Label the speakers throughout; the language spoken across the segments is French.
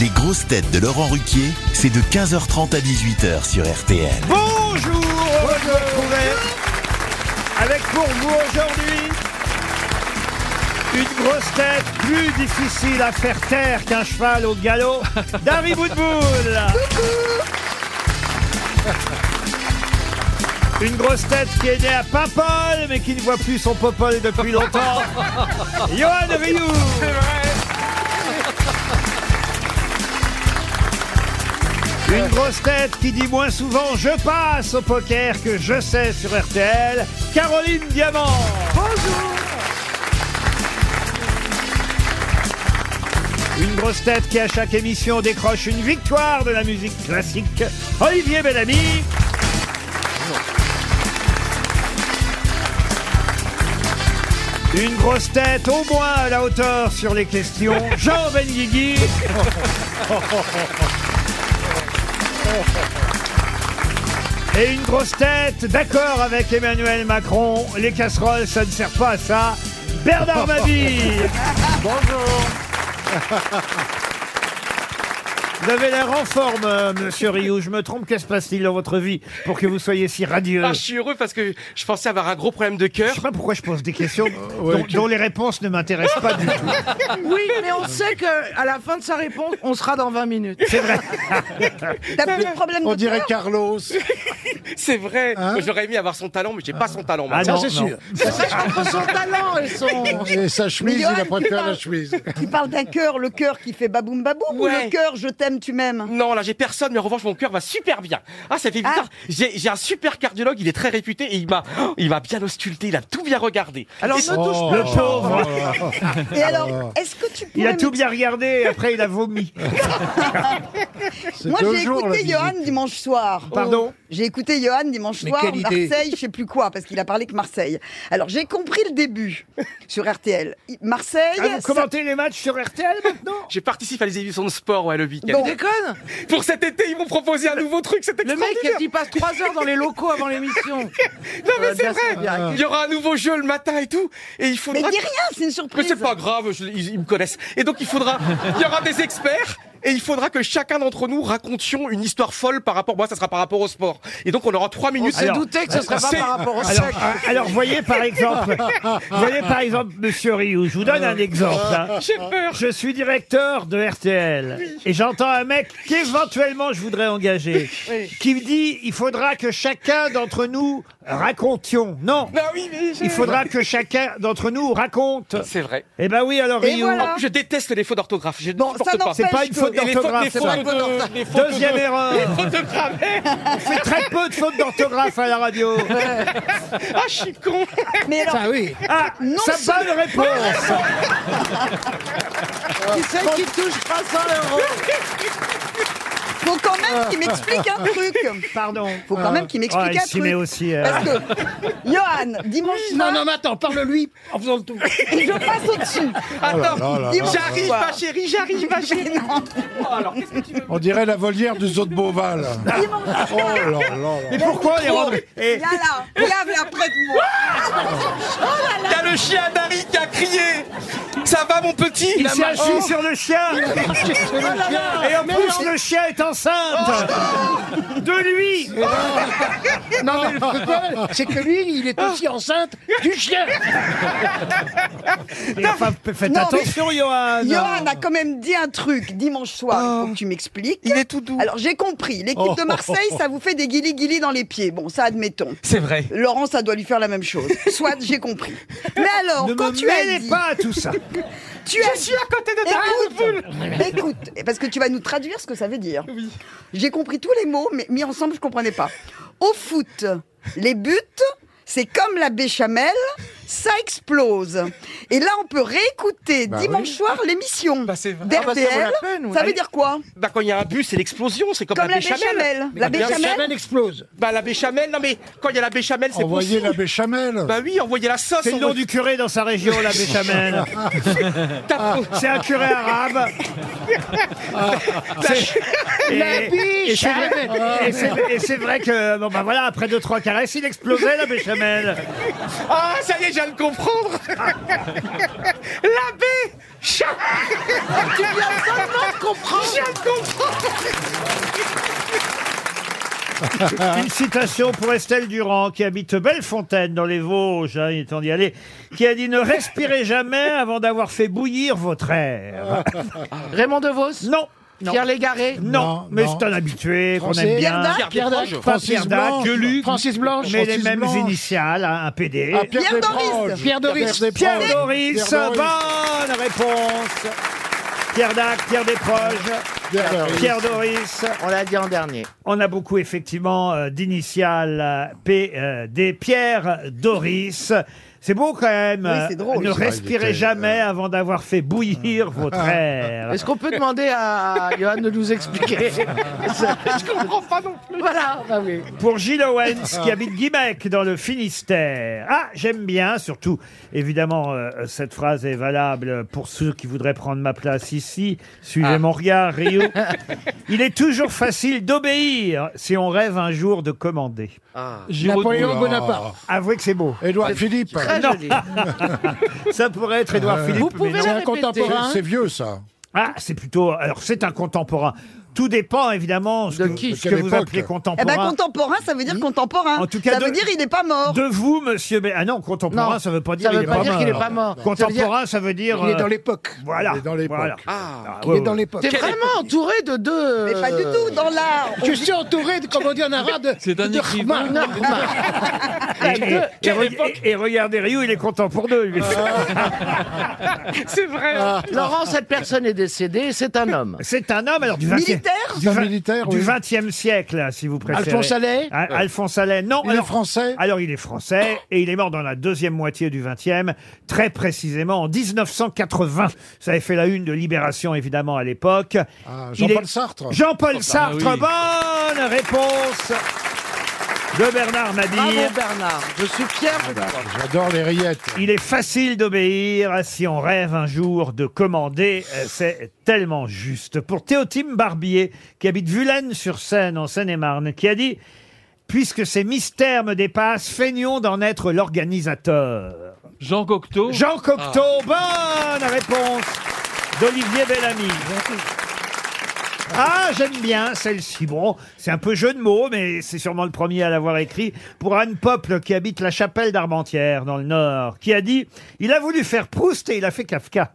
Speaker 1: Les grosses têtes de Laurent Ruquier, c'est de 15h30 à 18h sur RTL.
Speaker 2: Bonjour, heureux de vous retrouver avec pour vous aujourd'hui une grosse tête plus difficile à faire taire qu'un cheval au galop, Dari Boudboul. Une grosse tête qui est née à Paimpol, mais qui ne voit plus son popol depuis longtemps, Johan Rioux. Une grosse tête qui dit moins souvent je passe au poker que je sais sur RTL, Caroline Diamant. Bonjour. Une grosse tête qui à chaque émission décroche une victoire de la musique classique, Olivier Bellamy. Une grosse tête au moins à la hauteur sur les questions, Jean Benguigui. Et une grosse tête, d'accord avec Emmanuel Macron, les casseroles, ça ne sert pas à ça. Bernard Mabille Bonjour Vous avez l'air en forme, euh, monsieur Rioux. Je me trompe, qu'est-ce qui se passe-t-il dans votre vie pour que vous soyez si radieux
Speaker 3: Ah, je suis heureux parce que je pensais avoir un gros problème de
Speaker 2: Je
Speaker 3: cœur.
Speaker 2: sais pas pourquoi je pose des questions dont, dont les réponses ne m'intéressent pas du tout.
Speaker 4: Oui, mais on sait qu'à la fin de sa réponse, on sera dans 20 minutes.
Speaker 2: C'est vrai.
Speaker 4: T'as plus de problème
Speaker 5: On dirait Carlos.
Speaker 3: C'est vrai. J'aurais aimé avoir son talent, mais j'ai pas son talent. moi.
Speaker 2: Ah
Speaker 5: Ça,
Speaker 2: non,
Speaker 5: c'est
Speaker 2: non.
Speaker 5: sûr.
Speaker 4: entre son talent et son...
Speaker 5: Et sa chemise,
Speaker 6: Johan,
Speaker 5: il a préféré
Speaker 6: tu
Speaker 5: la
Speaker 6: parles-
Speaker 5: chemise.
Speaker 6: Tu parles d'un cœur, le cœur qui fait baboum baboum ou
Speaker 3: Ouais.
Speaker 6: le cœur je t'aime, tu m'aimes
Speaker 3: Non, là, j'ai personne, mais en revanche, mon cœur va super bien. Ah, ça fait bizarre. J'ai j'ai un super cardiologue, il est très réputé et il m'a oh, il m'a bien ausculté, il a tout bien regardé.
Speaker 4: Alors
Speaker 3: Et- Oh.
Speaker 4: ne touche
Speaker 2: Le pauvre,
Speaker 5: Ah.
Speaker 6: Et alors, est-ce que tu pourrais...
Speaker 2: il a tout
Speaker 6: me-
Speaker 2: bien regardé et après il a vomi.
Speaker 5: C'est
Speaker 6: Moi
Speaker 5: deux
Speaker 6: j'ai
Speaker 5: jours,
Speaker 6: écouté
Speaker 5: la
Speaker 6: Johan dimanche soir.
Speaker 2: Pardon
Speaker 6: J'ai écouté Johan dimanche
Speaker 5: Mais
Speaker 6: soir,
Speaker 5: quelle idée.
Speaker 6: Marseille, je sais plus quoi, parce qu'il a parlé que Marseille. Alors j'ai compris le début sur RTL. I- Marseille,
Speaker 2: Ah, vous
Speaker 6: ça-
Speaker 2: commentez les matchs sur RTL maintenant
Speaker 3: J'ai participé à les émissions de sport, ouais, le week-end.
Speaker 6: Bon.
Speaker 4: Déconne
Speaker 3: Pour cet été, ils m'ont proposé un nouveau truc, c'est
Speaker 4: Le mec,
Speaker 3: extraordinaire.
Speaker 4: il passe 3 heures dans les locaux avant l'émission. Euh,
Speaker 3: Non, mais c'est
Speaker 4: bien sûr,
Speaker 3: vrai. Il y aura un nouveau jeu le matin et tout. Et il
Speaker 6: mais
Speaker 3: faudra.
Speaker 6: dis rien, c'est une
Speaker 3: Mais
Speaker 6: surprise.
Speaker 3: c'est pas grave, je- ils, ils me connaissent. Et donc il faudra, il y aura des experts. Et il faudra que chacun d'entre nous racontions une histoire folle par rapport. Moi, ça sera par rapport au sport. Et donc, on aura trois minutes.
Speaker 4: J'ai douté que ce serait pas
Speaker 3: c'est-
Speaker 4: par rapport au
Speaker 2: Alors,
Speaker 4: sexe.
Speaker 2: euh, alors voyez par exemple, voyez par exemple Monsieur Rioux. Je vous donne un exemple. hein.
Speaker 3: J'ai peur.
Speaker 2: Je suis directeur de RTL et j'entends un mec qu'éventuellement je voudrais engager, qui me dit il faudra que chacun d'entre nous racontions. Non,
Speaker 3: Non, Bah oui, mais j'ai-
Speaker 2: il faudra que chacun d'entre nous raconte.
Speaker 3: C'est vrai.
Speaker 2: Eh ben oui, alors
Speaker 6: Et
Speaker 2: Rioux.
Speaker 6: voilà.
Speaker 3: En plus, Oh, je déteste les fautes d'orthographe. Je ne
Speaker 6: Bon,
Speaker 3: supporte
Speaker 6: Oh, ça
Speaker 3: pas.
Speaker 6: n'empêche
Speaker 2: C'est pas une
Speaker 6: que-
Speaker 2: faute
Speaker 3: Et les fautes, les
Speaker 2: d'orthographe. c'est
Speaker 3: fautes
Speaker 2: vrai.
Speaker 3: de, les fautes
Speaker 2: Deuxième
Speaker 3: de-
Speaker 2: erreur.
Speaker 3: fautes de grammaire.
Speaker 2: On fait très peu de fautes d'orthographe à la radio.
Speaker 3: Ah, je suis con.
Speaker 6: Mais alors,
Speaker 5: Ah oui.
Speaker 2: Ah,
Speaker 6: Non
Speaker 2: ça bonne réponse.
Speaker 4: Qui c'est qui touche 300 euros
Speaker 6: faut quand même qu'il m'explique un truc.
Speaker 2: Pardon.
Speaker 6: Faut quand même qu'il
Speaker 2: Ah,
Speaker 6: m'explique
Speaker 2: il
Speaker 6: un
Speaker 2: s'y
Speaker 6: truc.
Speaker 2: met aussi. euh.
Speaker 6: Parce que, Johan, dimanche soir,
Speaker 5: Non, non, mais attends, parle-lui en faisant le tout.
Speaker 6: et je passe au-dessus.
Speaker 5: Ah
Speaker 3: Attends,
Speaker 6: Dimanche
Speaker 3: j'arrive,
Speaker 6: soir.
Speaker 3: ma chérie, j'arrive, ma chérie.
Speaker 6: Non.
Speaker 3: Alors, qu'est-ce que tu veux
Speaker 5: On dirait la volière du zoo de Beauval.
Speaker 6: Dimanche
Speaker 5: Oh là là là.
Speaker 2: Et pourquoi on les rendrait
Speaker 6: Oh Là,
Speaker 2: Et
Speaker 6: là, regarde là, près de moi.
Speaker 3: Il y a le chien d'Harry qui a crié. Ça va, mon petit Oh.
Speaker 2: il s'est assis sur le chien
Speaker 6: Oh
Speaker 2: Et en plus, le chien est enceinte De lui
Speaker 5: Non, mais le problème, c'est que lui, il est aussi enceinte du chien.
Speaker 2: Mais enfin, Faites
Speaker 6: Non, mais-
Speaker 2: attention, Johan
Speaker 6: Johan a quand même dit un truc dimanche soir, il faut que tu m'expliques.
Speaker 3: Ah. Il est tout doux. Oh.
Speaker 6: Alors j'ai compris, l'équipe de Marseille, ça vous fait des guilis-guilis dans les pieds. Bon, ça admettons.
Speaker 3: C'est vrai.
Speaker 6: Laurent, ça doit lui faire la même chose. Soit j'ai compris. Mais alors,
Speaker 2: Ne
Speaker 6: quand
Speaker 2: me
Speaker 6: tu as
Speaker 2: mêlez
Speaker 6: dit,
Speaker 2: pas à tout ça
Speaker 6: tu as
Speaker 3: Je suis à côté de ta boule.
Speaker 6: écoute, écoute, parce que tu vas nous traduire ce que ça veut dire. J'ai compris tous les mots, mais mis ensemble, je comprenais pas. Au foot, les buts, c'est comme la béchamel, ça explose. Et là, on peut réécouter
Speaker 5: Bah
Speaker 6: dimanche soir l'émission
Speaker 3: Bah, c'est vrai.
Speaker 6: d'RTL.
Speaker 4: Ah, bah, ça vaut la peine, ouais.
Speaker 6: ça veut dire quoi
Speaker 3: Bah, quand il y a un bus, c'est l'explosion, c'est comme,
Speaker 6: Comme
Speaker 3: la
Speaker 6: la
Speaker 3: béchamel.
Speaker 6: béchamel. La
Speaker 3: bien
Speaker 5: La
Speaker 6: béchamel,
Speaker 5: chamelle explose.
Speaker 3: Bah la béchamel, non mais quand il y a la béchamel, c'est
Speaker 5: Envoyez
Speaker 3: possible.
Speaker 5: la béchamel.
Speaker 3: Bah oui, envoyez la sauce.
Speaker 2: C'est le nom du curé dans sa région, la béchamel Ah, C'est un curé arabe C'est- et- et c'est vrai-
Speaker 5: Ah,
Speaker 2: et c'est- Et c'est vrai que, bon bah voilà, après deux, trois caresses, il explosait, la béchamel
Speaker 3: Ah ça y est, je viens de comprendre. la béchamel.
Speaker 4: Tu viens seulement de comprendre
Speaker 2: Une citation pour Estelle Durand, qui habite Bellefontaine dans les Vosges, hein, il est temps d'y aller, qui a dit Ne respirez jamais avant d'avoir fait bouillir votre air.
Speaker 4: Raymond DeVos
Speaker 2: Non, non,
Speaker 4: Pierre Légaré
Speaker 2: non,
Speaker 5: Non,
Speaker 2: mais
Speaker 5: non.
Speaker 2: c'est un habitué qu'on aime
Speaker 5: Français.
Speaker 2: bien.
Speaker 6: Dac
Speaker 3: Pierre Desproges.
Speaker 2: Pas Pierre Dac,
Speaker 3: Gueluc.
Speaker 5: Francis Blanche.
Speaker 2: mais les
Speaker 5: Francis
Speaker 2: mêmes
Speaker 5: Blanche.
Speaker 2: initiales, hein, un PD.
Speaker 5: Ah,
Speaker 6: Pierre Doris.
Speaker 5: Desproges. Pierre Doris.
Speaker 2: Pierre
Speaker 5: Desproges.
Speaker 2: Doris,
Speaker 5: Pierre Doris.
Speaker 2: bonne réponse. Pierre Dac, Pierre Desproges,
Speaker 5: Pierre Doris.
Speaker 2: Pierre Doris.
Speaker 4: On l'a dit en dernier.
Speaker 2: On a beaucoup effectivement euh, d'initiales euh, P, euh, des Pierre Doris. C'est beau quand même.
Speaker 6: Oui, c'est
Speaker 2: euh,
Speaker 6: drôle.
Speaker 2: Ne
Speaker 6: C'est vrai,
Speaker 2: respirez jamais avant d'avoir fait bouillir votre air.
Speaker 4: Est-ce qu'on peut demander à Johan de nous expliquer Je comprends pas non plus. Voilà,
Speaker 2: Ah
Speaker 4: bah oui.
Speaker 2: Pour Gilles Owens qui habite Guimec dans le Finistère. Ah, j'aime bien, surtout, évidemment, euh, cette phrase est valable pour ceux qui voudraient prendre ma place ici. Suivez mon regard, Rio. Il est toujours facile d'obéir si on rêve un jour de commander.
Speaker 5: Ah.
Speaker 7: Ah.
Speaker 5: Napoléon Bonaparte.
Speaker 2: Avouez que c'est beau.
Speaker 5: Édouard Ah, Philippe. Ah.
Speaker 4: Très
Speaker 2: Non.
Speaker 4: joli.
Speaker 2: Ça pourrait être Édouard Philippe.
Speaker 4: Vous
Speaker 2: mais
Speaker 4: pouvez
Speaker 2: non.
Speaker 5: C'est
Speaker 4: la
Speaker 5: un
Speaker 4: répéter.
Speaker 5: contemporain. C'est vieux ça.
Speaker 2: Ah, c'est plutôt. Alors, c'est un contemporain. Tout dépend, évidemment, ce
Speaker 4: De
Speaker 2: que,
Speaker 4: qui
Speaker 2: ce que
Speaker 5: Quelle
Speaker 2: vous
Speaker 5: époque
Speaker 2: appelez
Speaker 6: Eh ben,
Speaker 2: contemporain.
Speaker 6: contemporain, ça veut dire contemporain.
Speaker 2: En tout cas,
Speaker 6: ça
Speaker 2: de-
Speaker 6: veut dire il n'est pas mort.
Speaker 2: De vous, monsieur. Bé- Ah non, contemporain,
Speaker 4: Non,
Speaker 2: ça veut pas dire
Speaker 4: Ça
Speaker 2: il
Speaker 4: veut
Speaker 2: est
Speaker 4: pas
Speaker 2: pas
Speaker 4: dire
Speaker 2: mort.
Speaker 4: qu'il est pas mort. Ça veut dire-
Speaker 2: Contemporain, ça veut dire.
Speaker 5: Il est dans
Speaker 2: euh,
Speaker 5: l'époque.
Speaker 2: Voilà.
Speaker 5: Il est dans
Speaker 2: Voilà.
Speaker 5: l'époque.
Speaker 3: Ah.
Speaker 5: Il
Speaker 2: ouais,
Speaker 5: est dans
Speaker 2: ouais.
Speaker 5: l'époque.
Speaker 4: T'es vraiment entouré de deux. euh,
Speaker 6: Mais pas du tout, dans l'art.
Speaker 5: Je suis entouré de, comme on dit en arabe, de,
Speaker 8: C'est un
Speaker 5: de
Speaker 8: écrivain.
Speaker 5: Rahman.
Speaker 2: Ah, Et, et- et re- et- et regardez Ryu, il est content pour deux. lui. Ah.
Speaker 3: C'est vrai.
Speaker 4: Ah, Laurent, cette personne est décédée, c'est un homme.
Speaker 2: C'est un homme, alors du 20e
Speaker 6: Militaire
Speaker 2: du
Speaker 5: C'est un
Speaker 2: vingt-
Speaker 5: militaire,
Speaker 2: du
Speaker 5: oui.
Speaker 2: 20e siècle, si vous préférez.
Speaker 5: Alphonse Allais
Speaker 2: Ah, Alphonse Allais, non.
Speaker 5: Il est
Speaker 2: alors-
Speaker 5: français
Speaker 2: Alors, il est français et il est mort dans la deuxième moitié du 20e, très précisément en 1980. Ça avait fait la une de Libération, évidemment, à l'époque.
Speaker 5: Ah,
Speaker 2: Il
Speaker 5: Jean-Paul
Speaker 2: est-
Speaker 5: Sartre.
Speaker 4: Ah
Speaker 2: Jean-Paul Sartre,
Speaker 8: oui.
Speaker 2: bonne réponse de Bernard Mabille.
Speaker 4: Bravo Bernard, je suis fier de toi.
Speaker 5: J'adore les rillettes.
Speaker 2: Il est facile d'obéir si on rêve un jour de commander. Euh, C'est tellement juste. Pour Théotime Barbier, qui habite Vulaine-sur-Seine, en Seine-et-Marne, qui a dit Puisque ces mystères me dépassent, feignons d'en être l'organisateur.
Speaker 8: Jean Cocteau. Ah.
Speaker 2: Jean Cocteau, bonne réponse d'Olivier Bellamy. Ah, j'aime bien celle-ci. Bon, c'est un peu jeu de mots, mais c'est sûrement le premier à l'avoir écrit pour Anne Pople qui habite la chapelle d'Armentières dans le Nord, qui a dit Il a voulu faire Proust et il a fait Kafka.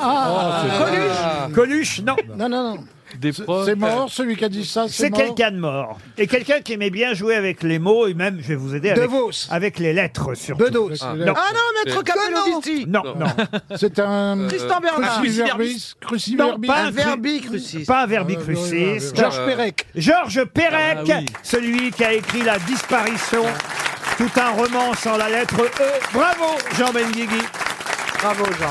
Speaker 2: Ah,
Speaker 4: Oh,
Speaker 2: Coluche Coluche, non.
Speaker 5: Non, non, non.
Speaker 8: Des proches.
Speaker 5: C'est mort, celui qui a dit ça,
Speaker 2: C'est
Speaker 5: c'est mort.
Speaker 2: quelqu'un de mort. Et quelqu'un qui aimait bien jouer avec les mots, et même, je vais vous aider avec,
Speaker 5: Vos.
Speaker 2: avec les lettres surtout.
Speaker 5: Bedos.
Speaker 2: Non.
Speaker 4: Ah non, maître Capello
Speaker 2: Non, non,
Speaker 5: C'est un... euh,
Speaker 4: Tristan Bernard.
Speaker 5: Cruciverbis.
Speaker 2: non,
Speaker 5: Cruciverbis.
Speaker 2: pas un,
Speaker 4: Un verbi crucis.
Speaker 2: pas un verbi
Speaker 5: Euh, euh,
Speaker 2: crucis.
Speaker 5: Georges Perec.
Speaker 2: Georges Perec,
Speaker 8: Ah oui.
Speaker 2: celui qui a écrit La disparition, tout un roman sans la lettre E. Bravo, Jean Benguigui.
Speaker 4: Bravo Jean.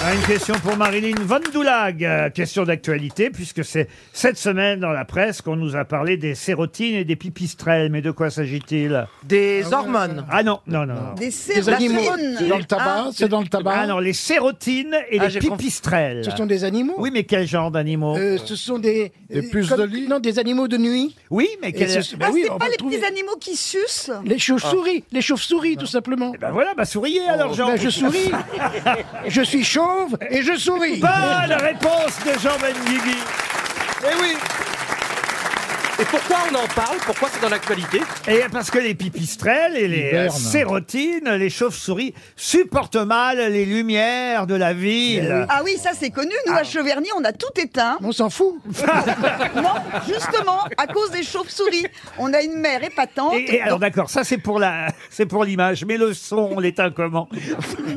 Speaker 2: Ah, Une question pour Marilyn Van Doulag. Euh, Question d'actualité, puisque c'est cette semaine dans la presse qu'on nous a parlé des sérotines et des pipistrelles. Mais de quoi s'agit-il
Speaker 4: Des hormones.
Speaker 2: Ah non, non, non. non.
Speaker 6: Des
Speaker 5: Des animaux.
Speaker 6: sérotonines.
Speaker 5: Dans le tabac, c'est dans le
Speaker 2: Ah
Speaker 5: tabac.
Speaker 2: non, les sérotines et
Speaker 4: Ah,
Speaker 2: les
Speaker 4: j'ai compris.
Speaker 2: pipistrelles.
Speaker 5: Ce sont des animaux
Speaker 2: Oui, mais quel genre d'animaux
Speaker 5: Euh, ce sont des...
Speaker 1: Des
Speaker 5: euh,
Speaker 1: puces
Speaker 5: comme-
Speaker 1: de lit
Speaker 5: Non, des animaux de nuit.
Speaker 2: Oui, mais
Speaker 5: Et
Speaker 2: quel...
Speaker 5: ce-
Speaker 4: Eh
Speaker 6: Ah,
Speaker 5: bah oui,
Speaker 6: c'est
Speaker 5: on
Speaker 6: pas
Speaker 5: va
Speaker 6: les
Speaker 5: trouver-
Speaker 6: petits animaux qui sucent
Speaker 5: Les chauves-souris. Les chauves-souris, tout simplement.
Speaker 2: Ah. Ben voilà, bah souriez alors, Jean.
Speaker 5: Ben, je souris. je suis chauve et je souris.
Speaker 2: Bonne réponse de Jean Benguigui.
Speaker 3: Eh oui. Et pourquoi on en parle Pourquoi c'est dans l'actualité
Speaker 2: Et parce que les pipistrelles et les euh,
Speaker 5: Hibernent.
Speaker 2: sérotines, les chauves-souris supportent mal les lumières de la ville.
Speaker 6: Ah oui, ça c'est connu. Nous, à Cheverny, on a tout éteint.
Speaker 5: On s'en fout.
Speaker 6: Non, justement, à cause des chauves-souris. On a une mère épatante.
Speaker 2: Et, et alors d'accord, ça c'est pour la, c'est pour l'image, mais le son, on l'éteint comment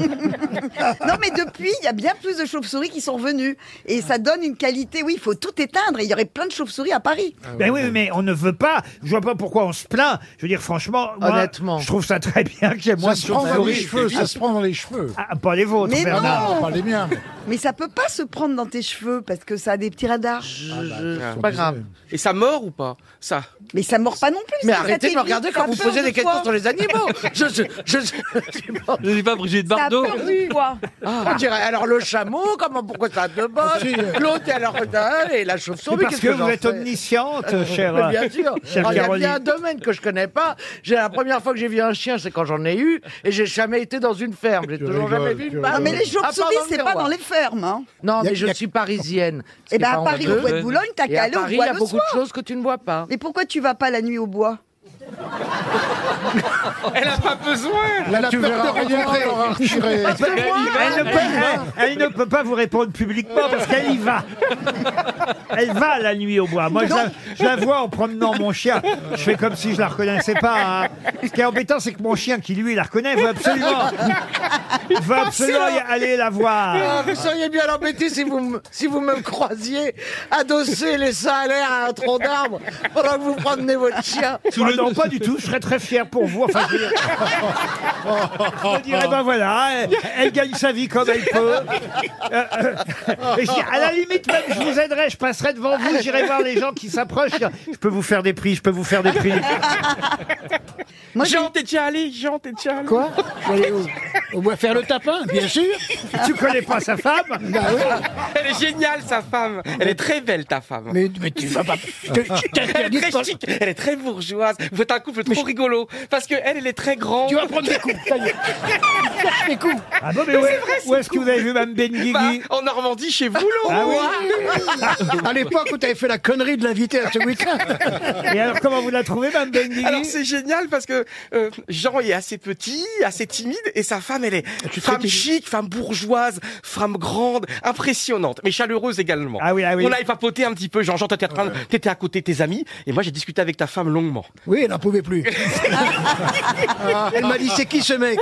Speaker 6: Non, mais depuis, il y a bien plus de chauves-souris qui sont venues. Et ça donne une qualité. Oui, il faut tout éteindre. Et Il y aurait plein de chauves-souris à Paris.
Speaker 5: Ah
Speaker 2: Ben oui, mais on ne veut pas. Je vois pas pourquoi on se plaint. Je veux dire franchement, moi,
Speaker 4: Honnêtement.
Speaker 2: je trouve ça très bien qu'il y ait moins
Speaker 5: Ça
Speaker 2: de
Speaker 5: se prend dans les
Speaker 2: chauves-souris.
Speaker 5: cheveux. Ça se prend dans les cheveux.
Speaker 2: Ah, pas les
Speaker 5: Oh,
Speaker 2: vôtres,
Speaker 6: Mais
Speaker 2: Bernard.
Speaker 6: non.
Speaker 5: Pas les miens. mais-
Speaker 6: Mais ça peut pas se prendre dans tes cheveux parce que ça a des petits radars.
Speaker 4: Je- Ah bah, C'est pas grave.
Speaker 3: Et ça mord ou pas Ça.
Speaker 6: Mais ça mord pas non plus.
Speaker 4: Mais
Speaker 6: ça, ça
Speaker 4: arrêtez de me
Speaker 6: t'évite,
Speaker 4: regarder
Speaker 6: ça
Speaker 4: quand
Speaker 6: a
Speaker 4: vous
Speaker 6: peur
Speaker 4: posez
Speaker 6: de
Speaker 4: des questions
Speaker 6: toi.
Speaker 4: sur les animaux. Je, je, je, je-
Speaker 8: Je n'ai pas Brigitte
Speaker 6: Ça a
Speaker 8: Bardot.
Speaker 6: peur de toi.
Speaker 4: Ah. On dirait, alors le chameau, comment, pourquoi ça a deux bottes L'autre, alors, euh, et la chauve-souris,
Speaker 2: Parce
Speaker 4: qu'est-ce
Speaker 2: que, vous
Speaker 4: j'en
Speaker 2: êtes
Speaker 4: sais
Speaker 2: omnisciente, chère. euh,
Speaker 4: Mais bien sûr.
Speaker 2: chère
Speaker 4: Alors, Il y a
Speaker 2: Caroline.
Speaker 4: bien un domaine que je connais pas. J'ai la première fois que j'ai vu un chien, c'est quand j'en ai eu, et j'ai jamais été dans une ferme. J'ai toujours
Speaker 5: rigoles,
Speaker 4: jamais vu
Speaker 5: tu
Speaker 4: une
Speaker 6: Non,
Speaker 4: barbe.
Speaker 6: Ah,
Speaker 4: Ah,
Speaker 6: mais les
Speaker 4: À part
Speaker 6: chauves-souris,
Speaker 4: dans le
Speaker 6: c'est pas
Speaker 4: miroir.
Speaker 6: dans les fermes. Hein.
Speaker 4: Non,
Speaker 5: Y a-
Speaker 4: mais je
Speaker 5: y a-
Speaker 4: suis parisienne.
Speaker 6: Eh
Speaker 4: Et
Speaker 6: bien, à Paris, au bois de Boulogne, t'as
Speaker 4: Et
Speaker 6: qu'à
Speaker 4: à
Speaker 6: aller au
Speaker 4: Paris,
Speaker 6: bois
Speaker 4: il y a
Speaker 6: le
Speaker 4: beaucoup
Speaker 6: soir.
Speaker 4: de choses que tu ne vois pas.
Speaker 6: Mais pourquoi tu vas pas la nuit au bois
Speaker 3: Elle a pas besoin.
Speaker 5: Là, tu verras rencontrer Laurent Chiré.
Speaker 2: Elle ne, peut, elle- elle ne peut pas vous répondre publiquement parce qu'elle y va. Elle va la nuit au bois. Moi, je la, je la vois en promenant mon chien. Je fais comme si je la reconnaissais pas. hein. Ce qui est embêtant, c'est que mon chien, qui lui la reconnaît, veut absolument, veut absolument y aller la voir.
Speaker 4: Ah, vous seriez bien embêté si vous, me- si vous me croisiez adossé les salaires à un tronc d'arbre pendant que vous promenez votre chien.
Speaker 2: Ah non, pas du tout. Je serais très fier pour vous. Enfin, je, veux dire- je dirais, ben voilà, elle, elle gagne sa vie comme elle peut. Euh, euh, et je dis, à la limite, même, je vous aiderai. Je passerai devant vous. J'irai voir les gens qui s'approchent. Je peux vous faire des prix. Je peux vous faire des prix.
Speaker 6: Moi, j'ai-
Speaker 3: Jean, t'es déjà allé. Jean, t'es déjà allé.
Speaker 5: Quoi Vous allez où On va faire le tapin, bien sûr.
Speaker 2: Tu connais pas sa femme
Speaker 5: Bah oui.
Speaker 3: Elle est géniale, sa femme. Elle est très belle, ta femme.
Speaker 5: Mais, mais tu vas pas. te- Tu
Speaker 3: Elle est
Speaker 5: t'interdis de
Speaker 3: très
Speaker 5: penser-
Speaker 3: chic, elle est très bourgeoise. Vous êtes un couple trop rigolo parce que elle, elle est très grande.
Speaker 5: Tu vas prendre des coups. Ça y est. Des coups.
Speaker 2: Ah bon, mais où, est- où est-ce que vous avez vu Mme Benguigui
Speaker 3: Bah, en Normandie, chez vous, Laurent.
Speaker 2: Ah oui
Speaker 5: À l'époque où t'avais fait la connerie de l'inviter à ce week-end.
Speaker 2: Et alors, comment vous la trouvez, Mme Benguigui
Speaker 3: Alors c'est génial parce que euh, Jean est assez petit, assez timide et sa femme elle est
Speaker 2: Ah,
Speaker 3: femme chic, femme bourgeoise, femme grande, impressionnante, mais chaleureuse également.
Speaker 2: Ah oui, ah oui.
Speaker 3: On a papoté un petit peu, Jean, Jean t'étais en train de- t'étais à côté de tes amis et moi j'ai discuté avec ta femme longuement.
Speaker 5: Oui, elle n'en pouvait plus. Ah. Elle m'a dit c'est qui ce mec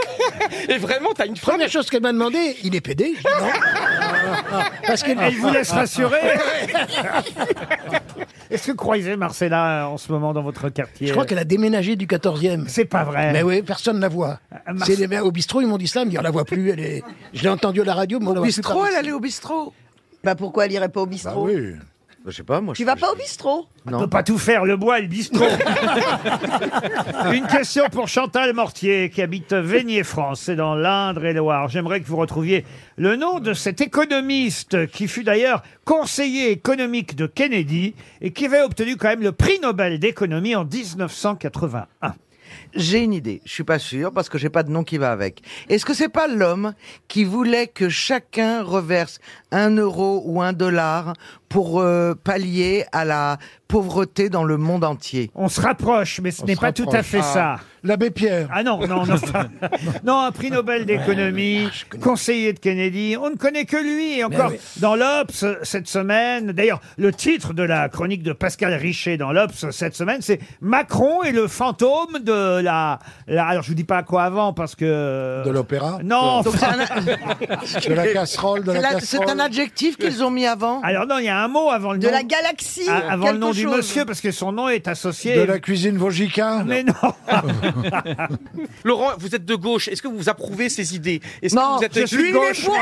Speaker 3: Et vraiment t'as une femme.
Speaker 5: Première chose qu'elle m'a demandé, il est pédé J'ai dit, non. Parce qu'elle
Speaker 2: Elle vous laisse rassurer Est-ce que vous croisez Marcella euh, en ce moment dans votre quartier
Speaker 5: Je crois qu'elle a déménagé du 14e.
Speaker 2: C'est pas vrai.
Speaker 5: Mais oui, personne ne la voit.
Speaker 2: Ah, Marce-
Speaker 5: C'est les mecs au bistrot, ils m'ont dit ça, mais on la voit plus. Elle est... Je l'ai entendue à la radio, mais on la
Speaker 4: Au
Speaker 5: voit
Speaker 4: bistrot,
Speaker 5: plus.
Speaker 4: elle allait au bistrot.
Speaker 6: Bah pourquoi elle irait pas au bistrot
Speaker 5: oui.
Speaker 4: Je sais pas, moi.
Speaker 6: Tu vas pas au bistrot
Speaker 2: On peut pas tout faire, le bois et le bistrot. Une question pour Chantal Mortier, qui habite Vénier, France, c'est dans l'Indre-et-Loire. J'aimerais que vous retrouviez le nom de cet économiste qui fut d'ailleurs conseiller économique de Kennedy et qui avait obtenu quand même le prix Nobel d'économie en 1981.
Speaker 8: J'ai une idée, je suis pas sûr parce que j'ai pas de nom qui va avec. Est-ce que c'est pas l'homme qui voulait que chacun reverse un euro ou un dollar pour euh, pallier à la pauvreté dans le monde entier
Speaker 2: On se rapproche, mais ce n'est
Speaker 5: se
Speaker 2: pas tout à
Speaker 5: rapproche.
Speaker 2: fait ça.
Speaker 5: L'abbé Pierre.
Speaker 2: Ah non, non, non. non, un prix Nobel d'économie, conseiller de Kennedy. On ne connaît que lui. Et encore dans l'Obs cette semaine. D'ailleurs, le titre de la chronique de Pascal Richer dans l'Obs cette semaine, c'est Macron et le fantôme de la. la- alors, je vous dis pas quoi avant parce que.
Speaker 5: De l'opéra
Speaker 2: Non.
Speaker 8: Donc c'est un,
Speaker 5: De la casserole, de la,
Speaker 8: c'est la- c'est
Speaker 5: casserole.
Speaker 8: un adjectif qu'ils ont mis avant
Speaker 2: Alors non, il y a un mot avant le
Speaker 6: De
Speaker 2: nom.
Speaker 6: la galaxie
Speaker 2: Ah, avant le
Speaker 6: quelque
Speaker 2: nom du
Speaker 6: chose.
Speaker 2: monsieur parce que son nom est associé.
Speaker 5: De la cuisine vosgica
Speaker 2: Mais non,
Speaker 3: Laurent, vous êtes de gauche, est-ce que vous approuvez ses idées Est-ce que
Speaker 8: Non,
Speaker 3: vous êtes
Speaker 2: je suis
Speaker 3: Lui, il est
Speaker 2: gauche,
Speaker 3: pour-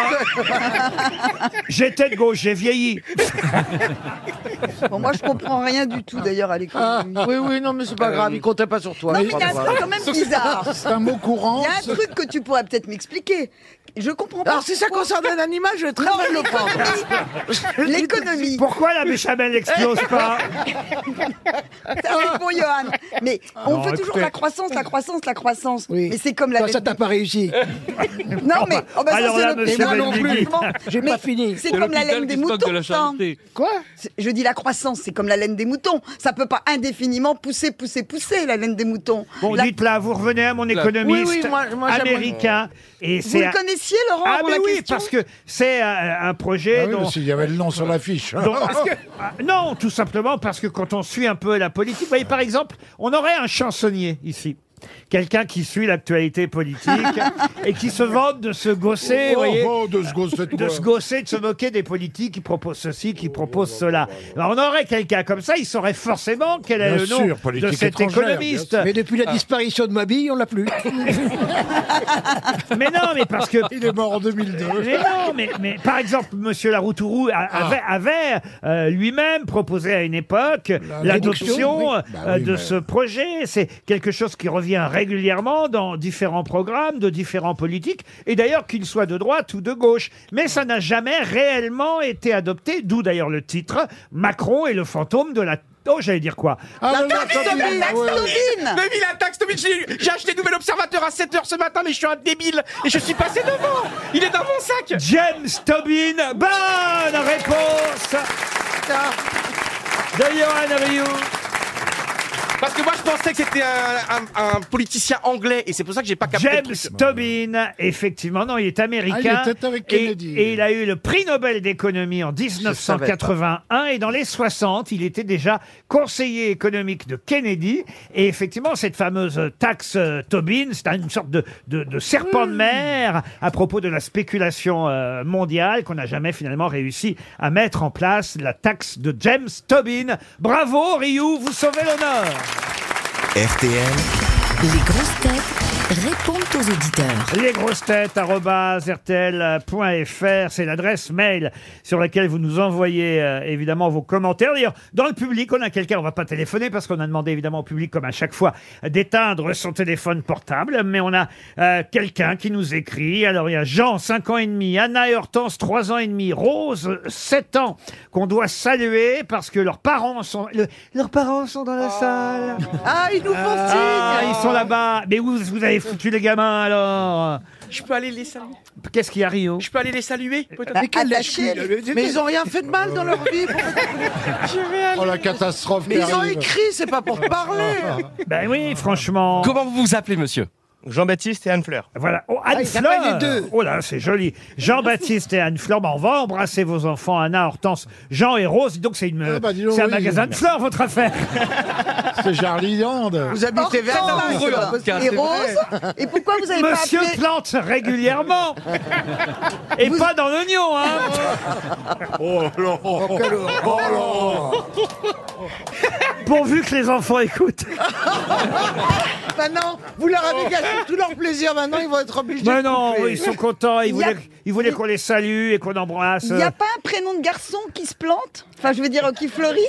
Speaker 2: j'étais de gauche, j'ai vieilli.
Speaker 6: Bon, moi, je comprends rien du tout, d'ailleurs, à l'économie.
Speaker 4: Oui, oui, non, mais c'est pas grave, il comptait pas sur toi.
Speaker 6: Non, mais
Speaker 4: Il
Speaker 6: il y a
Speaker 4: comptait
Speaker 6: un
Speaker 4: pas.
Speaker 6: truc quand même bizarre.
Speaker 5: C'est un mot courant.
Speaker 6: Il y a un truc que tu pourrais peut-être m'expliquer. Je comprends pas.
Speaker 4: Alors, si ça concerne un animal, je vais très
Speaker 6: Non,
Speaker 4: mal le prendre.
Speaker 6: l'économie. L'économie.
Speaker 2: Pourquoi la béchamel n'explose pas
Speaker 6: C'est pour Johan. Mais on
Speaker 2: Ah Non,
Speaker 6: fait toujours
Speaker 2: écoutez.
Speaker 6: la croissance, la croissance, la croissance.
Speaker 5: Oui.
Speaker 6: Mais c'est comme la.
Speaker 5: Enfin, ça t'a pas réussi.
Speaker 6: Non, mais. oh, bah, ça,
Speaker 2: Alors
Speaker 6: c'est
Speaker 2: là,
Speaker 6: le-
Speaker 2: monsieur
Speaker 6: Non, non,
Speaker 2: Benguigui.
Speaker 6: franchement,
Speaker 5: J'ai
Speaker 6: mais
Speaker 5: pas fini.
Speaker 6: C'est comme la laine des moutons. ça.
Speaker 5: Quoi
Speaker 6: C'est- Je dis la croissance, c'est comme la laine des moutons. Ça peut pas indéfiniment pousser, pousser, pousser la laine des moutons.
Speaker 2: Bon,
Speaker 6: La-
Speaker 2: dites là, vous revenez à mon économiste
Speaker 4: Oui, oui, moi- moi, j'aime-
Speaker 2: américain. Et
Speaker 6: Vous
Speaker 2: c'est
Speaker 6: le
Speaker 2: un-
Speaker 6: connaissiez, Laurent
Speaker 2: ah
Speaker 6: avant
Speaker 2: mais
Speaker 6: la
Speaker 2: oui,
Speaker 6: question
Speaker 2: parce que c'est euh, un, un projet
Speaker 5: Ah oui,
Speaker 2: dont. Euh,
Speaker 5: s'il y avait le nom sur l'affiche.
Speaker 2: dont- Ah, non, tout simplement parce que quand on suit un peu la politique, vous voyez, par exemple, on aurait un chansonnier ici. Quelqu'un qui suit l'actualité politique et qui se vante de se gausser, vous voyez,
Speaker 5: oh, de ce gosse, cette
Speaker 2: de se gausser, de se moquer des politiques qui proposent ceci, qui proposent
Speaker 5: Oh,
Speaker 2: cela. Alors, on aurait quelqu'un comme ça, il saurait forcément quel est
Speaker 5: Bien
Speaker 2: le nom
Speaker 5: sûr,
Speaker 2: de
Speaker 5: politique
Speaker 2: cet
Speaker 5: étrangère, bien
Speaker 2: économiste.
Speaker 5: Mais depuis la disparition de ma bille, on l'a plus.
Speaker 2: Mais non, mais parce que
Speaker 5: Il est mort en 2002.
Speaker 2: Mais non, mais, mais par exemple, Monsieur Laroutourou a-
Speaker 5: Ah.
Speaker 2: avait, avait, euh, lui-même proposé à une époque l'adoption
Speaker 5: réduction, oui.
Speaker 2: euh,
Speaker 5: Bah oui,
Speaker 2: de
Speaker 5: mais-
Speaker 2: ce projet. C'est quelque chose qui revient intervient régulièrement dans différents programmes de différents politiques, et d'ailleurs qu'ils soient de droite ou de gauche. Mais ça n'a jamais réellement été adopté, d'où d'ailleurs le titre Macron et le fantôme de la... Oh, j'allais dire quoi
Speaker 5: Ah,
Speaker 6: La
Speaker 5: le
Speaker 6: taxe
Speaker 5: lapin
Speaker 6: de la
Speaker 5: bille,
Speaker 6: taxe
Speaker 5: ouais.
Speaker 6: Tobin
Speaker 3: Mais oui, la taxe Tobin, j'ai- j'ai acheté Nouvel Observateur à 7h ce matin, mais je suis un débile et je suis passé devant. Il est dans mon sac.
Speaker 2: James Tobin, bonne réponse de Johan Rioux.
Speaker 3: Parce que moi, je pensais que c'était un, un- un politicien anglais et c'est pour ça que j'ai pas capté. le
Speaker 2: James
Speaker 3: truc.
Speaker 2: Tobin, effectivement, non, il est américain.
Speaker 5: Ah, il était avec
Speaker 2: Et-
Speaker 5: Kennedy.
Speaker 2: Et, il a eu le prix Nobel d'économie en 1981. Et dans les 60, il était déjà conseiller économique de Kennedy. Et effectivement, cette fameuse taxe euh, Tobin, c'est une sorte de, de- de serpent
Speaker 5: Hmm.
Speaker 2: de mer à propos de la spéculation euh, mondiale qu'on n'a jamais finalement réussi à mettre en place, la taxe de James Tobin. Bravo, Ryu, vous sauvez l'honneur.
Speaker 1: RTL,
Speaker 9: Les grosses têtes répondent aux auditeurs.
Speaker 2: lesgrossetêtes.rtl.fr, c'est l'adresse mail sur laquelle vous nous envoyez euh, évidemment vos commentaires. D'ailleurs, dans le public, on a quelqu'un, on va pas téléphoner parce qu'on a demandé évidemment au public, comme à chaque fois, d'éteindre son téléphone portable, mais on a euh, quelqu'un qui nous écrit. Alors, il y a Jean, 5 ans et demi, Anna et Hortense, 3 ans et demi, Rose, 7 ans, qu'on doit saluer parce que leurs parents sont, le- leurs parents sont dans la salle.
Speaker 8: Oh. Ah, ils nous font
Speaker 2: Ah, ils sont là-bas. Mais où vous avez foutu les gamins alors
Speaker 3: Je peux aller les saluer.
Speaker 2: Qu'est-ce qu'il y a, Rio
Speaker 3: Je peux aller les saluer. peut-être
Speaker 6: Mais quel lâche-cul.
Speaker 8: Ah, Mais ils ont rien fait de mal dans leur vie. pourquoi-
Speaker 5: Oh la catastrophe
Speaker 8: Mais
Speaker 5: qui
Speaker 8: ils ont
Speaker 5: arrive.
Speaker 8: écrit, c'est pas pour parler.
Speaker 2: Ben oui, franchement.
Speaker 10: Comment vous vous appelez, monsieur Jean-Baptiste et Anne Fleur.
Speaker 2: Voilà. Oh, Anne
Speaker 5: Ah, il s'appelle
Speaker 2: Fleur.
Speaker 5: les deux.
Speaker 2: Oh là, c'est joli. Jean-Baptiste et Anne Fleur. Ben, on va embrasser vos enfants, Anna, Hortense, Jean et Rose. Donc, c'est une,
Speaker 5: Ah, bah, dis donc,
Speaker 2: c'est un
Speaker 5: oui.
Speaker 2: magasin de fleurs, votre affaire.
Speaker 5: C'est Jarliland.
Speaker 8: Vous habitez vers
Speaker 6: Hortense,
Speaker 8: là, c'est
Speaker 2: hein.
Speaker 8: pas possible.
Speaker 6: Et Rose Et pourquoi vous avez pas
Speaker 2: Monsieur
Speaker 6: appelé
Speaker 2: plante régulièrement. et pas dans l'oignon, hein. Pourvu que les enfants écoutent.
Speaker 4: Maintenant, vous leur avez gâché tout leur plaisir. Maintenant, ils vont être obligés.
Speaker 2: Mais
Speaker 4: de
Speaker 2: non,
Speaker 4: couper.
Speaker 2: ils sont contents. Ils
Speaker 6: Il y a-
Speaker 2: voulaient, ils voulaient qu'on les salue et qu'on embrasse.
Speaker 6: Il n'y a pas un prénom de garçon qui se plante Enfin, je veux dire, euh, qui fleurit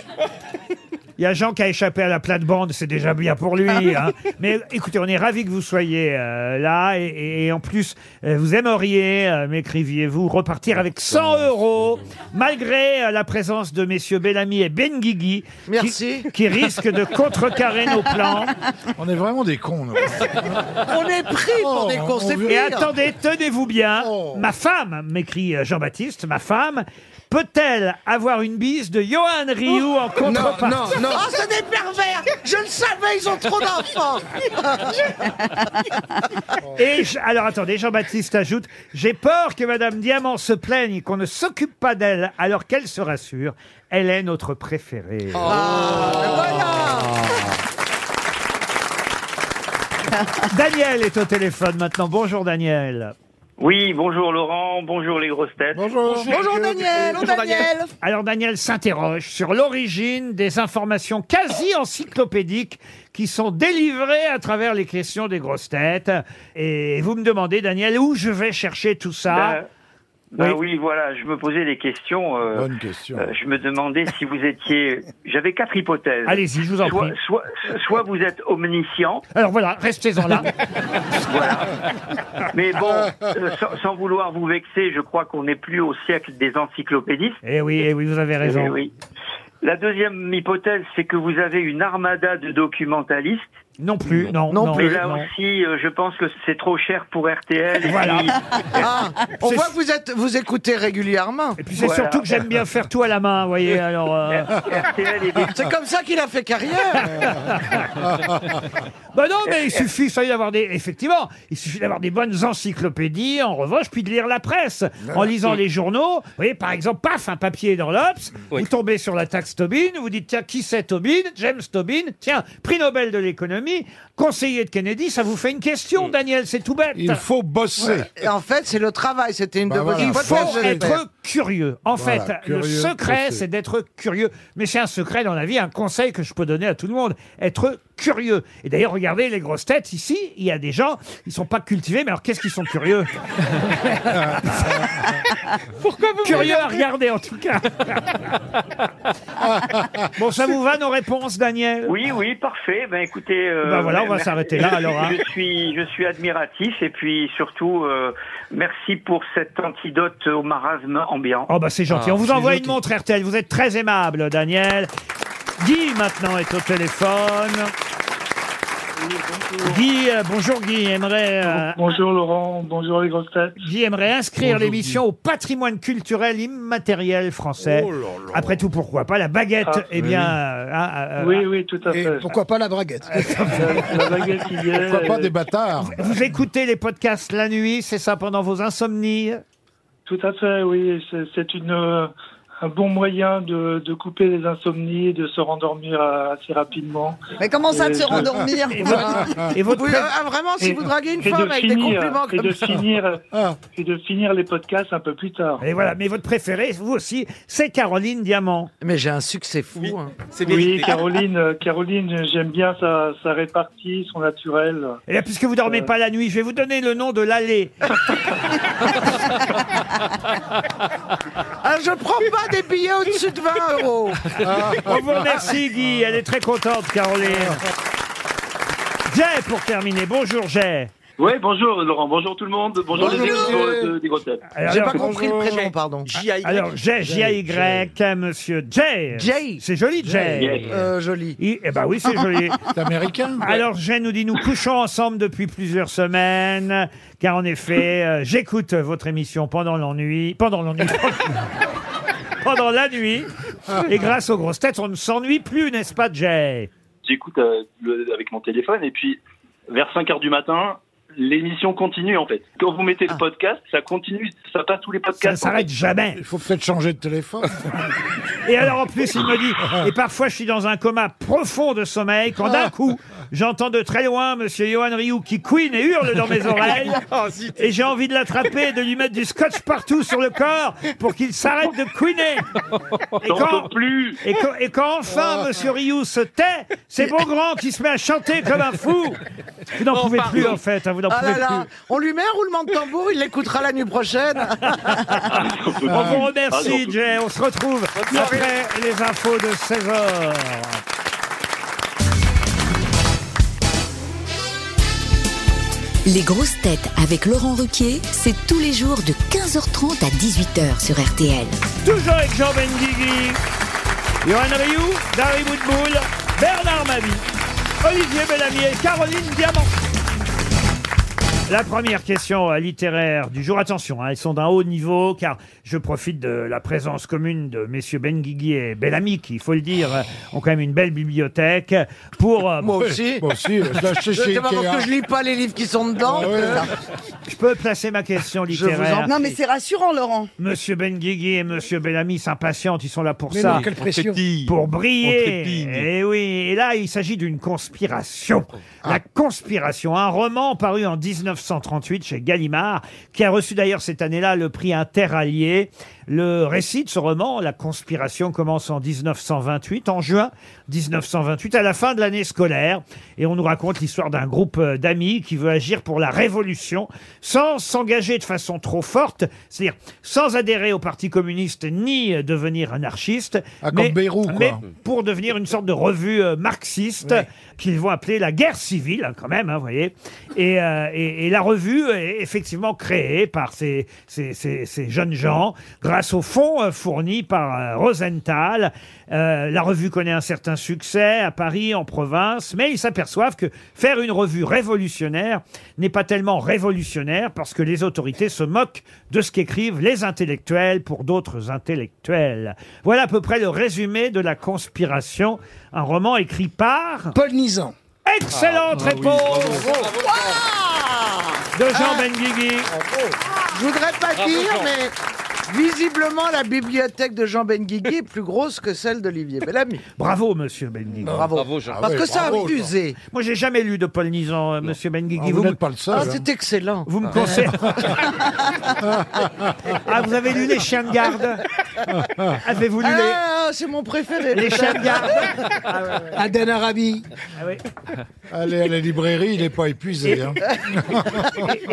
Speaker 2: Il y a Jean qui a échappé à la plate-bande, c'est déjà bien pour
Speaker 8: Ah
Speaker 2: lui. hein. Mais écoutez, on est ravis que vous soyez euh, là. Et, et en plus, euh, vous aimeriez, euh, m'écriviez-vous, repartir avec 100 euros, malgré euh, la présence de messieurs Bellamy et Benguigui,
Speaker 8: Merci.
Speaker 2: qui, qui risquent de contrecarrer nos plans.
Speaker 5: On est vraiment des cons. là.
Speaker 8: On est pris pour des
Speaker 5: Oh,
Speaker 8: cons, c'est
Speaker 5: on veut-
Speaker 2: Et
Speaker 8: pire.
Speaker 2: attendez, tenez-vous bien.
Speaker 5: Oh.
Speaker 2: Ma femme, m'écrit euh, Jean-Baptiste, ma femme, peut-elle avoir une bise de Johan Rioux en contrepartie
Speaker 8: non.
Speaker 4: Oh, c'est des pervers Je le savais, ils ont trop d'enfants
Speaker 2: Et je- alors attendez, Jean-Baptiste ajoute J'ai peur que Madame Diamant se plaigne qu'on ne s'occupe pas d'elle, alors qu'elle se rassure. Elle est notre préférée.
Speaker 11: Ah.
Speaker 2: Ah. Daniel est au téléphone maintenant. Bonjour Daniel.
Speaker 12: Oui, bonjour Laurent, bonjour les grosses têtes.
Speaker 5: Bonjour.
Speaker 6: Bonjour Daniel, oh
Speaker 3: Bonjour, Daniel.
Speaker 6: Daniel
Speaker 2: Alors Daniel s'interroge sur l'origine des informations quasi encyclopédiques qui sont délivrées à travers les questions des grosses têtes. Et vous me demandez, Daniel, où je vais chercher tout ça
Speaker 12: Ben, ben
Speaker 2: Oui.
Speaker 12: oui. voilà, je me posais des questions. euh,
Speaker 5: Bonne question.
Speaker 12: euh, je me demandais si vous étiez. J'avais quatre hypothèses.
Speaker 2: Allez-y, je vous en
Speaker 12: soit,
Speaker 2: prie.
Speaker 12: soit, soit vous êtes omniscient,
Speaker 2: Alors voilà, restez-en là.
Speaker 12: mais bon, euh, sans, sans vouloir vous vexer, je crois qu'on n'est plus au siècle des encyclopédistes.
Speaker 2: Eh oui, eh oui, vous avez raison.
Speaker 12: Eh oui. La deuxième hypothèse, c'est que vous avez une armada de documentalistes.
Speaker 2: Non plus, non, non,
Speaker 12: mais là
Speaker 2: non.
Speaker 12: aussi, euh, je pense que c'est trop cher pour RTL. et
Speaker 2: Voilà.
Speaker 12: puis-
Speaker 8: Ah, on
Speaker 2: C'est-
Speaker 8: voit que vous, êtes, vous écoutez régulièrement.
Speaker 2: Et puis c'est
Speaker 12: Voilà.
Speaker 2: surtout que j'aime bien faire tout à la main, vous voyez. Alors, euh,
Speaker 12: RTL et
Speaker 8: C'est comme ça qu'il a fait carrière.
Speaker 2: bah non, mais
Speaker 12: Eh,
Speaker 2: il suffit, ça y est, d'avoir des, effectivement, il suffit d'avoir des bonnes encyclopédies. En revanche, puis de lire la presse, en lisant les journaux. Vous voyez, par exemple, paf, un papier dans l'Obs.
Speaker 10: Oui.
Speaker 2: Vous tombez sur la taxe Tobin. Vous dites tiens, qui c'est Tobin James Tobin. Tiens, prix Nobel de l'économie, conseiller de Kennedy. Ça vous fait une question, Daniel. C'est tout bête.
Speaker 5: Il faut bosser.
Speaker 8: Et en fait, c'est le travail. C'était une
Speaker 5: Bah
Speaker 8: de vos
Speaker 5: voilà.
Speaker 2: Il
Speaker 5: Faut
Speaker 2: faut
Speaker 8: hypothèses de départ.
Speaker 2: être curieux. En
Speaker 5: Voilà,
Speaker 2: fait, le
Speaker 5: curieux,
Speaker 2: secret,
Speaker 5: pressé.
Speaker 2: c'est d'être curieux. Mais c'est un secret dans la vie, un conseil que je peux donner à tout le monde. Être curieux. Et d'ailleurs, regardez les grosses têtes ici, il y a des gens, ils sont pas cultivés, mais alors qu'est-ce qu'ils sont curieux Pourquoi
Speaker 13: vous
Speaker 2: Curieux à
Speaker 13: m'énervez
Speaker 2: regarder en tout cas. bon, ça vous va nos réponses, Daniel
Speaker 12: Oui, oui, parfait. Ben écoutez, euh,
Speaker 2: Ben voilà, on va
Speaker 12: merci.
Speaker 2: s'arrêter là,
Speaker 12: Je-
Speaker 2: alors, hein.
Speaker 12: Je suis, je suis admiratif et puis surtout euh, merci pour cet antidote au marasme ambiant.
Speaker 2: Oh bah c'est
Speaker 14: Ah,
Speaker 2: gentil. On vous envoie une montre RTL. Vous êtes très aimable, Daniel. Guy maintenant est au téléphone. Guy, euh, bonjour Guy, aimerait euh,
Speaker 14: Bonjour Laurent, bonjour les grosses têtes.
Speaker 2: Guy aimerait inscrire
Speaker 14: Bonjour,
Speaker 2: l'émission au patrimoine culturel immatériel français.
Speaker 14: Oh là là.
Speaker 2: Après tout, pourquoi pas la baguette
Speaker 14: Ah,
Speaker 2: Eh
Speaker 14: oui,
Speaker 2: bien,
Speaker 14: oui.
Speaker 2: euh, ah, ah,
Speaker 14: Oui,
Speaker 2: ah.
Speaker 14: oui, tout à fait.
Speaker 5: Pourquoi pas la braguette
Speaker 14: La baguette, il y est.
Speaker 5: Pourquoi pas des
Speaker 14: bâtards
Speaker 2: Vous écoutez les podcasts la nuit, c'est ça pendant vos insomnies
Speaker 14: Tout à fait, oui. C'est- C'est une euh, un bon moyen de, de couper les insomnies, de se rendormir euh, assez rapidement.
Speaker 6: Mais comment ça, de se
Speaker 14: Et
Speaker 6: rendormir Et votre- et votre- Oui, euh, ah, vraiment, si
Speaker 14: Et-
Speaker 6: vous draguez une
Speaker 14: et de
Speaker 6: femme avec des
Speaker 14: finir-
Speaker 6: compliments
Speaker 14: et
Speaker 6: comme
Speaker 14: de
Speaker 6: ça.
Speaker 14: Finir, Et de finir les podcasts un peu plus tard.
Speaker 2: Ah. Et voilà, mais votre préférée, vous aussi, c'est Caroline Diamant.
Speaker 8: Mais j'ai un succès fou. hein.
Speaker 14: Oui, Caroline, euh, Caroline, j'aime bien sa, sa répartie, son naturel. Euh.
Speaker 2: Et là, Eh puisque vous dormez pas la nuit, je vais vous donner le nom de l'allée.
Speaker 8: Ah, je prends pas des billets au-dessus de 20 euros.
Speaker 2: On vous remercie, Guy. Elle est très contente, Caroline.
Speaker 8: Ah.
Speaker 2: Jay, pour terminer. Bonjour, Jay.
Speaker 15: Oui, bonjour Laurent, bonjour tout le monde, bonjour,
Speaker 2: Bonjour.
Speaker 15: les équipes de, des grosses têtes.
Speaker 2: Alors, J'ai alors, pas compris le bonjour.
Speaker 8: prénom, pardon.
Speaker 15: J.I..
Speaker 2: Ah, Alors, Jay, J-A-Y, hein, monsieur Jay.
Speaker 8: Jay.
Speaker 2: C'est joli, Jay.
Speaker 8: Jay. Euh, joli.
Speaker 2: Il- eh ben oui, c'est joli.
Speaker 8: C'est américain.
Speaker 2: Alors, Jay nous dit, nous couchons ensemble depuis plusieurs semaines, car en effet, euh, j'écoute votre émission pendant l'ennui, pendant l'ennui, pendant la nuit, et grâce aux grosses têtes, on ne s'ennuie plus, n'est-ce pas, Jay
Speaker 15: J'écoute euh, le- avec mon téléphone et puis vers 5 heures du matin, l'émission continue en fait. Quand vous mettez le
Speaker 6: Ah.
Speaker 15: podcast, ça continue, ça passe tous les
Speaker 2: Ça ne
Speaker 15: podcasts. en
Speaker 2: s'arrête
Speaker 15: fait.
Speaker 2: jamais.
Speaker 5: Il faut peut-être changer de téléphone.
Speaker 2: Et alors en plus, il me dit, et parfois je suis dans un coma profond de sommeil quand d'un coup, j'entends de très loin Monsieur Johan Rioux qui couine et hurle dans mes oreilles.
Speaker 8: Oh,
Speaker 2: Et j'ai envie de l'attraper et de lui mettre du scotch partout sur le corps pour qu'il s'arrête de couiner. Et
Speaker 15: J'en
Speaker 2: quand,
Speaker 15: peux plus.
Speaker 2: et quand, et quand enfin
Speaker 5: Ah.
Speaker 2: Monsieur Rioux se tait, c'est Beaugrand qui se met à chanter comme un fou. Vous n'en pouvez plus en fait, hein, vous n'en
Speaker 8: Ah
Speaker 2: pouvez
Speaker 8: là là,
Speaker 2: plus.
Speaker 8: on lui met un roulement de tambour, il l'écoutera la nuit prochaine.
Speaker 2: On vous
Speaker 8: Ah,
Speaker 2: remercie,
Speaker 8: non.
Speaker 2: Jay. On se retrouve après les infos de 16h.
Speaker 9: Les grosses têtes avec Laurent Ruquier, c'est tous les jours de 15h30 à 18h sur RTL.
Speaker 2: Toujours avec Jean Benguigui, Johan Rioux, Dari Boudboul, Bernard Mabi, Olivier Bellamy et Caroline Diamant. La première question euh, littéraire du jour, attention, hein, ils sont d'un haut niveau car je profite de la présence commune de messieurs Benguigui et Bellamy qui, il faut le dire, euh, ont quand même une belle bibliothèque pour... euh,
Speaker 8: Moi aussi. C'est pas parce que je lis pas les livres qui sont dedans.
Speaker 2: Ah ouais.
Speaker 8: c'est ça.
Speaker 2: Je peux placer ma question littéraire.
Speaker 6: Non, mais c'est rassurant, Laurent.
Speaker 2: Monsieur Benguigui et Monsieur Bellamy s'impatientent, ils sont là pour
Speaker 6: Mais
Speaker 2: ça.
Speaker 6: non, quelle On pression.
Speaker 5: trépigne.
Speaker 2: Pour
Speaker 5: On
Speaker 2: briller.
Speaker 5: trépigne.
Speaker 2: Et oui, et là, il s'agit d'une conspiration. La conspiration, un roman paru en 1938 chez Gallimard, qui a reçu d'ailleurs cette année-là le prix Interallié. Le récit de ce roman, La conspiration, commence en 1928, en juin 1928, à la fin de l'année scolaire. Et on nous raconte l'histoire d'un groupe euh, d'amis qui veut agir pour la révolution sans s'engager de façon trop forte, c'est-à-dire sans adhérer au Parti communiste ni euh, devenir anarchiste.
Speaker 5: Ah, comme Bayrou, quoi.
Speaker 2: mais pour devenir une sorte de revue euh, marxiste qu'ils vont appeler la guerre civile, hein, quand même, hein, vous voyez. Et, euh, et- et la revue est effectivement créée par ces, ces, ces- ces jeunes gens grâce au fonds euh, fourni par euh, Rosenthal. Euh, la revue connaît un certain succès à Paris, en province, mais ils s'aperçoivent que faire une revue révolutionnaire n'est pas tellement révolutionnaire parce que les autorités se moquent de ce qu'écrivent les intellectuels pour d'autres intellectuels. Voilà à peu près le résumé de La Conspiration, un roman écrit par... Paul Nizan. Excellente
Speaker 8: Ah, bah
Speaker 2: réponse de Jean
Speaker 8: Ah.
Speaker 2: Benguigui.
Speaker 8: Je voudrais pas
Speaker 2: Bravo,
Speaker 8: dire,
Speaker 2: Jean.
Speaker 8: mais visiblement la bibliothèque de Jean Benguigui est plus grosse que celle d'Olivier Bellamy.
Speaker 2: Bravo, monsieur Benguigui.
Speaker 8: Bravo. Parce que ça a abusé.
Speaker 2: Moi, j'ai jamais lu de Paul Nizan, euh, monsieur Benguigui.
Speaker 8: Ah, vous
Speaker 2: me-
Speaker 8: n'êtes pas le seul, Ah, hein. c'est excellent.
Speaker 2: Ah, Vous me conseillez. ah, vous avez lu Les Chiens de garde Avez-vous lu les-
Speaker 8: Ah, c'est mon préféré. Ah
Speaker 2: Les chiens de garde.
Speaker 13: Aden Arabi.
Speaker 2: Ah oui.
Speaker 13: Allez à la librairie, il n'est pas épuisé. hein.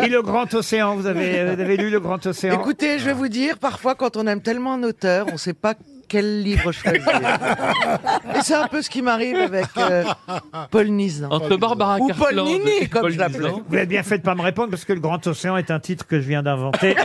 Speaker 2: Et le Grand Océan, vous avez, euh, vous avez lu le Grand Océan
Speaker 8: Écoutez, je vais vous dire, parfois, quand on aime tellement un auteur, on ne sait pas quel livre choisir. Et c'est un peu ce qui m'arrive avec euh, Paul Nizan.
Speaker 7: Entre Barbara
Speaker 8: Ou Paul
Speaker 7: Cartland et
Speaker 8: Nini, comme
Speaker 7: Paul
Speaker 8: je l'appelais.
Speaker 7: Nizan.
Speaker 2: Vous êtes bien fait de pas me répondre parce que le Grand Océan est un titre que je viens d'inventer.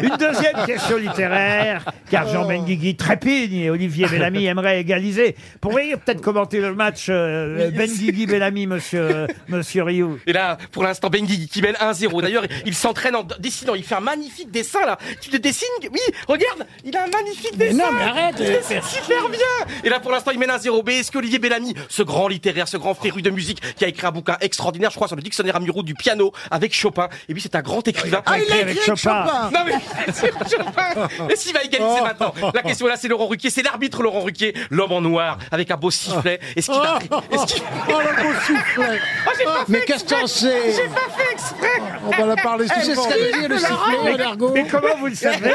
Speaker 2: Une deuxième question littéraire, car
Speaker 8: Oh.
Speaker 2: Jean Benguigui trépigne et Olivier Bellamy aimerait égaliser. Pourriez peut-être commenter le match euh, Benguigui-Bellamy, monsieur, euh, monsieur Rioux
Speaker 3: Et là, pour l'instant, Benguigui qui mène 1-0. D'ailleurs, il s'entraîne en dessinant. Il fait un magnifique dessin, là. Tu te dessines Oui, regarde, il a un magnifique
Speaker 5: Mais
Speaker 3: dessin.
Speaker 5: non, mais arrête de
Speaker 3: C'est
Speaker 5: faire chier.
Speaker 3: super bien. Et là, pour l'instant, il mène 1-0. Mais est-ce qu'Olivier Bellamy, ce grand littéraire, ce grand féru de musique, qui a écrit un bouquin extraordinaire, je crois, sur le dictionnaire amoureux du piano, avec Chopin, et puis c'est un grand écrivain.
Speaker 4: Ah, il a écrit avec Chopin. Oh.
Speaker 3: Non, mais c'est Chopin. Et s'il va égaliser maintenant La question, là, c'est Laurent Ruquier. C'est l'arbitre Laurent Ruquier, l'homme en noir, avec un beau sifflet. Est-ce qu'il va... Est-ce qu'il...
Speaker 13: Oh, le beau sifflet.
Speaker 3: Ah, j'ai pas fait
Speaker 13: Mais qu'est-ce
Speaker 3: exprès.
Speaker 13: qu'on sait
Speaker 3: J'ai pas fait exprès
Speaker 13: On va la parler
Speaker 3: Eh,
Speaker 13: souvent.
Speaker 3: c'est ce qu'elle dit, le
Speaker 13: Laurent,
Speaker 3: sifflet,
Speaker 13: mais-
Speaker 3: l'ergot.
Speaker 2: Mais comment vous le savez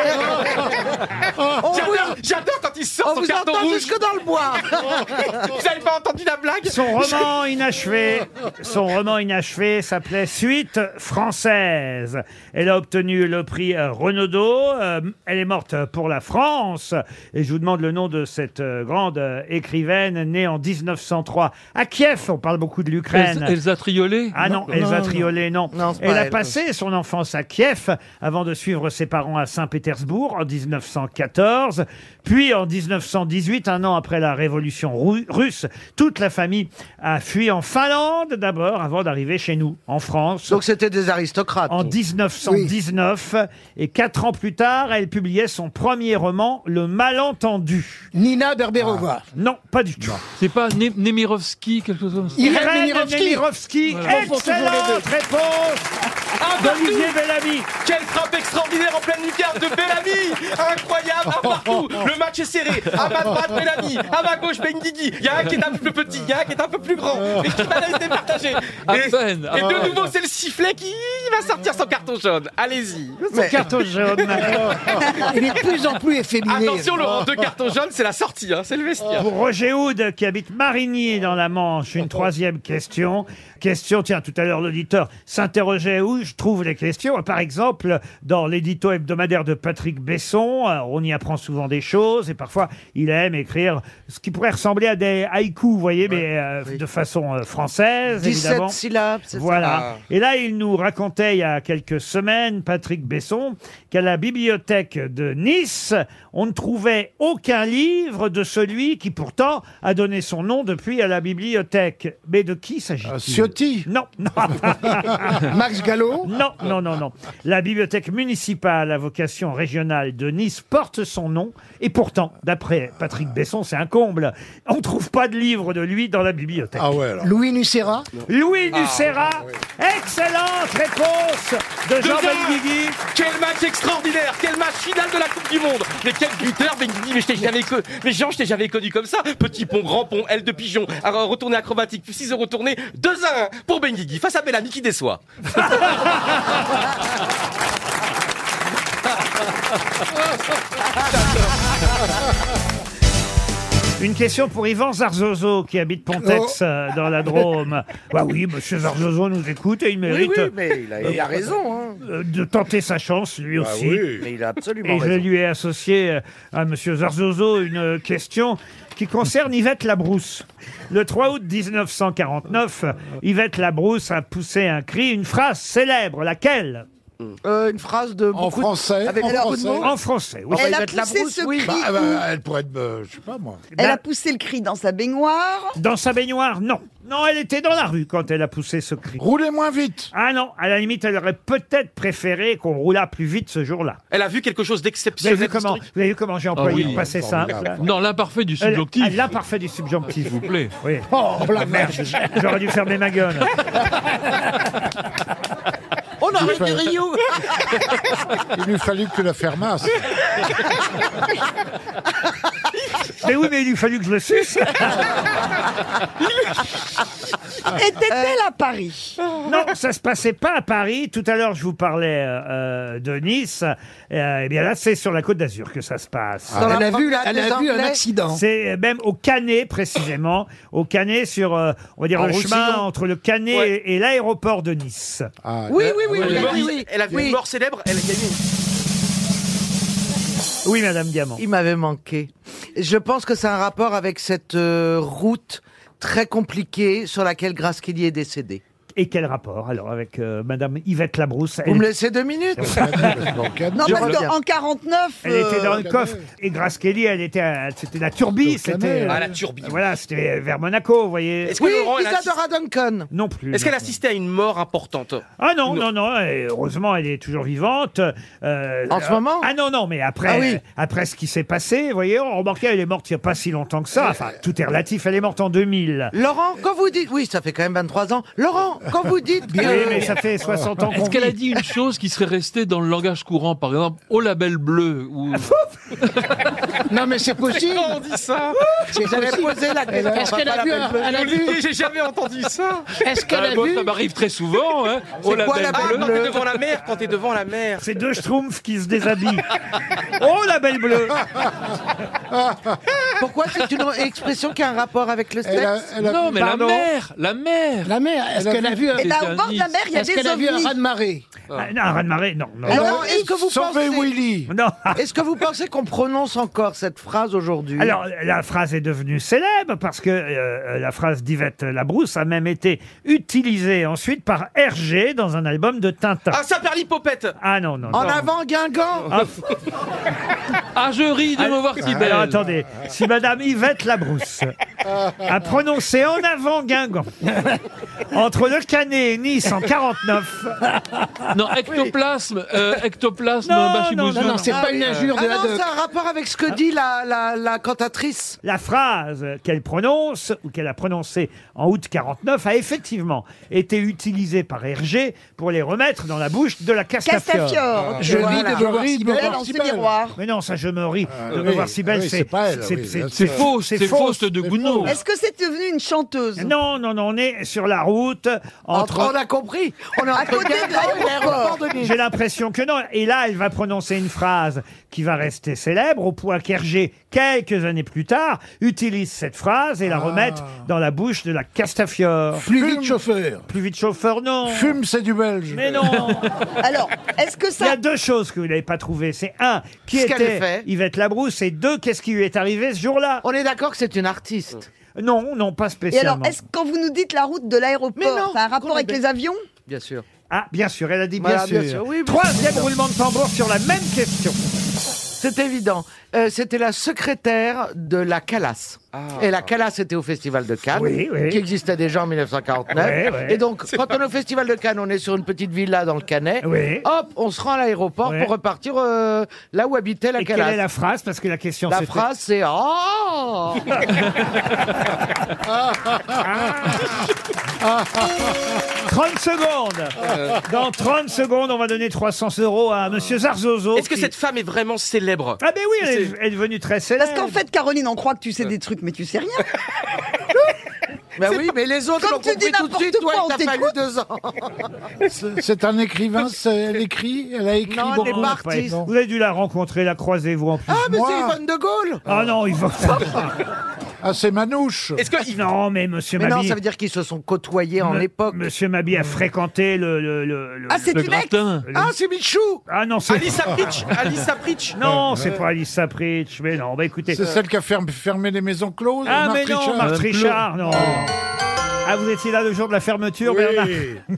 Speaker 3: J'adore- J'adore quand il sort son carton rouge jusque
Speaker 8: dans le bois
Speaker 3: Vous avez pas entendu la blague
Speaker 2: Son roman inachevé, son roman inachevé s'appelait Suite française. Elle a obtenu le prix euh, Renaudot. Euh, elle est morte pour la France. Et je vous demande le nom de cette euh, grande euh, écrivaine née en 1903 à Kiev. On parle beaucoup de l'Ukraine.
Speaker 7: Elsa, Elsa Triolet
Speaker 2: Ah non, Elsa Triolet, non.
Speaker 7: c'est pas
Speaker 2: elle a
Speaker 7: elle.
Speaker 2: passé son enfance à Kiev avant de suivre ses parents à Saint-Pétersbourg en 1914. Puis en 1918, un an après la révolution ru- russe, toute la famille a fui en Finlande d'abord avant d'arriver chez nous, en France.
Speaker 8: Donc c'était des aristocrates.
Speaker 2: En 1919. Et quatre ans plus tard, elle publiait son premier roman, Le Malentendu. Ah,
Speaker 13: Nina Berberova.
Speaker 2: Non, pas du tout.
Speaker 7: C'est pas Ne- Nemirovski, quelque chose comme ça
Speaker 2: Irène Nemirovski,
Speaker 7: Voilà.
Speaker 2: excellente réponse d'Olivier Bellamy.
Speaker 3: Quelle frappe extraordinaire en pleine lucarne de Bellamy Incroyable, un partout Le match est serré À ma droite, Bellamy À ma gauche, Benguigui Il y a un qui est un peu plus petit, il y a un qui est un peu plus grand Et qui va été partagé
Speaker 7: À
Speaker 3: et,
Speaker 7: peine.
Speaker 3: et de nouveau, c'est le sifflet qui va sortir son carton jaune Allez-y
Speaker 2: Son carton jaune.
Speaker 5: Il est de plus en plus efféminé.
Speaker 3: Attention Laurent, deux cartons jaunes, c'est la sortie, hein, c'est le vestiaire
Speaker 2: Pour Roger Houd, qui habite Marigny dans la Manche, une troisième question. Question, tiens, tout à l'heure, l'auditeur s'interrogeait où je trouve les questions. Par exemple, dans l'édito hebdomadaire de Patrick Besson, euh, on y apprend souvent des choses et parfois, il aime écrire ce qui pourrait ressembler à des haïkus, vous voyez, mais euh, de façon euh, française,
Speaker 8: 17
Speaker 2: évidemment.
Speaker 8: syllabes, c'est ça
Speaker 2: Voilà. Et là, il nous racontait il y a quelques semaines, Patrick Besson, qu'à la bibliothèque de Nice, on ne trouvait aucun livre de celui qui pourtant a donné son nom depuis à la bibliothèque. Mais de qui s'agit-il
Speaker 13: Euh, Ciotti
Speaker 2: Non, non.
Speaker 13: Max Gallo
Speaker 2: Non, non, non, non. La bibliothèque municipale à vocation régionale de Nice porte son nom et pourtant, d'après Patrick Besson, c'est un comble. On ne trouve pas de livre de lui dans la bibliothèque.
Speaker 13: Ah ouais, alors.
Speaker 5: Louis Nucera
Speaker 2: Louis
Speaker 5: Ah,
Speaker 2: Nucera, excellente réponse de Jean
Speaker 3: Déjà,
Speaker 2: Benguigui.
Speaker 3: Quel match extraordinaire Quel match final de la Coupe du Monde Mais quel buteur Benguigui Mais je t'ai jamais connu Mais Jean, je t'ai jamais connu comme ça Petit pont, grand pont, aile de pigeon, à- retournée acrobatique, puis 6 retournée, 2 à 1 pour Benguigui face à Bellamy qui déçoit.
Speaker 2: Une question pour Yvan Zarzozo qui habite Pontex
Speaker 8: Oh.
Speaker 2: euh, dans la Drôme. Bah oui, monsieur Zarzozo nous écoute et il
Speaker 8: Oui,
Speaker 2: mérite
Speaker 8: oui, mais il a, il a
Speaker 2: euh,
Speaker 8: raison. Hein.
Speaker 2: euh, de tenter sa chance lui
Speaker 8: Bah
Speaker 2: aussi.
Speaker 8: oui. Mais il a absolument
Speaker 2: Et je
Speaker 8: raison.
Speaker 2: lui ai associé euh, à Monsieur Zarzozo une euh, question qui concerne Yvette Labrousse. Le 3 août 1949, Yvette Labrousse a poussé un cri, une phrase célèbre, laquelle
Speaker 8: Euh, une phrase de.
Speaker 13: En français
Speaker 8: Avec
Speaker 13: en
Speaker 8: beaucoup de
Speaker 13: français.
Speaker 8: mots.
Speaker 2: En français, oui.
Speaker 13: Ah bah,
Speaker 6: Elle
Speaker 13: il
Speaker 6: a
Speaker 13: va être
Speaker 6: poussé
Speaker 13: Labrousse,
Speaker 6: ce
Speaker 13: oui.
Speaker 6: cri
Speaker 13: Bah, bah,
Speaker 6: où
Speaker 13: Elle pourrait être, euh, je sais
Speaker 2: Ah,
Speaker 13: pas moi.
Speaker 6: Elle
Speaker 2: Ben-
Speaker 6: a poussé le cri dans sa baignoire.
Speaker 2: Dans sa baignoire, non. Non, elle était dans la rue quand elle a poussé ce cri.
Speaker 13: Roulez moins vite
Speaker 2: Ah non, à la limite, elle aurait peut-être préféré qu'on roulât plus vite ce jour-là.
Speaker 3: Elle a vu quelque chose
Speaker 2: Vous avez vu
Speaker 3: d'exceptionnel.
Speaker 2: comment,
Speaker 3: historique.
Speaker 2: vous avez vu comment j'ai employé
Speaker 7: Ah oui,
Speaker 2: le passé hein simple
Speaker 7: formidable. Non, l'imparfait du subjonctif.
Speaker 2: Ah, L'imparfait du subjonctif.
Speaker 7: S'il vous plaît.
Speaker 2: Oui.
Speaker 5: Oh, la
Speaker 2: merde, j'aurais dû fermer ma gueule.
Speaker 13: On aurait du Rio Il lui fallu que tu la fermasses.
Speaker 2: Mais oui, mais il lui fallu que je le suce.
Speaker 6: Était-elle à Paris
Speaker 2: Ah. Euh, Non, ça se passait pas à Paris. Tout à l'heure, je vous parlais euh, de Nice. Euh, eh bien là, c'est sur la Côte d'Azur que ça se passe.
Speaker 5: Ah. Dans la Elle a vu, là, elle a vu un
Speaker 2: Anglais.
Speaker 5: accident.
Speaker 2: C'est euh, même au Canet précisément, au Canet sur, euh, on va dire
Speaker 5: En
Speaker 2: le chemin
Speaker 5: Roussillon.
Speaker 2: entre le Canet et, et l'aéroport de Nice.
Speaker 5: Ah,
Speaker 2: Euh,
Speaker 5: Oui, oui,
Speaker 2: Ah,
Speaker 5: oui,
Speaker 3: Elle
Speaker 5: oui,
Speaker 3: a
Speaker 5: oui,
Speaker 3: vu-
Speaker 5: oui.
Speaker 3: Elle a vu
Speaker 5: Oui.
Speaker 3: une mort célèbre. Elle a gagné.
Speaker 2: Oui, Madame Diamant.
Speaker 8: Il m'avait manqué. Je pense que c'est un rapport avec cette euh, route très compliquée sur laquelle Grace Kelly est décédée.
Speaker 2: Et quel rapport alors avec euh, Madame Yvette Labrousse
Speaker 8: Vous
Speaker 2: Elle-
Speaker 8: me laissez deux minutes
Speaker 6: Non,
Speaker 2: Je
Speaker 6: parce
Speaker 2: reviens.
Speaker 6: qu'en 49.
Speaker 2: Elle était dans le
Speaker 6: euh,
Speaker 2: coffre. Et Grace Kelly, elle était, à- c'était la turbie. C'était,
Speaker 3: Ah, la turbie.
Speaker 2: Voilà, c'était vers Monaco, vous voyez.
Speaker 3: Est-ce que Oui, Laurent, elle a-
Speaker 8: Isadora Duncan.
Speaker 2: Non plus.
Speaker 3: Est-ce qu'elle
Speaker 2: non.
Speaker 3: assistait à une mort importante
Speaker 2: Ah non, non, non, et heureusement, elle est toujours vivante. Euh,
Speaker 3: En ce
Speaker 2: euh,
Speaker 3: moment
Speaker 2: Ah non, non, mais après,
Speaker 3: Ah oui.
Speaker 2: après ce qui s'est passé, vous voyez, on remarquait, elle est morte il n'y a pas si longtemps que
Speaker 3: Euh,
Speaker 2: ça. Enfin, tout est relatif, elle est morte en 2000.
Speaker 8: Laurent, quand vous dites... Oui, ça fait quand même 23 ans. Laurent, quand vous dites...
Speaker 2: Oui,
Speaker 8: que-
Speaker 2: mais ça fait 60 ans qu'on
Speaker 7: Est-ce qu'elle a
Speaker 2: vit.
Speaker 7: dit une chose qui serait restée dans le langage courant, par exemple, au label bleu ou...
Speaker 5: Non, mais c'est possible.
Speaker 3: on dit ça
Speaker 5: C'est
Speaker 7: J'avais
Speaker 5: possible.
Speaker 7: posé la question,
Speaker 5: Elle a-
Speaker 7: on
Speaker 5: Est-ce
Speaker 7: va
Speaker 5: qu'elle
Speaker 7: pas
Speaker 5: a vu
Speaker 7: l'appeler
Speaker 5: un-
Speaker 7: bleu.
Speaker 5: elle a vu-
Speaker 3: Olivier, j'ai jamais entendu ça.
Speaker 5: Est-ce qu'elle
Speaker 7: Ah,
Speaker 5: a
Speaker 7: moi,
Speaker 5: vu
Speaker 7: Ça m'arrive très souvent. Hein,
Speaker 3: C'est
Speaker 7: au
Speaker 3: quoi
Speaker 7: label
Speaker 3: Oh, la
Speaker 7: bleu.
Speaker 3: belle bleue Quand t'es devant la mer, quand t'es devant la mer.
Speaker 2: C'est deux schtroumpfs qui se déshabillent. Oh, la belle bleue
Speaker 8: Pourquoi c'est une expression qui a un rapport avec le sexe
Speaker 13: Elle a- elle a
Speaker 7: Non,
Speaker 13: vu-
Speaker 7: mais
Speaker 13: Pardon
Speaker 7: la mer, la mer.
Speaker 5: La mer, est-ce qu'elle a vu un.
Speaker 6: Eh ben, au bord de la mer, il y a
Speaker 5: Est-ce
Speaker 6: des
Speaker 5: qu'elle a vu un
Speaker 6: ovnis.
Speaker 5: raz-de-marée
Speaker 2: Ah, non, un raz-de-marée, non. non.
Speaker 8: Alors, est-ce que vous
Speaker 13: Sauvez
Speaker 8: pensez...
Speaker 13: Willy
Speaker 2: Non.
Speaker 8: Est-ce que vous pensez qu'on prononce encore cette phrase aujourd'hui
Speaker 2: Alors, la phrase est devenue célèbre parce que euh, la phrase d'Yvette Labrousse a même été utilisée ensuite par Hergé dans un album de Tintin.
Speaker 3: Ah, ça perd l'hypopète
Speaker 2: Ah non, non.
Speaker 8: En
Speaker 2: non.
Speaker 8: avant, Guingamp
Speaker 2: Ah,
Speaker 7: Ah, je ris de me voir si belle.
Speaker 2: Alors attendez, si Madame Yvette Labrousse a prononcé en avant Guingamp entre le Canet et Nice en 49.
Speaker 7: Non, ectoplasme, euh, ectoplasme,
Speaker 2: Non,
Speaker 7: Bachibouzou.
Speaker 5: non, non, c'est pas une injure de
Speaker 8: Ah non,
Speaker 5: Haddock.
Speaker 8: c'est un rapport avec ce que dit la, la, la cantatrice.
Speaker 2: La phrase qu'elle prononce, ou qu'elle a prononcée en août 49, a effectivement été utilisée par Hergé pour les remettre dans la bouche de la Castafiore. Euh,
Speaker 6: Castafiore.
Speaker 5: Je lis de
Speaker 6: Je
Speaker 5: voir si
Speaker 6: ris
Speaker 5: belle,
Speaker 6: belle en
Speaker 5: si
Speaker 6: ce
Speaker 5: belle.
Speaker 6: miroir.
Speaker 2: Mais non, ça je me ris. de
Speaker 13: oui,
Speaker 2: me voir si belle,
Speaker 13: ah oui,
Speaker 2: c'est
Speaker 13: c'est pas elle,
Speaker 2: c'est-
Speaker 13: oui,
Speaker 2: c'est-
Speaker 13: bien
Speaker 7: C'est
Speaker 13: sûr.
Speaker 7: faux, c'est Faust de Gounod.
Speaker 6: Est-ce que c'est devenu une chanteuse
Speaker 2: Non, non, non, on est sur la route entre.
Speaker 8: Ah, on a compris. On est
Speaker 6: À
Speaker 8: entre
Speaker 6: côté de
Speaker 8: Guingamp et l'aéroport de Nice.
Speaker 2: J'ai l'impression que non. Et là, elle va prononcer une phrase qui va rester célèbre au point qu'Hergé, quelques années plus tard, utilise cette phrase et la remette dans la bouche de la Castafiore.
Speaker 5: Plus vite chauffeur.
Speaker 2: Plus vite chauffeur, non.
Speaker 13: Fume, c'est du belge.
Speaker 2: Mais non.
Speaker 6: Alors, est-ce que
Speaker 2: Il y a
Speaker 6: ça.
Speaker 2: deux choses que vous n'avez pas trouvées. C'est un, qui
Speaker 8: Ce qu'elle
Speaker 2: était
Speaker 8: fait.
Speaker 2: Yvette Labrousse, et deux, qu'est-ce qui lui est arrivé ce jour-là
Speaker 8: On est d'accord que c'est une artiste.
Speaker 2: Non, non, pas
Speaker 6: Et alors,
Speaker 2: spécialement.
Speaker 6: est-ce que quand vous nous dites la route de
Speaker 8: Mais
Speaker 6: l'aéroport,
Speaker 8: non,
Speaker 6: ça a un rapport
Speaker 8: qu'on
Speaker 6: avec
Speaker 8: est
Speaker 6: les avions
Speaker 8: Bien sûr.
Speaker 2: Ah, bien sûr, elle a dit bien
Speaker 8: Voilà,
Speaker 2: sûr.
Speaker 8: bien sûr, oui, oui.
Speaker 2: Troisième roulement de tambour sur la même question.
Speaker 8: C'est évident. Euh, c'était la secrétaire de la Calas. Et la Calas était au Festival de Cannes,
Speaker 2: Ah. Oui, oui.
Speaker 8: qui existait déjà en 1949.
Speaker 2: Oui, oui.
Speaker 8: Et donc, quand on est au Festival de Cannes, on est sur une petite villa dans le Canet.
Speaker 2: Oui.
Speaker 8: Hop, on se rend à l'aéroport
Speaker 2: Oui.
Speaker 8: pour repartir euh, là où habitait la
Speaker 2: Et
Speaker 8: Calas.
Speaker 2: quelle est la phrase Parce que la question
Speaker 8: La
Speaker 2: c'était-
Speaker 8: phrase, c'est Oh
Speaker 2: Ah. 30 secondes
Speaker 8: Euh.
Speaker 2: Dans 30 secondes, on va donner 300 euros à Monsieur Zarzozo.
Speaker 3: Est-ce que
Speaker 2: qui-
Speaker 3: cette femme est vraiment célèbre
Speaker 2: Ah ben oui, elle est,
Speaker 3: C'est-
Speaker 2: elle est devenue très célèbre.
Speaker 6: Parce qu'en fait, Caroline, on croit que tu sais des trucs, mais tu sais rien.
Speaker 8: Ben oui, mais les autres
Speaker 6: Comme
Speaker 8: l'ont
Speaker 6: tu dis
Speaker 8: compris tout de suite.
Speaker 6: n'importe quoi,
Speaker 8: toi,
Speaker 6: on
Speaker 8: il t'a fallu
Speaker 6: t'écoute.
Speaker 8: deux ans.
Speaker 13: C'est c'est un écrivain, c'est- elle écrit, elle a écrit
Speaker 8: Non, elle
Speaker 13: beaucoup.
Speaker 8: est pas artiste.
Speaker 13: Non.
Speaker 2: Vous avez dû la rencontrer, la croiser, vous en plus.
Speaker 8: Ah, mais
Speaker 13: Moi.
Speaker 8: c'est Yvonne de Gaulle
Speaker 2: Ah non, il va
Speaker 13: Ah, c'est Manouche.
Speaker 2: Est-ce que... Non, mais Monsieur
Speaker 8: Mais non,
Speaker 2: Mabi...
Speaker 8: ça veut dire qu'ils se sont côtoyés en
Speaker 2: M-
Speaker 8: époque.
Speaker 2: Monsieur Mabi a fréquenté le... le- le- le-
Speaker 6: Ah, c'est
Speaker 7: Le
Speaker 6: une ex
Speaker 7: gratin.
Speaker 2: le-
Speaker 8: Ah, c'est Michou
Speaker 2: Ah non, c'est...
Speaker 3: Alice Apritch Alice Apritch
Speaker 2: Non, c'est pas Alice Sapritch, mais non, bah écoutez...
Speaker 13: C'est celle qui a ferm- fermé les maisons closes
Speaker 2: Ah
Speaker 13: Marc
Speaker 2: mais non,
Speaker 13: Richard.
Speaker 2: Marc
Speaker 7: Madame
Speaker 2: Richard, non Ah, vous étiez là le jour de la fermeture, Bernard
Speaker 13: Oui.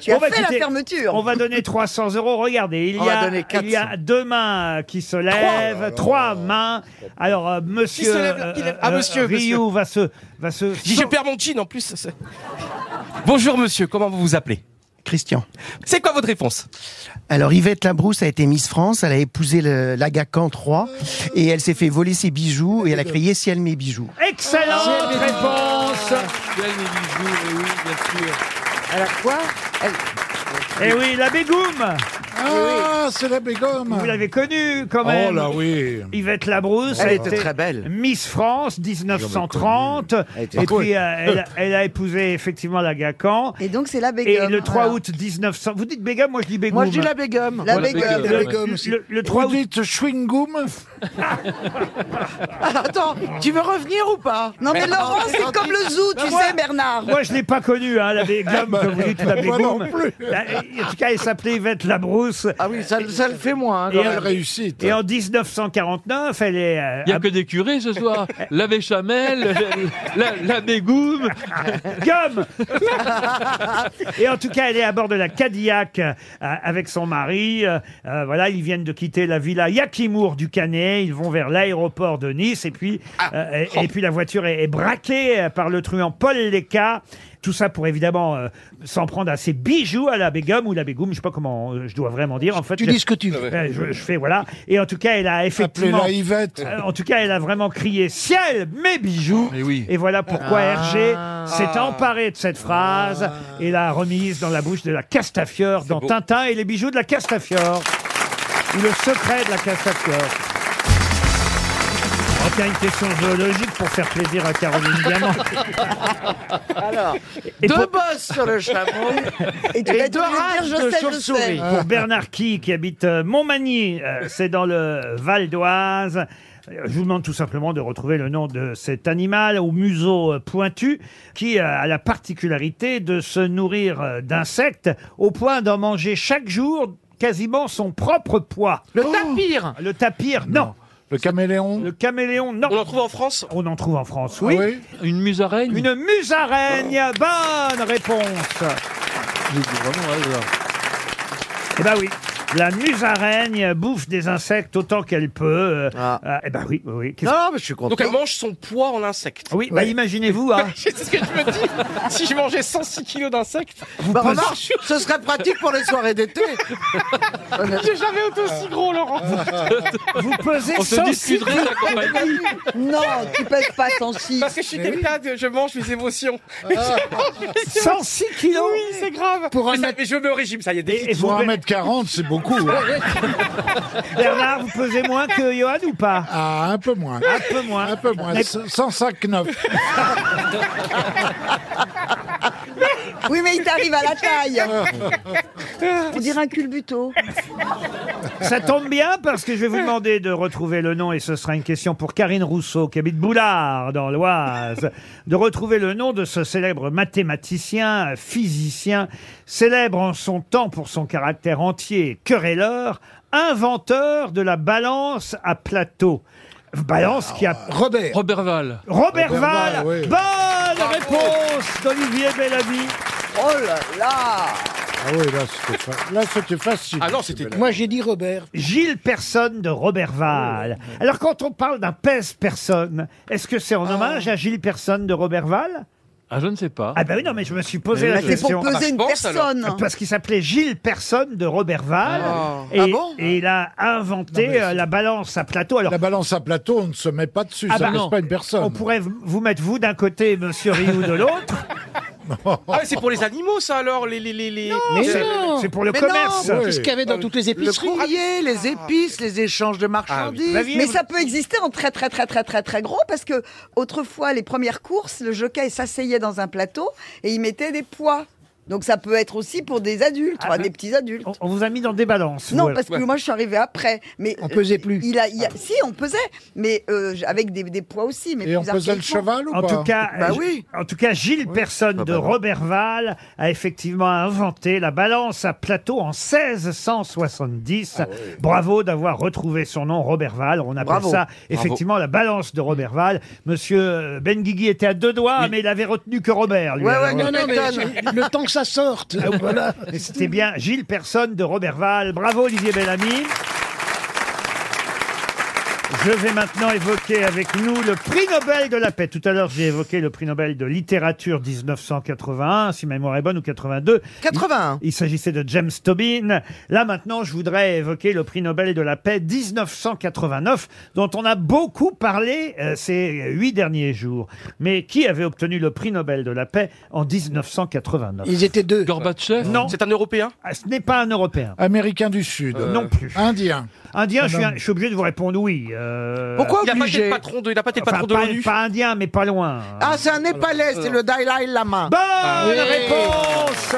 Speaker 6: Tu as
Speaker 2: Bon, bah,
Speaker 6: fait
Speaker 2: écoutez,
Speaker 6: la fermeture.
Speaker 2: On va donner 300 euros. Regardez, il
Speaker 8: On
Speaker 2: y,
Speaker 8: va
Speaker 2: a,
Speaker 8: donner
Speaker 2: il y a
Speaker 8: 400.
Speaker 2: deux mains euh, qui se
Speaker 3: Oh
Speaker 2: lèvent, trois mains. Alors, euh, monsieur,
Speaker 3: Qui se lève,
Speaker 2: euh,
Speaker 3: qui lève
Speaker 2: euh,
Speaker 3: Ah, monsieur,
Speaker 2: Rioux va se, va se.
Speaker 3: J'ai j'ai perds mon jean en plus. c'est- Bonjour monsieur, comment vous vous appelez
Speaker 16: Christian.
Speaker 3: C'est quoi votre réponse
Speaker 16: Alors Yvette Labrousse a été Miss France, elle a épousé le- l'Agacan 3 et elle s'est fait voler ses bijoux et elle a crié ciel mes bijoux.
Speaker 2: Excellente réponse.
Speaker 3: Ah,
Speaker 7: Belle, mes bijoux, mais oui, bien sûr.
Speaker 8: Elle a quoi
Speaker 2: Eh Et oui, la Bégoum.
Speaker 13: Ah, c'est la Bégum
Speaker 2: Vous l'avez connue quand
Speaker 13: Oh
Speaker 2: même.
Speaker 13: là oui.
Speaker 2: Yvette Labrousse.
Speaker 13: Elle
Speaker 2: a
Speaker 13: était
Speaker 2: été
Speaker 13: très belle.
Speaker 2: Miss France 1930. Et
Speaker 13: était cool.
Speaker 2: puis euh, elle, elle a épousé effectivement la Gacan.
Speaker 6: Et donc c'est la
Speaker 2: Et
Speaker 6: Begum,
Speaker 2: le 3
Speaker 6: voilà.
Speaker 2: août 1900. Vous dites Begum, moi je dis Begum.
Speaker 8: Moi, je dis la Bégum.
Speaker 6: La Bégum,
Speaker 2: Le,
Speaker 6: la Bégum
Speaker 2: le-
Speaker 6: aussi.
Speaker 2: le- le 3 août.
Speaker 8: Attends, tu veux revenir ou pas
Speaker 6: Non, mais Laurent, c'est comme le zoo, tu sais, Bernard.
Speaker 2: Moi, je ne l'ai pas connue, hein, la Begum, comme vous dites, la
Speaker 13: moi non
Speaker 2: Begum.
Speaker 13: plus.
Speaker 2: La- En tout cas, elle s'appelait Yvette Labrousse.
Speaker 8: Ah oui, ça, ça le fait moins. hein,
Speaker 2: Et
Speaker 8: quand
Speaker 2: elle
Speaker 8: même.
Speaker 2: réussit. Et en 1949, elle est. euh,
Speaker 7: Il n'y a que des curés ce soir. La béchamel, la, la Bégoum.
Speaker 2: Gomme Et en tout cas, elle est à bord de la Cadillac euh, avec son mari. Euh, euh, voilà, ils viennent de quitter la villa Yakimour du Canet. Ils vont vers l'aéroport de Nice. Et puis, euh, et, et puis la voiture est, est braquée euh, par le truand Paul Leca. Tout ça pour évidemment euh, s'en prendre à ses bijoux à la Bégum ou la Bégoum, je sais pas comment euh, je dois vraiment dire. En fait,
Speaker 5: Tu dis ce que tu veux.
Speaker 2: Euh, je, je fais voilà. Et en tout cas, elle a effectivement.
Speaker 13: Appelez-la Yvette.
Speaker 2: Euh, en tout cas, elle a vraiment crié ciel mes bijoux. Et voilà pourquoi
Speaker 13: Ah.
Speaker 2: Hergé s'est emparé de cette phrase et l'a remise dans la bouche de la Castafiore dans
Speaker 13: beau.
Speaker 2: Tintin et les bijoux de la Castafiore ou le secret de la Castafiore. Oh, tiens, une question zoologique pour faire plaisir à Caroline Diamant.
Speaker 8: Alors,
Speaker 2: Et
Speaker 8: deux
Speaker 2: pour-
Speaker 8: bosses sur le chameau
Speaker 6: et, tu vas
Speaker 8: deux
Speaker 6: toujours dire,
Speaker 8: rages
Speaker 6: je
Speaker 8: de
Speaker 6: sais, je
Speaker 8: chauve-souris.
Speaker 2: Pour Bernard Key, qui habite euh, Montmagny, euh, c'est dans le Val d'Oise. Euh, Je vous demande tout simplement de retrouver le nom de cet animal au museau euh, pointu qui euh, a la particularité de se nourrir euh, d'insectes au point d'en manger chaque jour quasiment son propre poids. Oh.
Speaker 8: Le tapir
Speaker 2: Le tapir, non.
Speaker 13: Le caméléon
Speaker 2: Le caméléon, non. On en trouve en France On en trouve en France, oui.
Speaker 7: Une musaraigne
Speaker 2: Une musaraigne, bonne réponse.
Speaker 7: J'ai dit vraiment
Speaker 8: hein,
Speaker 7: ouais, voilà.
Speaker 2: Eh ben oui. La musaraigne bouffe des insectes autant qu'elle peut. euh, euh, eh ben oui, oui, oui. Qu'est-ce-
Speaker 8: Ah. Non, mais je suis content.
Speaker 3: Donc elle mange son poids en insectes.
Speaker 2: Oui, bah imaginez-vous, hein,
Speaker 3: C'est ce que je me dis. Si je mangeais 106 kilos d'insectes,
Speaker 8: Bah,
Speaker 2: pensez-
Speaker 8: remarque, ce serait pratique pour les soirées d'été.
Speaker 3: j'ai jamais été aussi gros, Laurent.
Speaker 2: vous pesez
Speaker 7: Oh, On se
Speaker 2: 106
Speaker 7: discuterait de la compagnie.
Speaker 6: Non, tu pèses pas 106.
Speaker 3: Parce que je suis quelqu'un de. Je mange mes émotions. Je
Speaker 2: Ah.
Speaker 3: mange mes émotions.
Speaker 2: 106 kilos
Speaker 3: Oui, c'est grave.
Speaker 13: Pour
Speaker 3: mais,
Speaker 13: un
Speaker 3: ça-
Speaker 13: mètre-
Speaker 3: mais je me régime, ça, il y a
Speaker 2: Et,
Speaker 3: des.
Speaker 2: et vous,
Speaker 13: Pour 1m40, c'est beaucoup. hein.
Speaker 2: Bernard, vous pesez moins que Johan ou pas
Speaker 13: Ah, un peu moins.
Speaker 2: Un peu moins.
Speaker 13: Un peu moins.
Speaker 2: Mais-
Speaker 13: 105,9.
Speaker 6: Oui, mais il t'arrive à la taille. On dirait un culbuto.
Speaker 2: Ça tombe bien parce que je vais vous demander de retrouver le nom et ce sera une question pour Karine Rousseau qui habite Boulard dans l'Oise de retrouver le nom de ce célèbre mathématicien, physicien, célèbre en son temps pour son caractère entier, querelleur, inventeur de la balance à plateau. Balance qui a
Speaker 13: Robert.
Speaker 7: Robert Val.
Speaker 2: Robert,
Speaker 13: Robert
Speaker 2: Val.
Speaker 13: Val, oui.
Speaker 2: Bonne réponse d'Olivier Bellamy.
Speaker 6: Oh là là
Speaker 13: Ah oui, là, c'était fa- là, c'était facile.
Speaker 3: Ah non, c'était.
Speaker 5: Moi, j'ai dit Robert.
Speaker 2: Gilles Personne de Robert Val. Alors quand on parle d'un pèse-personne, est-ce que c'est
Speaker 13: Ah.
Speaker 2: en hommage à Gilles Personne de Robert Val
Speaker 7: Ah, je ne sais pas.
Speaker 2: Ah ben oui, non, mais je me suis posé
Speaker 7: Mais
Speaker 2: la
Speaker 7: oui,
Speaker 6: C'est
Speaker 2: question.
Speaker 5: Ah
Speaker 2: Ah,
Speaker 6: pour
Speaker 5: bah,
Speaker 6: peser une
Speaker 3: pense,
Speaker 6: personne.
Speaker 2: Parce qu'il s'appelait Gilles Personne de Robert Val.
Speaker 8: Ah.
Speaker 2: Et,
Speaker 8: Ah bon
Speaker 2: et il a inventé
Speaker 13: Non, mais
Speaker 2: euh, la balance à plateau. Alors,
Speaker 13: La balance à plateau, on ne se met pas dessus.
Speaker 2: Ah
Speaker 13: ça
Speaker 2: bah
Speaker 13: ne
Speaker 2: non.
Speaker 13: reste pas une personne.
Speaker 2: on pourrait v- vous mettre vous d'un côté et Monsieur Rioux de l'autre.
Speaker 3: Ah, mais c'est pour les animaux, ça, alors. Les, les, les, les...
Speaker 2: Mais
Speaker 5: Mais
Speaker 2: c'est-
Speaker 5: non.
Speaker 2: c'est pour le
Speaker 8: Mais
Speaker 2: commerce.
Speaker 13: non, oui.
Speaker 5: Qu'est-ce qu'il y avait dans toutes les
Speaker 8: Le
Speaker 5: épiceries
Speaker 8: courrier, les épices, les échanges de marchandises.
Speaker 2: Bah, viens,
Speaker 6: Mais
Speaker 2: vous-
Speaker 6: ça peut exister en très très très très très très gros parce que autrefois les premières courses, le jockey s'asseyait dans un plateau et il mettait des poids. Donc ça peut être aussi pour des adultes,
Speaker 2: Ah,
Speaker 6: enfin,
Speaker 2: mais-
Speaker 6: des petits adultes.
Speaker 2: on, on vous a mis dans des balances.
Speaker 6: Non,
Speaker 2: vous,
Speaker 6: parce que moi je suis arrivée après. Mais euh,
Speaker 5: On pesait plus.
Speaker 6: Il a, il a- si on pesait, mais euh, avec des, des poids aussi. Mais
Speaker 13: Et on
Speaker 6: plus
Speaker 13: pesait le
Speaker 6: archaïquement.
Speaker 13: cheval ou
Speaker 2: En
Speaker 13: pas
Speaker 2: tout cas,
Speaker 8: Bah
Speaker 2: euh,
Speaker 8: oui.
Speaker 2: en tout cas, Gilles Personne de Robert Val a effectivement inventé la balance à plateau en 1670.
Speaker 8: Ah
Speaker 2: Bravo d'avoir retrouvé son nom, Robert Val. On appelle
Speaker 8: Bravo.
Speaker 2: ça effectivement la balance de Robert Val. Monsieur euh, Benguigui était à deux doigts, mais il avait retenu que Robert. Lui,
Speaker 8: Ouais,
Speaker 2: alors.
Speaker 8: ouais,
Speaker 5: Non, non, mais le temps que ça sorte. voilà.
Speaker 2: Ah, Et C'était bien Gilles Personne de Robert Val. Bravo Olivier Bellamy. Je vais maintenant évoquer avec nous le prix Nobel de la paix. Tout à l'heure, j'ai évoqué le prix Nobel de littérature 1981, si ma mémoire est bonne, ou 82.
Speaker 8: 81.
Speaker 2: Il, il s'agissait de James Tobin. Là, maintenant, je voudrais évoquer le prix Nobel de la paix 1989, dont on a beaucoup parlé euh, ces huit derniers jours. Mais qui avait obtenu le prix Nobel de la paix en 1989
Speaker 5: Ils étaient deux.
Speaker 2: Gorbatchev Non. C'est un Européen Ce n'est pas un Européen.
Speaker 13: Américain du Sud.
Speaker 2: Euh, Non plus.
Speaker 13: Indien.
Speaker 2: Indien, je suis, je suis obligé de vous répondre oui. euh,
Speaker 13: Pourquoi
Speaker 3: Il a pas été le patron de, il a pas été le
Speaker 2: Enfin,
Speaker 3: patron de
Speaker 2: pas-
Speaker 3: l'ONU.
Speaker 2: Pas indien, mais pas loin.
Speaker 4: Ah, c'est un Népalais, c'est le Dalai Lama.
Speaker 2: Bonne réponse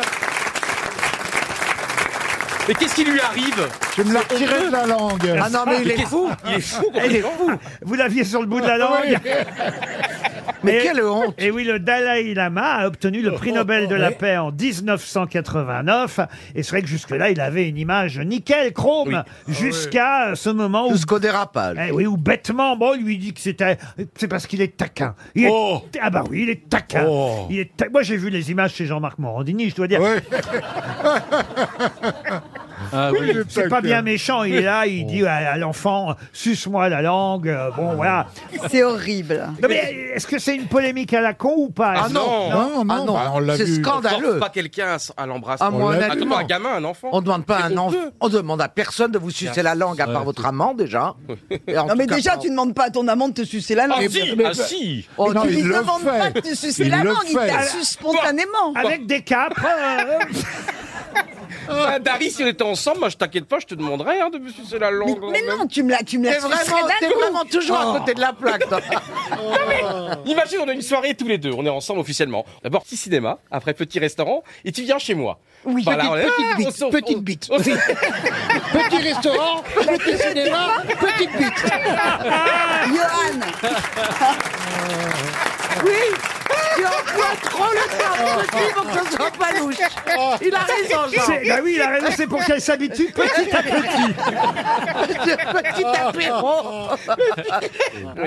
Speaker 3: Mais qu'est-ce qui lui arrive
Speaker 13: Tu me l'as retiré de la langue.
Speaker 3: Ah non, mais il est fou. Il est fou,
Speaker 2: Il est fou. Vous l'aviez sur le bout de la langue. Mais quelle honte Et oui, le Dalai Lama a obtenu le prix Nobel de la paix en 1989. Et c'est vrai que jusque-là, il avait une image nickel, chrome, jusqu'à ce moment où... Jusqu'au
Speaker 8: dérapage.
Speaker 2: oui, où bêtement, bon, il lui dit que c'était... C'est parce qu'il est taquin. Il est- Ah bah oui, il est taquin. Il est ta- Moi, j'ai vu les images chez Jean-Marc Morandini, je dois dire.
Speaker 13: oui.
Speaker 2: C'est pas bien méchant, il est là, il dit à, à l'enfant, suce-moi la langue, euh, bon voilà.
Speaker 6: C'est horrible.
Speaker 2: Non, mais est-ce que c'est une polémique à la con ou pas
Speaker 3: Ah non. Non,
Speaker 2: Ah non.
Speaker 8: bah, on l'a C'est vu.
Speaker 3: On
Speaker 8: scandaleux.
Speaker 3: force pas quelqu'un à s- à l'embrasser.
Speaker 8: Ah, moi,
Speaker 3: Attends,
Speaker 8: honnêtement.
Speaker 3: un gamin, un enfant.
Speaker 8: On demande pas à
Speaker 3: C'est
Speaker 8: un enfant,
Speaker 3: honteux.
Speaker 8: on demande à personne de vous sucer la langue à part votre amant déjà.
Speaker 6: Non, mais déjà, tu demandes pas à ton amant de te sucer la langue.
Speaker 8: Ah, si, ah, si.
Speaker 6: Oh,
Speaker 8: Non,
Speaker 6: tu
Speaker 8: il
Speaker 6: lui
Speaker 8: le
Speaker 6: demandes
Speaker 8: fait.
Speaker 6: pas de te sucer
Speaker 8: Il
Speaker 6: la
Speaker 8: le
Speaker 6: langue, il
Speaker 8: fait.
Speaker 6: t'assuse spontanément.
Speaker 2: Avec des capres.
Speaker 6: euh,
Speaker 3: Bah, Dari, si on était ensemble, moi, je t'inquiète pas, je te demanderais hein, de me sucer la langue.
Speaker 6: Mais non, tu me la, tu me la
Speaker 3: T'es
Speaker 6: sucerais
Speaker 3: vraiment-
Speaker 6: d'un
Speaker 3: t'es
Speaker 6: coup.
Speaker 3: vraiment toujours à
Speaker 6: Oh.
Speaker 3: côté de la plaque, toi. Non, mais imagine, on a une soirée tous les deux, on est ensemble officiellement. D'abord petit cinéma, après petit restaurant, et tu viens chez moi.
Speaker 5: Oui,
Speaker 3: bah
Speaker 5: petite- petite bite, petite bite. Petit restaurant,
Speaker 4: Bah,
Speaker 5: petit cinéma, petite bite.
Speaker 6: Johan
Speaker 4: Oui Tu emploies trop le terme petit pour que ce soit pas louche. Il a raison, Jean.
Speaker 2: Oh. C'est- bah oui, il a raison, c'est pour qu'elle s'habitue petit à petit.
Speaker 4: petit apéro.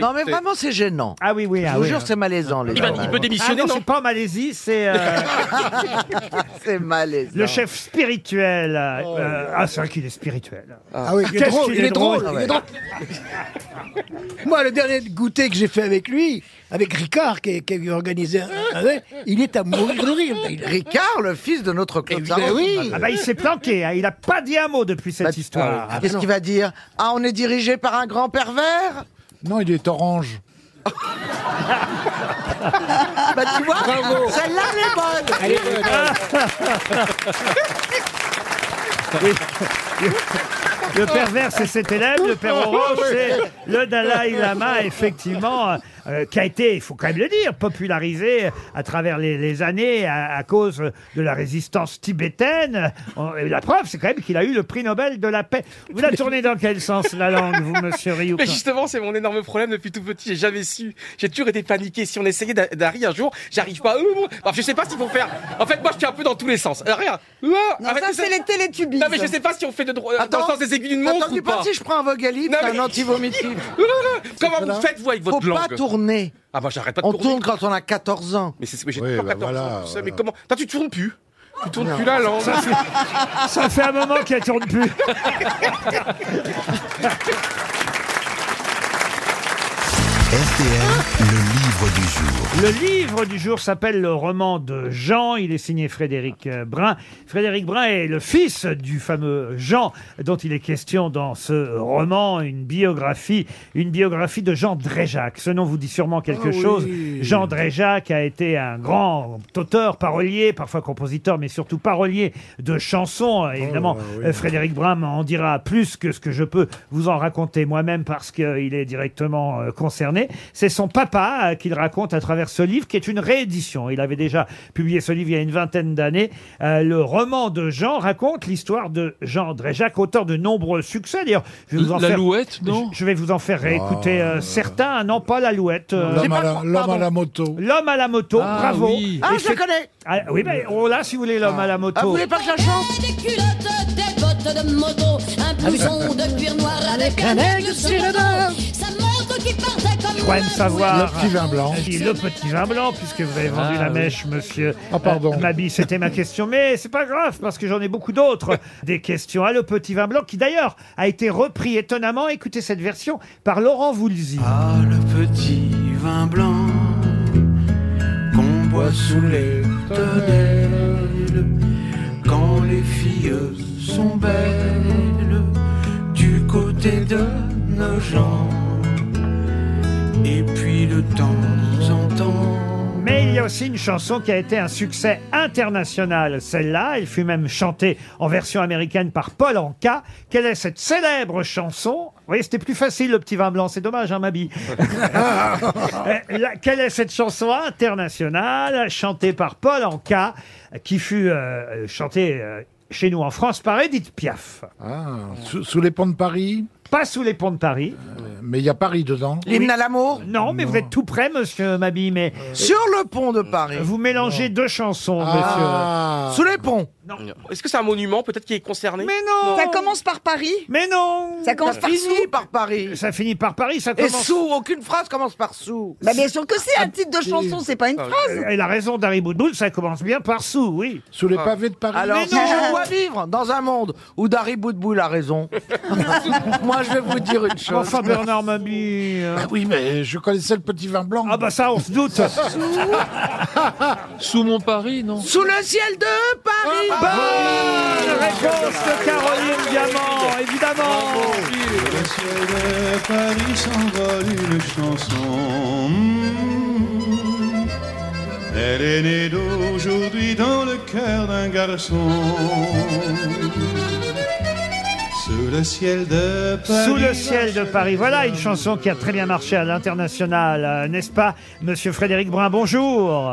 Speaker 8: Non mais vraiment c'est gênant.
Speaker 2: Ah oui oui.
Speaker 8: Je
Speaker 2: ah
Speaker 8: vous
Speaker 2: oui,
Speaker 8: jure
Speaker 2: hein.
Speaker 8: c'est malaisant les
Speaker 2: Il va-
Speaker 8: gens.
Speaker 2: il peut démissionner, Ah non, non c'est pas en Malaisie c'est.
Speaker 8: euh, c'est malaisant.
Speaker 2: Le chef spirituel. euh, euh, ah, c'est vrai qu'il est spirituel.
Speaker 5: Ah oui, il est
Speaker 2: Qu'est-ce
Speaker 5: drôle,
Speaker 2: qu'il
Speaker 5: il est drôle, il est drôle. Moi, le dernier goûter que j'ai fait avec lui, avec Ricard, qui, qui a organisé un, un- il est à mourir de rire. Eh
Speaker 8: Ricard, le fils de notre Claude Sarraute.
Speaker 2: Ah bah, il s'est planqué, hein, il n'a pas dit un mot depuis cette histoire.
Speaker 8: Bah, euh,
Speaker 2: bah
Speaker 8: Qu'est-ce qu'il va dire Ah, on est dirigé par un grand pervers
Speaker 13: Non, il est orange.
Speaker 8: Bah tu vois,
Speaker 4: Bravo.
Speaker 8: celle-là elle est bonne.
Speaker 4: Elle est bonne,
Speaker 2: Oui. Le pervers, c'est cet élève. Le père orange, c'est le Dalai Lama, effectivement, euh, qui a été, il faut quand même le dire, popularisé à travers les, les années à, à cause de la résistance tibétaine. On- et la preuve, c'est quand même qu'il a eu le prix Nobel de la paix. Vous la tournez dans quel sens, la langue, vous, monsieur Rioux
Speaker 3: Mais justement, c'est mon énorme problème depuis tout petit. J'ai jamais su. J'ai toujours été paniqué. Si on essayait d'a- d'arriver un jour, j'arrive pas. Euh, euh, Alors, je sais pas s'il faut faire. En fait, moi, je suis un peu dans tous les sens. Alors, rien. Non,
Speaker 6: ça, c'est les télétubies.
Speaker 3: Ah, Non, mais je sais pas si on fait de dro- dans le sens des aiguilles d'une montre
Speaker 8: attends,
Speaker 3: ou
Speaker 8: tu
Speaker 3: pas.
Speaker 8: penses si je prends un Vogalip,
Speaker 3: Non,
Speaker 8: c'est
Speaker 3: mais-
Speaker 8: un antivomitif
Speaker 3: Non, non, non. Comment vous faites, vous, avec votre
Speaker 8: Faut
Speaker 3: langue
Speaker 8: pas tourner.
Speaker 3: Ah, bah, j'arrête pas de
Speaker 8: On
Speaker 3: tourner.
Speaker 8: tourne quand on a 14 ans.
Speaker 3: Mais c'est ce que j'ai
Speaker 2: bah
Speaker 3: toujours 14 ans, tout ça, Mais
Speaker 8: voilà.
Speaker 3: comment Attends, tu tournes plus. Tu tournes
Speaker 8: Non.
Speaker 3: plus la langue.
Speaker 8: Ça,
Speaker 2: Ça fait un moment qu'elle tourne plus.
Speaker 1: RTL, le livre du jour.
Speaker 2: Le livre du jour s'appelle Le roman de Jean. Il est signé Frédéric euh, Brun. Frédéric Brun est le fils du fameux Jean dont il est question dans ce roman, une biographie, une biographie de Jean Dréjac. Ce nom vous dit sûrement quelque
Speaker 5: Ah oui.
Speaker 2: chose. Jean Dréjac a été un grand auteur, parolier, parfois compositeur, mais surtout parolier de chansons.
Speaker 13: Oh,
Speaker 2: Évidemment, euh, Frédéric Brun en dira plus que ce que je peux vous en raconter moi-même parce qu'il est directement euh, concerné. C'est son papa euh, qu'il raconte à travers ce livre qui est une réédition. Il avait déjà publié ce livre il y a une vingtaine d'années. Euh, le roman de Jean raconte l'histoire de Jean Dréjac, auteur de nombreux succès. D'ailleurs, je vais vous en
Speaker 7: La
Speaker 2: faire...
Speaker 7: Louette, non
Speaker 2: Je je vais vous en faire réécouter euh, certains. Non, pas l'alouette. euh,
Speaker 13: Ah. L'homme à la- l'homme à la moto.
Speaker 2: L'homme à la moto,
Speaker 13: Ah,
Speaker 2: bravo.
Speaker 13: oui. Ah,
Speaker 2: Et
Speaker 13: je
Speaker 2: c'est-
Speaker 13: le connais.
Speaker 2: Ah, oui, mais on l'a si vous voulez,
Speaker 13: Ah.
Speaker 2: l'homme à la
Speaker 11: Ah,
Speaker 2: moto.
Speaker 4: que je la chante
Speaker 11: Des culottes, des bottes de moto, un
Speaker 2: oui.
Speaker 11: blouson de cuir noir Ah avec
Speaker 2: Avec
Speaker 11: un
Speaker 2: un
Speaker 11: aigle
Speaker 2: aigle
Speaker 11: sur
Speaker 2: sur
Speaker 11: le
Speaker 2: le
Speaker 11: dos. Ça montre qu'il
Speaker 2: Je crois même savoir.
Speaker 13: Le petit vin blanc.
Speaker 2: Si, le petit vin blanc, puisque vous avez vendu
Speaker 13: Ah,
Speaker 2: la
Speaker 13: oui.
Speaker 2: mèche, monsieur.
Speaker 13: Ah, pardon.
Speaker 2: euh, Mabi, c'était ma question. Mais c'est pas grave, parce que j'en ai beaucoup d'autres. des questions à le petit vin blanc, qui d'ailleurs a été repris étonnamment. Écoutez cette version par Laurent Voulzy. Ah, le petit vin blanc qu'on boit sous les
Speaker 11: Tonnerre, quand les filles sont belles du côté de nos gens. Et puis de temps en temps,
Speaker 2: Mais il y a aussi une chanson qui a été un succès international. Celle-là, elle fut même chantée en version américaine par Paul Anka. Quelle est cette célèbre chanson Vous voyez, c'était plus facile, le petit vin blanc. C'est dommage, hein, Mabi Euh, la- Quelle est cette chanson internationale chantée par Paul Anka, qui fut euh, chantée euh, chez nous en France par Edith Piaf
Speaker 13: Ah, sous, sous les ponts de Paris
Speaker 2: Pas sous les ponts de Paris.
Speaker 13: Euh, mais il y a Paris dedans.
Speaker 2: à l'amour Non, mais vous êtes tout près, monsieur Mabi, mais... Sur le pont de Paris Vous mélangez deux chansons,
Speaker 13: Ah.
Speaker 2: monsieur.
Speaker 13: Sous
Speaker 2: les ponts
Speaker 3: Non. Est-ce que c'est un monument peut-être qui est concerné
Speaker 2: Mais non
Speaker 6: Ça commence par Paris
Speaker 2: Mais non
Speaker 6: Ça commence
Speaker 8: Ça
Speaker 6: par
Speaker 8: finit
Speaker 6: sous
Speaker 8: par Paris.
Speaker 2: Ça finit par Paris, ça
Speaker 8: Et
Speaker 2: commence...
Speaker 8: sous, aucune phrase commence par sous. Ah,
Speaker 6: Bah bien sûr que c'est un titre de chanson, c'est pas une
Speaker 2: Ah,
Speaker 6: phrase.
Speaker 2: Elle a raison, Dari Boudboul, ça commence bien par sous, oui.
Speaker 13: Sous les
Speaker 8: pavés
Speaker 13: de
Speaker 8: Ah. Alors,
Speaker 2: Mais
Speaker 8: si
Speaker 2: non
Speaker 8: je dois vivre dans un monde où Dari Boudboul a raison, moi je vais vous dire une chose.
Speaker 2: Enfin, Bernard Mabie.
Speaker 13: Ah oui, mais je connaissais le petit vin blanc. Ah
Speaker 2: bah ça, on se doute.
Speaker 7: Sous mon Paris, non
Speaker 8: Sous le ciel de Paris.
Speaker 11: Ah,
Speaker 2: Bonne réponse de Caroline Diamant, évidemment.
Speaker 11: le ciel de Paris s'envole une chanson. Mm. Elle est née d'aujourd'hui dans le cœur d'un garçon. Sous le ciel de Paris.
Speaker 2: Sous le ciel de Paris. Voilà une chanson qui a très bien marché à l'international, euh, n'est-ce pas Monsieur Frédéric Brun, bonjour.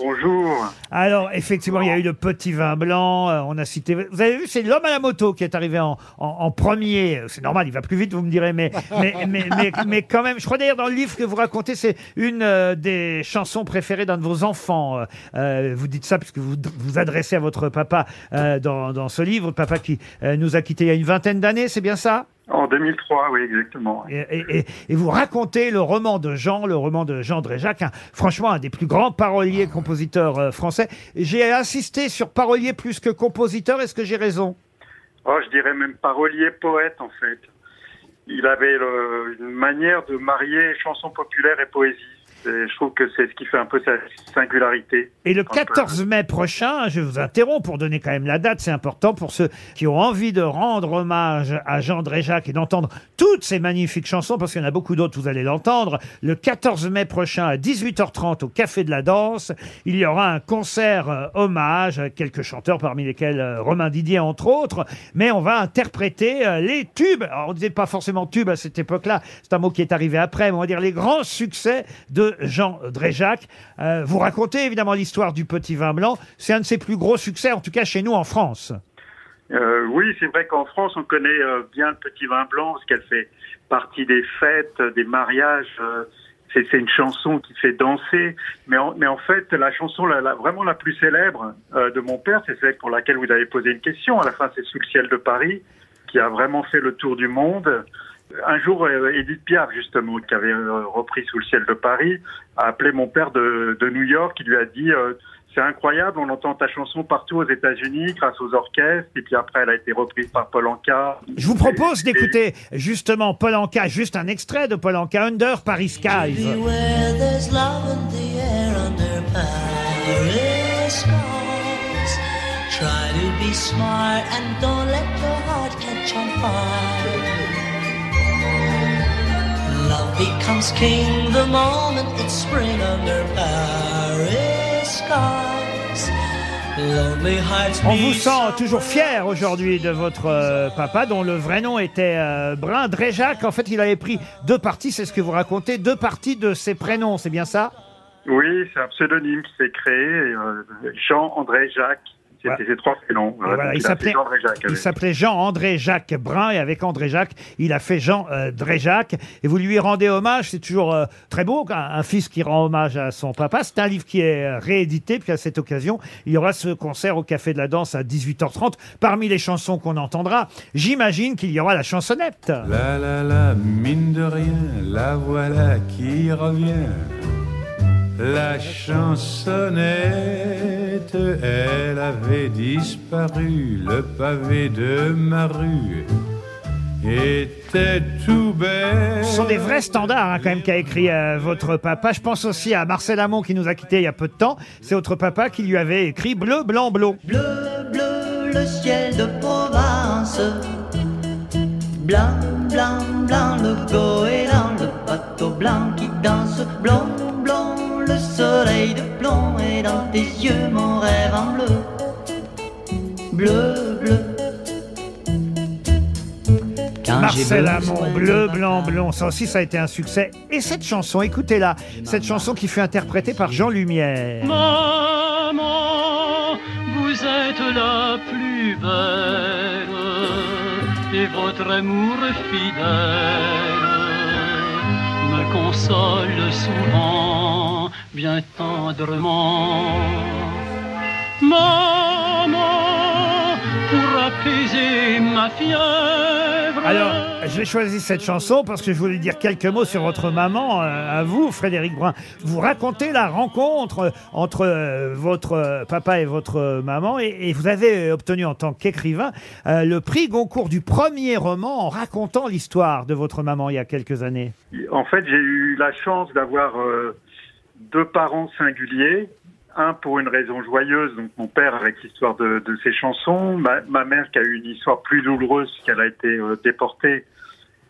Speaker 12: Bonjour.
Speaker 2: Alors, effectivement, il y a eu le petit vin blanc, euh, on a cité... Vous avez vu, c'est l'homme à la moto qui est arrivé en, en- en premier. C'est normal, il va plus vite, vous me direz, mais, mais, mais, mais, mais quand même, je crois d'ailleurs dans le livre que vous racontez, c'est une euh, des chansons préférées d'un de vos enfants. Euh, euh, vous dites ça puisque vous vous adressez à votre papa euh, dans, dans ce livre, papa qui euh, nous a quittés il y a une vingtaine d'années, c'est bien ça
Speaker 12: En 2003, oui, exactement.
Speaker 2: et, et- et- et vous racontez le roman de Jean, le roman de Jean Dréjac, un- franchement un des plus grands paroliers compositeurs euh, français. J'ai insisté sur parolier plus que compositeur, est-ce que j'ai raison
Speaker 12: Oh, je dirais même parolier poète, en fait. Il avait le- une manière de marier chanson populaire et poésie. Et je trouve que c'est ce qui fait un peu sa singularité.
Speaker 2: Et le
Speaker 12: Quand, euh,
Speaker 2: 14 mai prochain, je vous interromps pour donner quand même la date, c'est important pour ceux qui ont envie de rendre hommage à Jean Dréjac et d'entendre toutes ces magnifiques chansons, parce qu'il y en a beaucoup d'autres, vous allez l'entendre. Le 14 mai prochain à 18h30 au Café de la Danse, il y aura un concert euh, hommage, avec quelques chanteurs parmi lesquels euh, Romain Didier entre autres, mais on va interpréter euh, les tubes. Alors on disait pas forcément tube à cette époque-là, c'est un mot qui est arrivé après, mais on va dire les grands succès de Jean Dréjac. Euh, vous racontez évidemment l'histoire du petit vin blanc, c'est un de ses plus gros succès, en tout cas chez nous en France.
Speaker 12: Euh, oui, c'est vrai qu'en France, on connaît euh, bien le petit vin blanc, parce qu'elle fait partie des fêtes, euh, des mariages. euh, c'est c'est une chanson qui fait danser. Mais en, mais en fait, la chanson la, la- vraiment la plus célèbre euh, de mon père, c'est celle pour laquelle vous avez posé une question. À la fin, c'est Sous le ciel de Paris, qui a vraiment fait le tour du monde. Un jour, euh, Edith Piaf, justement, qui avait euh, repris Sous le ciel de Paris, a appelé mon père de, de New York. Il lui a dit euh, C'est incroyable, on entend ta chanson partout aux États-Unis grâce aux orchestres. Et puis après, elle a été reprise par Paul Anka.
Speaker 2: Je vous propose d'écouter justement Paul Anka, juste un extrait de Paul Anka, Under Paris Skies.
Speaker 11: Where there's love in the air under Paris skies. Try to be smart and don't let your heart catch on fire. Love becomes king the moment it's spring under Paris skies. Lonely hearts
Speaker 2: On
Speaker 11: meet
Speaker 2: vous sent toujours fier aujourd'hui de votre euh, papa, dont le vrai nom était euh, Brun Dréjac. En fait, il avait pris deux parties, c'est ce que vous racontez, deux parties de ses prénoms, c'est bien ça
Speaker 12: Oui, c'est un pseudonyme qui s'est créé, euh, Jean-André Jacques. C'était ces trois prénoms.
Speaker 2: Et voilà, il s'appelait il s'appelait Jean-André Jacques Brun et avec André Jacques, il a fait Jean euh, Dréjac et vous lui rendez hommage, c'est toujours euh, très beau un, un fils qui rend hommage à son papa. C'est un livre qui est euh, réédité puis à cette occasion, il y aura ce concert au Café de la Danse à 18h30 parmi les chansons qu'on entendra. J'imagine qu'il y aura la chansonnette.
Speaker 11: La la la, mine de rien, la voilà qui revient. La chansonnette, elle avait disparu, le pavé de ma rue était tout bête.
Speaker 2: Ce sont des vrais standards hein, quand même qu'a écrit euh, votre papa. Je pense aussi à Marcel Amont qui nous a quittés il y a peu de temps. C'est votre papa qui lui avait écrit Bleu, blanc, bleu.
Speaker 17: Bleu, bleu, le ciel de Provence. Blanc, blanc, blanc, le goéland, le bateau blanc qui danse. Blanc, blanc, le soleil de plomb et dans tes yeux mon rêve en bleu. Bleu, bleu. j'ai
Speaker 2: Marcel
Speaker 17: besoin
Speaker 2: Amont,
Speaker 17: de
Speaker 2: bleu, blanc, blond. Ça aussi, ça a été un succès. Et cette chanson, écoutez-la. Cette chanson qui fut interprétée par Jean Lumière.
Speaker 18: Maman, vous êtes la plus belle et votre amour fidèle me console souvent, bien tendrement. Maman, pour apaiser ma fièvre.
Speaker 2: Alors, j'ai choisi cette chanson parce que je voulais dire quelques mots sur votre maman, euh, à vous, Frédéric Brun. Vous racontez la rencontre euh, entre euh, votre euh, papa et votre euh, maman et, et vous avez euh, obtenu en tant qu'écrivain euh, le prix Goncourt du premier roman en racontant l'histoire de votre maman il y a quelques années.
Speaker 12: En fait, j'ai eu la chance d'avoir euh, deux parents singuliers. Un pour une raison joyeuse, donc mon père avec l'histoire de, de ses chansons, ma, ma mère qui a eu une histoire plus douloureuse, qu'elle a été euh, déportée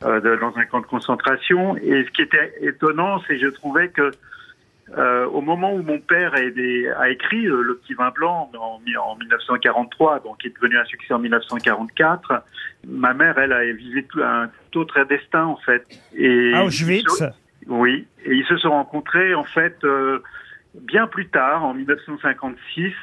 Speaker 12: euh, de- dans un camp de concentration. Et ce qui était étonnant, c'est que je trouvais que euh, au moment où mon père est des- a écrit euh, Le Petit Vin Blanc en, mi- en 1943, donc qui est devenu un succès en 1944, ma mère, elle, a vécu tout- un tout autre destin en fait. Et
Speaker 2: À Auschwitz.
Speaker 12: oui, et ils se sont rencontrés en fait euh, bien plus tard, en 1956,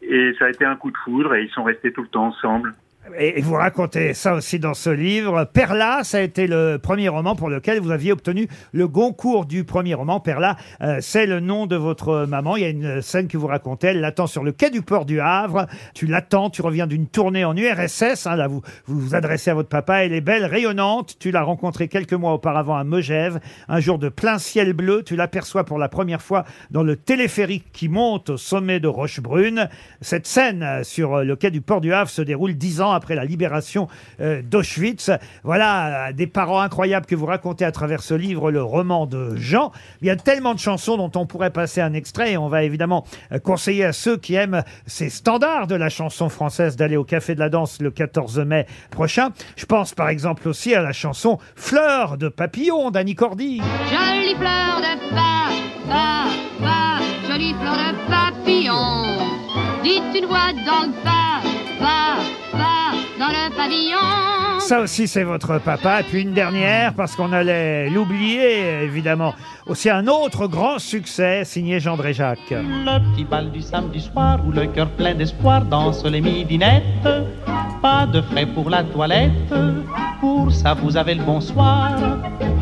Speaker 12: et ça a été un coup de foudre, et ils sont restés tout le temps ensemble.
Speaker 2: Et et vous racontez ça aussi dans ce livre. Perla, ça a été le premier roman pour lequel vous aviez obtenu le Goncourt du premier roman. Perla, euh, c'est le nom de votre maman. Il y a une scène que vous racontez. Elle l'attend sur le quai du port du Havre. Tu l'attends, tu reviens d'une tournée en URSS. hein. là, vous, vous vous adressez à votre papa. Elle est belle, rayonnante. Tu l'as rencontrée quelques mois auparavant à Megève. Un jour de plein ciel bleu, tu l'aperçois pour la première fois dans le téléphérique qui monte au sommet de Rochebrune. Cette scène euh, sur euh, le quai du port du Havre se déroule dix ans après la libération euh, d'Auschwitz. Voilà euh, des parents incroyables que vous racontez à travers ce livre, le roman de Jean. Il y a tellement de chansons dont on pourrait passer un extrait et on va évidemment euh, conseiller à ceux qui aiment ces standards de la chanson française d'aller au Café de la Danse le 14 mai prochain. Je pense par exemple aussi à la chanson Fleur de papillon d'Annie Cordy.
Speaker 19: Jolie fleur de pa, pa, pa, jolie fleur de papillon. Dites une voix dans le pa, pa, pa, dans le pavillon.
Speaker 2: Ça aussi, c'est votre papa. Et puis une dernière, parce qu'on allait l'oublier, évidemment. Aussi un autre grand succès, signé Jean Dréjac.
Speaker 18: Le petit bal du samedi soir où le cœur plein d'espoir danse les midinettes. Pas de frais pour la toilette, pour ça vous avez le bonsoir.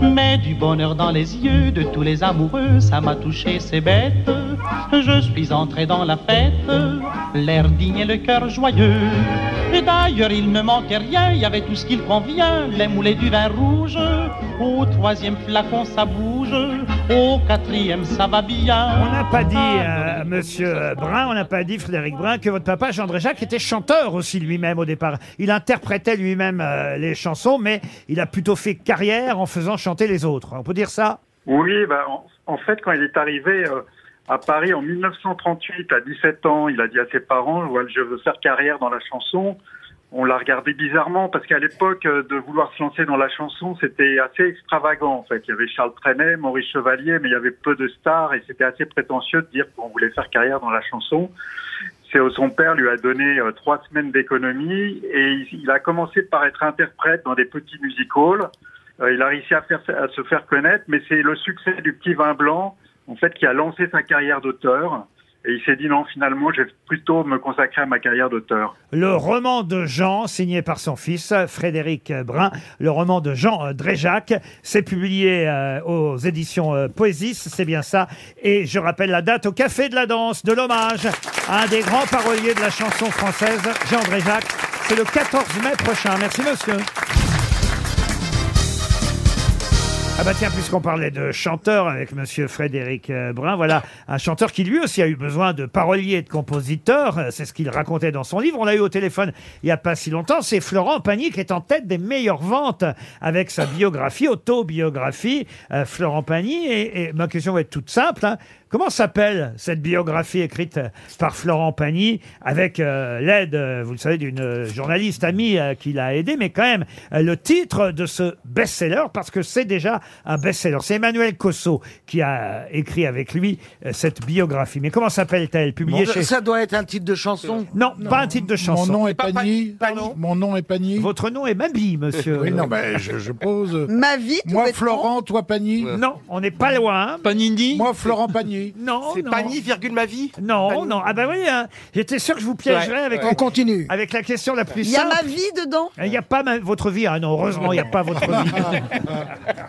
Speaker 18: Mais du bonheur dans les yeux de tous les amoureux, ça m'a touché, c'est bête. Je suis entré dans la fête, l'air digne et le cœur joyeux. Et d'ailleurs, il ne manquait rien, il y avait tout ce qu'il convient, les moulets du vin rouge. Au troisième flacon, ça bouge, au quatrième, ça va bien.
Speaker 2: On n'a pas dit, euh, monsieur euh, Brun, on n'a pas dit, Frédéric Brun, que votre papa, Jean Dréjac, était chanteur aussi lui-même au départ. Il interprétait lui-même euh, les chansons, mais il a plutôt fait carrière en faisant chanter les autres. On peut dire ça
Speaker 12: Oui, bah, en, en fait, quand il est arrivé euh, à Paris en 1938, à 17 ans, il a dit à ses parents Voilà, Je veux faire carrière dans la chanson. On l'a regardé bizarrement parce qu'à l'époque, euh, de vouloir se lancer dans la chanson, c'était assez extravagant en fait. Il y avait Charles Trenet, Maurice Chevalier, mais il y avait peu de stars et c'était assez prétentieux de dire qu'on voulait faire carrière dans la chanson. C'est son père lui a donné euh, trois semaines d'économie et il, il a commencé par être interprète dans des petits music halls. Euh, il a réussi à, faire- à se faire connaître, mais c'est le succès du petit vin blanc, en fait, qui a lancé sa carrière d'auteur. Et il s'est dit non, finalement, je vais plutôt me consacrer à ma carrière d'auteur.
Speaker 2: Le roman de Jean, signé par son fils Frédéric Brun, le roman de Jean euh, Dréjac, c'est publié euh, aux éditions euh, Poésis, c'est bien ça. Et je rappelle la date au Café de la Danse de l'hommage à un des grands paroliers de la chanson française, Jean Dréjac. C'est le 14 mai prochain. Merci monsieur. Ah bah tiens, puisqu'on parlait de chanteur avec monsieur Frédéric euh, Brun, voilà un chanteur qui lui aussi a eu besoin de paroliers et de compositeurs, Euh, c'est ce qu'il racontait dans son livre. On l'a eu au téléphone il n'y a pas si longtemps, c'est Florent Pagny qui est en tête des meilleures ventes avec sa biographie, autobiographie, euh, Florent Pagny. Et, et ma question va être toute simple, hein. comment s'appelle cette biographie écrite par Florent Pagny avec euh, l'aide, euh, vous le savez, d'une euh, journaliste amie euh, qui l'a aidé, mais quand même euh, le titre de ce best-seller parce que c'est déjà un best-seller. C'est Emmanuel Cosso qui a écrit avec lui euh, cette biographie. Mais comment s'appelle-t-elle Publiée
Speaker 8: Mon-
Speaker 2: chez
Speaker 8: ça doit être un titre de chanson.
Speaker 2: Non, pas un titre de chanson.
Speaker 13: Mon nom est
Speaker 2: Pas-
Speaker 13: Pagny. Mon nom est Pagny.
Speaker 2: Votre nom est Mabi, monsieur.
Speaker 13: Oui, non, mais je, je pose. euh,
Speaker 6: Ma vie, tout
Speaker 13: Moi,
Speaker 6: bêtement.
Speaker 13: Florent, toi, Pagny.
Speaker 2: Non, on n'est pas loin.
Speaker 13: Panini. Moi, Florent Pagny.
Speaker 2: Non,
Speaker 13: C'est
Speaker 2: non.
Speaker 13: Pagny,
Speaker 3: virgule ma vie
Speaker 2: Non, non. Ah ben oui, hein. j'étais sûr que je vous piégerais
Speaker 13: Ouais,
Speaker 2: avec.
Speaker 13: ouais. On
Speaker 2: continue. Avec la question la plus
Speaker 6: Il y a
Speaker 2: simple.
Speaker 6: ma vie dedans
Speaker 2: Il n'y a pas ma- votre vie. Ah non, heureusement, il n'y a pas votre vie.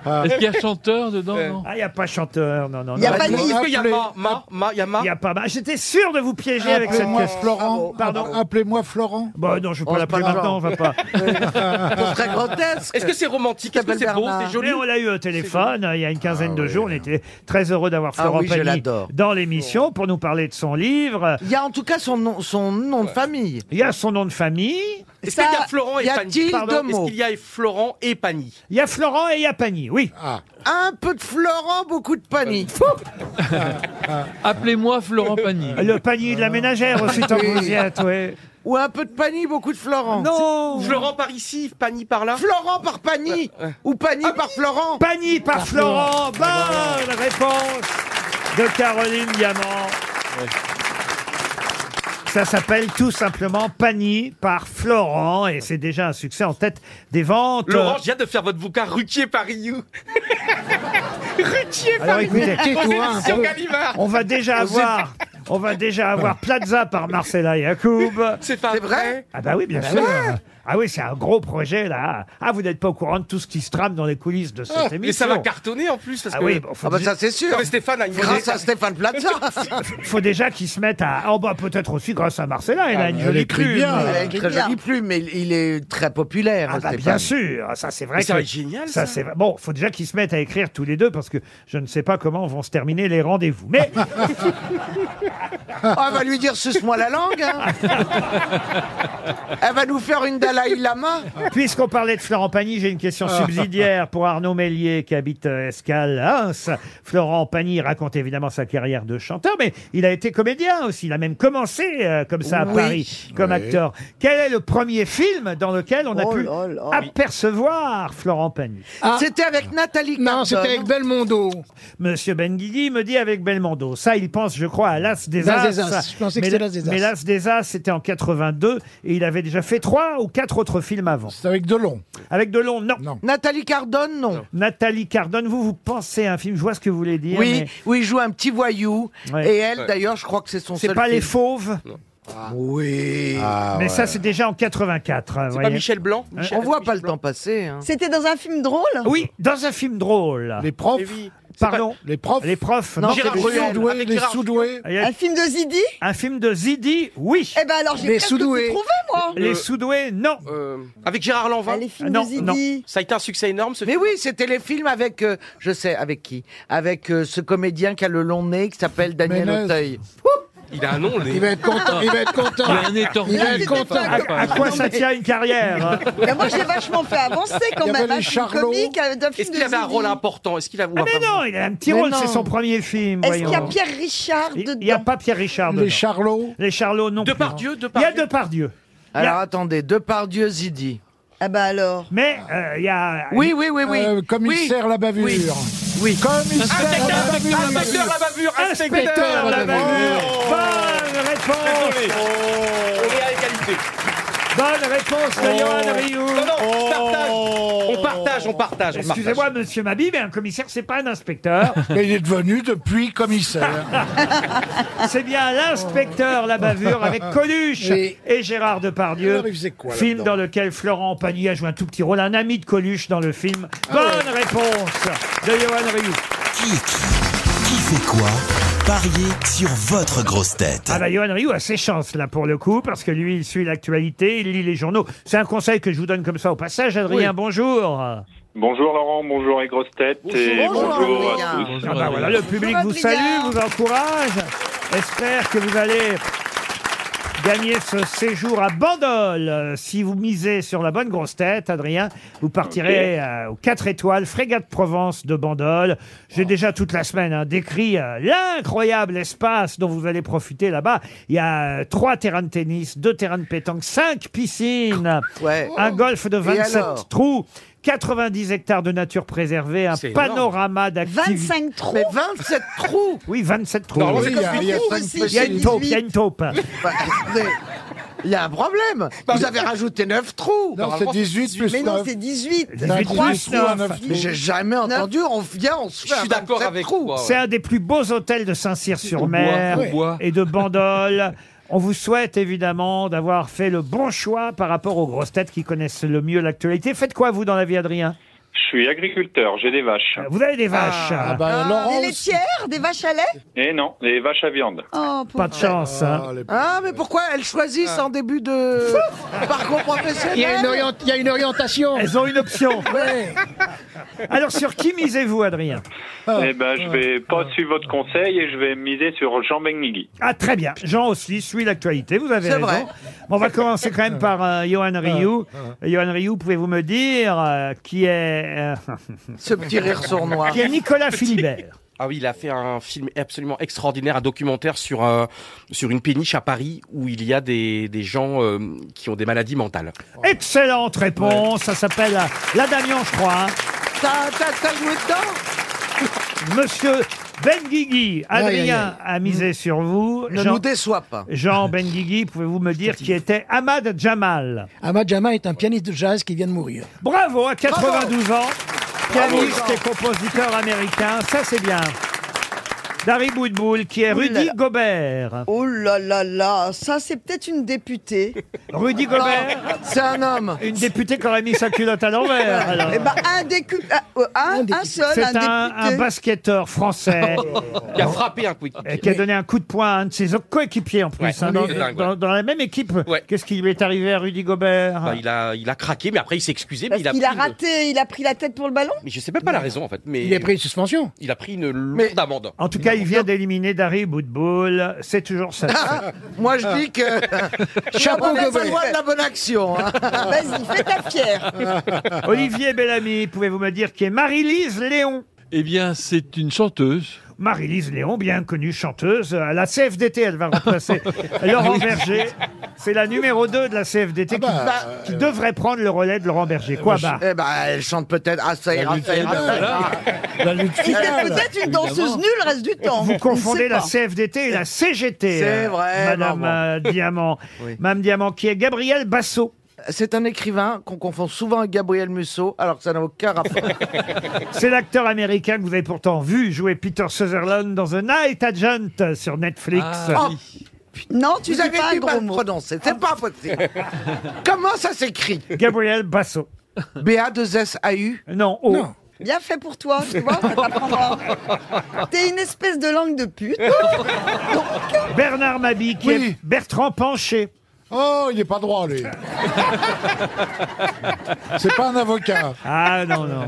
Speaker 13: Ah.
Speaker 7: Est-ce qu'il y a chanteur dedans non
Speaker 2: Ah, il n'y a pas chanteur. Non, non,
Speaker 7: Il y a
Speaker 2: non.
Speaker 7: pas de
Speaker 3: Est-ce qu'il y a ma, ma, ma, il y a ma
Speaker 2: Il n'y a pas ma- J'étais sûr de vous piéger avec cette
Speaker 13: Appelez-moi
Speaker 2: question.
Speaker 13: Florent.
Speaker 2: Ah, Pardon.
Speaker 13: Appelez-moi Florent.
Speaker 2: Bah non, je ne vais
Speaker 13: Oh,
Speaker 2: pas
Speaker 13: c'est
Speaker 2: l'appeler
Speaker 13: pas
Speaker 2: maintenant, on
Speaker 13: grave.
Speaker 2: va pas.
Speaker 8: Ce serait grotesque.
Speaker 3: Est-ce que c'est romantique Est-ce que c'est beau C'est joli
Speaker 2: Mais Eh, on l'a eu au téléphone euh, il y a une quinzaine de jours. On était très heureux d'avoir
Speaker 8: Ah
Speaker 2: Florent
Speaker 8: oui, je
Speaker 2: Pagny
Speaker 8: l'adore.
Speaker 2: dans l'émission pour nous parler de son livre.
Speaker 8: Il y a en tout cas son nom, son nom de famille.
Speaker 2: Il y a son nom de famille.
Speaker 3: Est-ce qu'il y a Florent et
Speaker 8: y
Speaker 3: Pagny
Speaker 8: a-t-il
Speaker 3: Pardon,
Speaker 8: deux
Speaker 3: Est-ce
Speaker 8: mots
Speaker 3: qu'il y a Florent et Pagny
Speaker 2: Il y a Florent et il y a Pagny, oui.
Speaker 8: Ah. Un peu de Florent, beaucoup de Pagny.
Speaker 7: Ah. Appelez-moi Florent Pagny.
Speaker 2: Le panier de la ménagère aussi, tant que vous y êtes, oui.
Speaker 8: Ou un peu de Pagny, beaucoup de Florent.
Speaker 2: Non
Speaker 3: Florent par ici, Pagny par là Ah,
Speaker 8: Florent par Pagny ou Pagny par Florent.
Speaker 2: Pagny par Florent. Bonne réponse de Caroline Diamant. Ça s'appelle tout simplement Pagny par Florent et c'est déjà un succès en tête des ventes.
Speaker 3: Laurent, je viens de faire votre bouquin Ruquier Paris Ruquier
Speaker 2: Alors
Speaker 3: Paris
Speaker 2: écoutez, hein.
Speaker 3: Gallimard.
Speaker 2: on va déjà avoir, on va déjà avoir Plaza par Marcella Yacoub.
Speaker 3: C'est pas vrai
Speaker 2: Ah bah oui, bien
Speaker 3: Bah
Speaker 2: sûr.
Speaker 3: ouais.
Speaker 2: Ah oui, c'est un gros projet là. Ah, vous n'êtes pas au courant de tout ce qui se trame dans les coulisses de cette
Speaker 3: Ah,
Speaker 2: émission.
Speaker 3: Et ça va cartonner en plus parce
Speaker 2: Ah
Speaker 3: que...
Speaker 2: oui, bon, faut Ah bah dire- ça, c'est sûr.
Speaker 3: Non, mais Stéphane a une
Speaker 2: Grâce
Speaker 3: idée.
Speaker 2: à
Speaker 8: Stéphane Plaza.
Speaker 2: Faut déjà qu'ils se mettent à. Ah bah peut-être aussi grâce à Marcella. Elle a une
Speaker 8: Ah, Elle
Speaker 2: jolie
Speaker 8: écrit
Speaker 2: plume.
Speaker 8: bien, elle a une très jolie plume, mais il est très populaire.
Speaker 2: Ah bah,
Speaker 8: Stéphane.
Speaker 2: bien sûr, Ah, ça c'est vrai.
Speaker 8: Mais ça
Speaker 2: que-
Speaker 8: va être génial, ça.
Speaker 2: c'est vrai. bon. Faut déjà qu'ils se mettent à écrire tous les deux parce que je ne sais pas comment vont se terminer les rendez-vous. Mais
Speaker 8: Ah, elle va lui dire suce-moi la langue. hein. elle va nous faire une Dalai Lama. Ah.
Speaker 2: Puisqu'on parlait de Florent Pagny, j'ai une question subsidiaire pour Arnaud Mélier qui habite euh, Escale, à Reims. Florent Pagny raconte évidemment sa carrière de chanteur, mais il a été comédien aussi. Il a même commencé euh, comme ça à
Speaker 8: Oui.
Speaker 2: Paris, comme
Speaker 8: Oui.
Speaker 2: acteur. Quel est le premier film dans lequel on a
Speaker 8: Oh
Speaker 2: pu
Speaker 8: là là.
Speaker 2: apercevoir Florent Pagny
Speaker 8: C'était avec Nathalie Cardone.
Speaker 5: Ah. Non, c'était avec Belmondo.
Speaker 2: Monsieur Benguigui me dit avec Belmondo. Ça, il pense, je crois, à l'As des
Speaker 5: L'As
Speaker 2: As.
Speaker 5: des As. Je pensais que
Speaker 2: Mais
Speaker 5: c'était
Speaker 2: le-
Speaker 5: l'As des As.
Speaker 2: Mais l'As des As, c'était en 82 et il avait déjà fait trois ou quatre autres films avant.
Speaker 13: C'est avec Delon.
Speaker 2: Avec Delon, non.
Speaker 8: Nathalie Cardone, non.
Speaker 2: Nathalie Cardone, vous, vous pensez à un film, je vois ce que vous voulez dire.
Speaker 8: Oui,
Speaker 2: mais
Speaker 8: oui, il joue un petit voyou.
Speaker 2: Ouais.
Speaker 8: Et elle,
Speaker 2: Ouais.
Speaker 8: d'ailleurs, je crois que c'est son
Speaker 2: c'est
Speaker 8: seul
Speaker 2: pas Les
Speaker 8: film. Ah,
Speaker 2: Fauves,
Speaker 8: Oui.
Speaker 2: mais ça, c'est déjà en 84. hein, voyez.
Speaker 3: Blanc
Speaker 2: Michel-
Speaker 8: On voit pas le temps passer. hein.
Speaker 6: C'était dans un film drôle
Speaker 2: Oui, dans un film drôle.
Speaker 13: Les profs.
Speaker 3: Eh oui.
Speaker 2: Pardon
Speaker 13: Les profs.
Speaker 2: Les profs,
Speaker 13: Non,
Speaker 2: non.
Speaker 13: c'est les sous-doués. Les sous-doués.
Speaker 2: Il y a-
Speaker 6: Un film de Zidi
Speaker 2: Un film de Zidi, oui.
Speaker 6: Eh ben alors j'ai presque tout trouvé moi
Speaker 2: Les
Speaker 3: Euh,
Speaker 2: Soudoués, non.
Speaker 3: Euh, avec Gérard Lanvin
Speaker 6: Les films
Speaker 2: Ah, non,
Speaker 6: de Zidi
Speaker 2: non.
Speaker 3: Ça a été un succès énorme ce
Speaker 8: Mais oui, c'était les films avec, euh, je sais, avec qui Avec euh, ce comédien qui a le long nez qui s'appelle Daniel
Speaker 13: Ménez.
Speaker 8: Auteuil.
Speaker 3: Il a un nom, les...
Speaker 13: Il va être content. Il va être content.
Speaker 7: Il a un nez tordu.
Speaker 13: Il va être content.
Speaker 2: À, à quoi ça tient une carrière hein
Speaker 6: Mais moi, j'ai vachement fait avancer
Speaker 13: Il y
Speaker 6: quand
Speaker 13: avait
Speaker 6: même.
Speaker 13: les
Speaker 6: hein, film
Speaker 13: Charlots.
Speaker 6: comique euh, d'un film
Speaker 3: Est-ce
Speaker 6: de
Speaker 3: qu'il avait un
Speaker 6: Zidi.
Speaker 3: rôle important Est-ce qu'il a...
Speaker 2: Ah, mais non, il a un petit
Speaker 8: Mais
Speaker 2: rôle,
Speaker 8: non.
Speaker 2: c'est son premier film.
Speaker 6: Est-ce qu'il y a
Speaker 2: voyons.
Speaker 6: Pierre Richard
Speaker 2: Il
Speaker 6: dedans
Speaker 2: n'y a pas Pierre Richard.
Speaker 13: Les
Speaker 2: dedans.
Speaker 13: Charlots.
Speaker 2: Les Charlots, non. plus.
Speaker 3: Depardieu,
Speaker 2: Il y a
Speaker 3: Depardieu.
Speaker 2: Depardieu. Il y
Speaker 8: Alors
Speaker 2: a-
Speaker 8: attendez, Depardieu Zidi.
Speaker 6: Ah bah alors.
Speaker 2: Mais euh, il y a.
Speaker 8: Oui, oui, oui, oui.
Speaker 13: Euh, commissaire la bavure.
Speaker 8: Oui. Oui. Ah.
Speaker 13: Commissaire la
Speaker 3: Inspecteur,
Speaker 13: bavure.
Speaker 3: inspecteur, la bavure,
Speaker 13: Inspecteur,
Speaker 3: inspecteur,
Speaker 13: la
Speaker 3: la
Speaker 13: bavure.
Speaker 3: bavure.
Speaker 2: Bonne réponse
Speaker 3: Désolé. On est à égalité.
Speaker 2: Bonne réponse de
Speaker 3: Oh.
Speaker 2: Johan Rioux. Oh.
Speaker 3: Non, non, je partage. On partage, on partage, on
Speaker 2: Excusez-moi, monsieur Mabi, mais un commissaire, c'est pas un inspecteur.
Speaker 13: Mais il est devenu depuis commissaire.
Speaker 2: c'est bien l'inspecteur La Bavure avec Coluche
Speaker 13: Oui.
Speaker 2: et Gérard Depardieu.
Speaker 13: Alors, il faisait quoi,
Speaker 2: film
Speaker 13: là-dedans
Speaker 2: dans lequel Florent Pagny a joué un tout petit rôle, un ami de Coluche dans le film.
Speaker 1: Ah
Speaker 2: Bonne réponse de Johan Rioux.
Speaker 1: Qui fait quoi Pariez sur votre grosse tête.
Speaker 2: Ah bah Johan Rioux a ses chances là pour le coup parce que lui il suit l'actualité, il lit les journaux. C'est un conseil que je vous donne comme ça au passage. Adrien,
Speaker 20: Oui.
Speaker 2: bonjour.
Speaker 20: Bonjour Laurent, bonjour les grosses têtes et
Speaker 2: Bonjour,
Speaker 20: bonjour à
Speaker 2: Adrien.
Speaker 20: tous.
Speaker 2: Ah bah voilà, le public vous salue, vous encourage. Espère que vous allez gagner ce séjour à Bandol. Euh, Si vous misez sur la bonne grosse tête, Adrien, vous partirez euh, aux 4 étoiles, Frégate Provence de Bandol. J'ai déjà toute la semaine hein, décrit euh, l'incroyable espace dont vous allez profiter là-bas. Il y a euh, trois terrains de tennis, deux terrains de pétanque, cinq piscines, un golf de
Speaker 8: Et
Speaker 2: 27
Speaker 8: alors
Speaker 2: trous. 90 hectares de nature préservée, un
Speaker 8: C'est
Speaker 2: panorama d'activités. 25 trous Mais 27 trous Oui, 27 trous.
Speaker 8: Non,
Speaker 2: Oui,
Speaker 8: c'est
Speaker 2: il
Speaker 8: comme
Speaker 2: y a-
Speaker 8: une
Speaker 2: il y a
Speaker 8: tour
Speaker 2: cinq
Speaker 8: ici.
Speaker 2: possibilités. Il y a une taupe, il y a une taupe.
Speaker 8: Bah, écoutez, Il y a un problème. Vous avez rajouté 9 trous.
Speaker 13: Non, c'est 18 plus
Speaker 8: Mais non,
Speaker 13: neuf.
Speaker 8: c'est 18.
Speaker 13: C'est 18
Speaker 8: Trois
Speaker 13: plus
Speaker 8: trous.
Speaker 13: neuf.
Speaker 8: Mais j'ai jamais entendu. On vient, on se fait. un 27 trous.
Speaker 2: C'est un des plus beaux hôtels de Saint-Cyr-sur-Mer
Speaker 8: Au bois, au bois.
Speaker 2: et de Bandol. On vous souhaite évidemment d'avoir fait le bon choix par rapport aux grosses têtes qui connaissent le mieux l'actualité. Faites quoi, vous, dans la vie, Adrien
Speaker 20: Je suis agriculteur, j'ai des vaches.
Speaker 2: Ah, Vous
Speaker 8: Ah,
Speaker 2: avez des vaches.
Speaker 8: bah,
Speaker 6: Des laitières, des vaches à lait
Speaker 20: Eh non, des vaches à viande.
Speaker 6: Oh,
Speaker 2: Pas de chance. hein.
Speaker 8: Ah, mais pourquoi elles choisissent en début de parcours professionnel
Speaker 5: Il y a une orient- il y a une orientation.
Speaker 2: Elles ont une option.
Speaker 8: Ouais.
Speaker 2: Alors, sur qui misez-vous, Adrien
Speaker 20: eh ben,
Speaker 2: ah,
Speaker 20: je vais pas suivre votre conseil et je vais miser sur Jean Benguigui.
Speaker 2: Ah très bien, Jean aussi suit l'actualité, vous avez
Speaker 20: C'est
Speaker 2: raison.
Speaker 20: vrai.
Speaker 2: Bon, on va commencer quand même par euh, Johan Rioux.
Speaker 8: Ah,
Speaker 2: Johan Rioux, pouvez-vous me dire euh, qui est... euh,
Speaker 8: Ce petit rire sournois.
Speaker 2: Qui est Nicolas Philibert.
Speaker 3: Ah oui, il a fait un film absolument extraordinaire, un documentaire sur, un- sur une péniche à Paris où il y a des, des gens euh, qui ont des maladies mentales.
Speaker 2: Excellente réponse, ça s'appelle euh, La Damian, je crois. hein.
Speaker 8: T'as t'as- t'as joué dedans
Speaker 2: Monsieur Benguigui,
Speaker 8: Aïe, aïe, Mm.
Speaker 2: Adrien a misé sur vous.
Speaker 8: Ne nous déçois pas.
Speaker 2: Jean Benguigui, pouvez-vous me dire qui était Ahmad Jamal
Speaker 5: Ahmad Jama est un pianiste de jazz qui vient de mourir.
Speaker 2: Bravo, à 92 ans,
Speaker 5: Bravo,
Speaker 2: pianiste
Speaker 5: Jean.
Speaker 2: et compositeur américain, ça c'est bien. Dari Boudboul, qui est
Speaker 6: Ouh là
Speaker 2: Rudy
Speaker 6: là.
Speaker 2: Gobert.
Speaker 6: Oh là là là, ça c'est peut-être une députée.
Speaker 2: Rudy Gobert
Speaker 8: C'est un homme.
Speaker 2: Une députée qui aurait mis sa culotte à l'envers. alors.
Speaker 6: Eh ben, un, décu- euh, un- un, un seul,
Speaker 2: C'est
Speaker 6: un,
Speaker 2: un, un
Speaker 6: député.
Speaker 2: basket-teur français
Speaker 3: Oh. Qui a frappé un quick
Speaker 2: euh, Oh. qui a donné un coup de poing à un de ses autres coéquipiers en plus,
Speaker 3: Ouais,
Speaker 2: hein, dans,
Speaker 3: c'est dingue, ouais.
Speaker 2: dans- dans la même équipe. Qu'est-ce qui lui est arrivé à Rudy Gobert
Speaker 3: Bah, il, a, il a craqué, mais après il s'est excusé. Mais
Speaker 6: Parce
Speaker 3: il a,
Speaker 6: qu'il a
Speaker 3: pris une-
Speaker 6: raté, il a pris la tête pour le ballon
Speaker 3: Mais je sais même pas la raison en fait. Mais
Speaker 2: Il a pris
Speaker 5: une suspension.
Speaker 3: Il a pris une lourde amende.
Speaker 2: En tout cas, il vient d'éliminer Dari Boudboul. C'est toujours ça.
Speaker 8: Ah, Moi, je dis que.
Speaker 2: Chapeau,
Speaker 8: On a
Speaker 2: Gobert.
Speaker 8: pas le droit de la bonne action. hein.
Speaker 6: Vas-y, fais ta pierre.
Speaker 2: Olivier Bellamy, pouvez-vous me dire qui est Marie-Lise Léon
Speaker 7: Eh bien, c'est une chanteuse.
Speaker 2: Marie-Lise Léon, bien connue chanteuse, à la CFDT, elle va remplacer Laurent
Speaker 7: Ah Oui.
Speaker 2: Berger. C'est la numéro 2 de la CFDT qui,
Speaker 8: bah,
Speaker 2: va- qui devrait prendre le relais de Laurent Berger. Quoi, bah
Speaker 8: Eh ben, elle chante peut-être. Ah, ça ira, ça ira, ça ira.
Speaker 6: C'était peut-être une danseuse nulle le reste du temps.
Speaker 2: Vous confondez la
Speaker 6: scène.
Speaker 2: CFDT et la CGT.
Speaker 8: C'est
Speaker 2: euh,
Speaker 8: vrai,
Speaker 2: Madame
Speaker 8: maman.
Speaker 2: euh, Diamant.
Speaker 8: Oui.
Speaker 2: Madame Diamant, qui est Gabriel Basso.
Speaker 8: C'est un écrivain qu'on confond souvent avec Gabriel Musso, alors que ça n'a aucun rapport.
Speaker 2: C'est l'acteur américain que vous avez pourtant vu jouer Peter Sutherland dans The Night Agent sur Netflix.
Speaker 8: Ah,
Speaker 6: Non,
Speaker 8: tu Vous avez pas du mal prononcé, c'est pas possible. Comment ça s'écrit
Speaker 2: Gabriel Basso.
Speaker 8: B-A-2-S-A-U
Speaker 2: Non, O.
Speaker 6: Bien fait pour toi, tu vois, ça t'apprendra. T'es une espèce de langue de pute.
Speaker 2: Bernard Mabi, qui est Bertrand Panché.
Speaker 13: Oh, il n'est pas droit, lui. C'est pas un avocat.
Speaker 2: Ah non, non.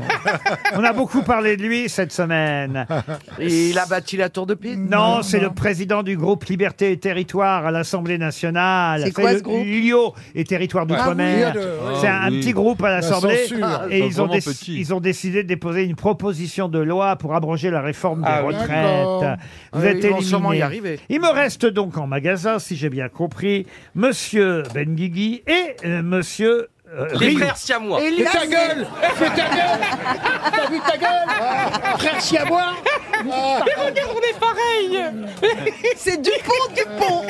Speaker 2: On a beaucoup parlé de lui cette semaine.
Speaker 8: Il a bâti la tour de piste
Speaker 2: Non, c'est le président du groupe Liberté et Territoire à l'Assemblée nationale.
Speaker 8: C'est
Speaker 2: Fait
Speaker 8: quoi,
Speaker 2: le-
Speaker 8: ce groupe
Speaker 2: L'ULIO et Territoire
Speaker 8: Ah oui, il y a
Speaker 2: d'Outre-mer.
Speaker 8: de-
Speaker 13: euh,
Speaker 8: oui.
Speaker 2: C'est un, un
Speaker 8: Ah Oui.
Speaker 2: petit groupe à
Speaker 8: La
Speaker 2: l'Assemblée.
Speaker 8: censure.
Speaker 2: Et
Speaker 8: Ils
Speaker 2: ils
Speaker 8: sont
Speaker 2: ont,
Speaker 8: vraiment
Speaker 2: déc-
Speaker 8: petits.
Speaker 2: ils ont décidé de déposer une proposition de loi pour abroger la réforme des
Speaker 8: Ah oui. D'accord.
Speaker 2: retraites. Vous
Speaker 8: Ah,
Speaker 2: êtes
Speaker 8: ils vont sûrement
Speaker 2: éliminés.
Speaker 8: y arriver.
Speaker 2: Il me reste donc en magasin, si j'ai bien compris, Monsieur Benguigui et euh, Monsieur... euh,
Speaker 3: Les
Speaker 2: Rioux.
Speaker 3: frères siamois. Ah,
Speaker 5: Fais ta gueule Fais ta gueule T'as vu ta gueule Frère Chiabois
Speaker 2: Mais
Speaker 3: regarde, on est pareil
Speaker 6: Ah. C'est du pont, du pont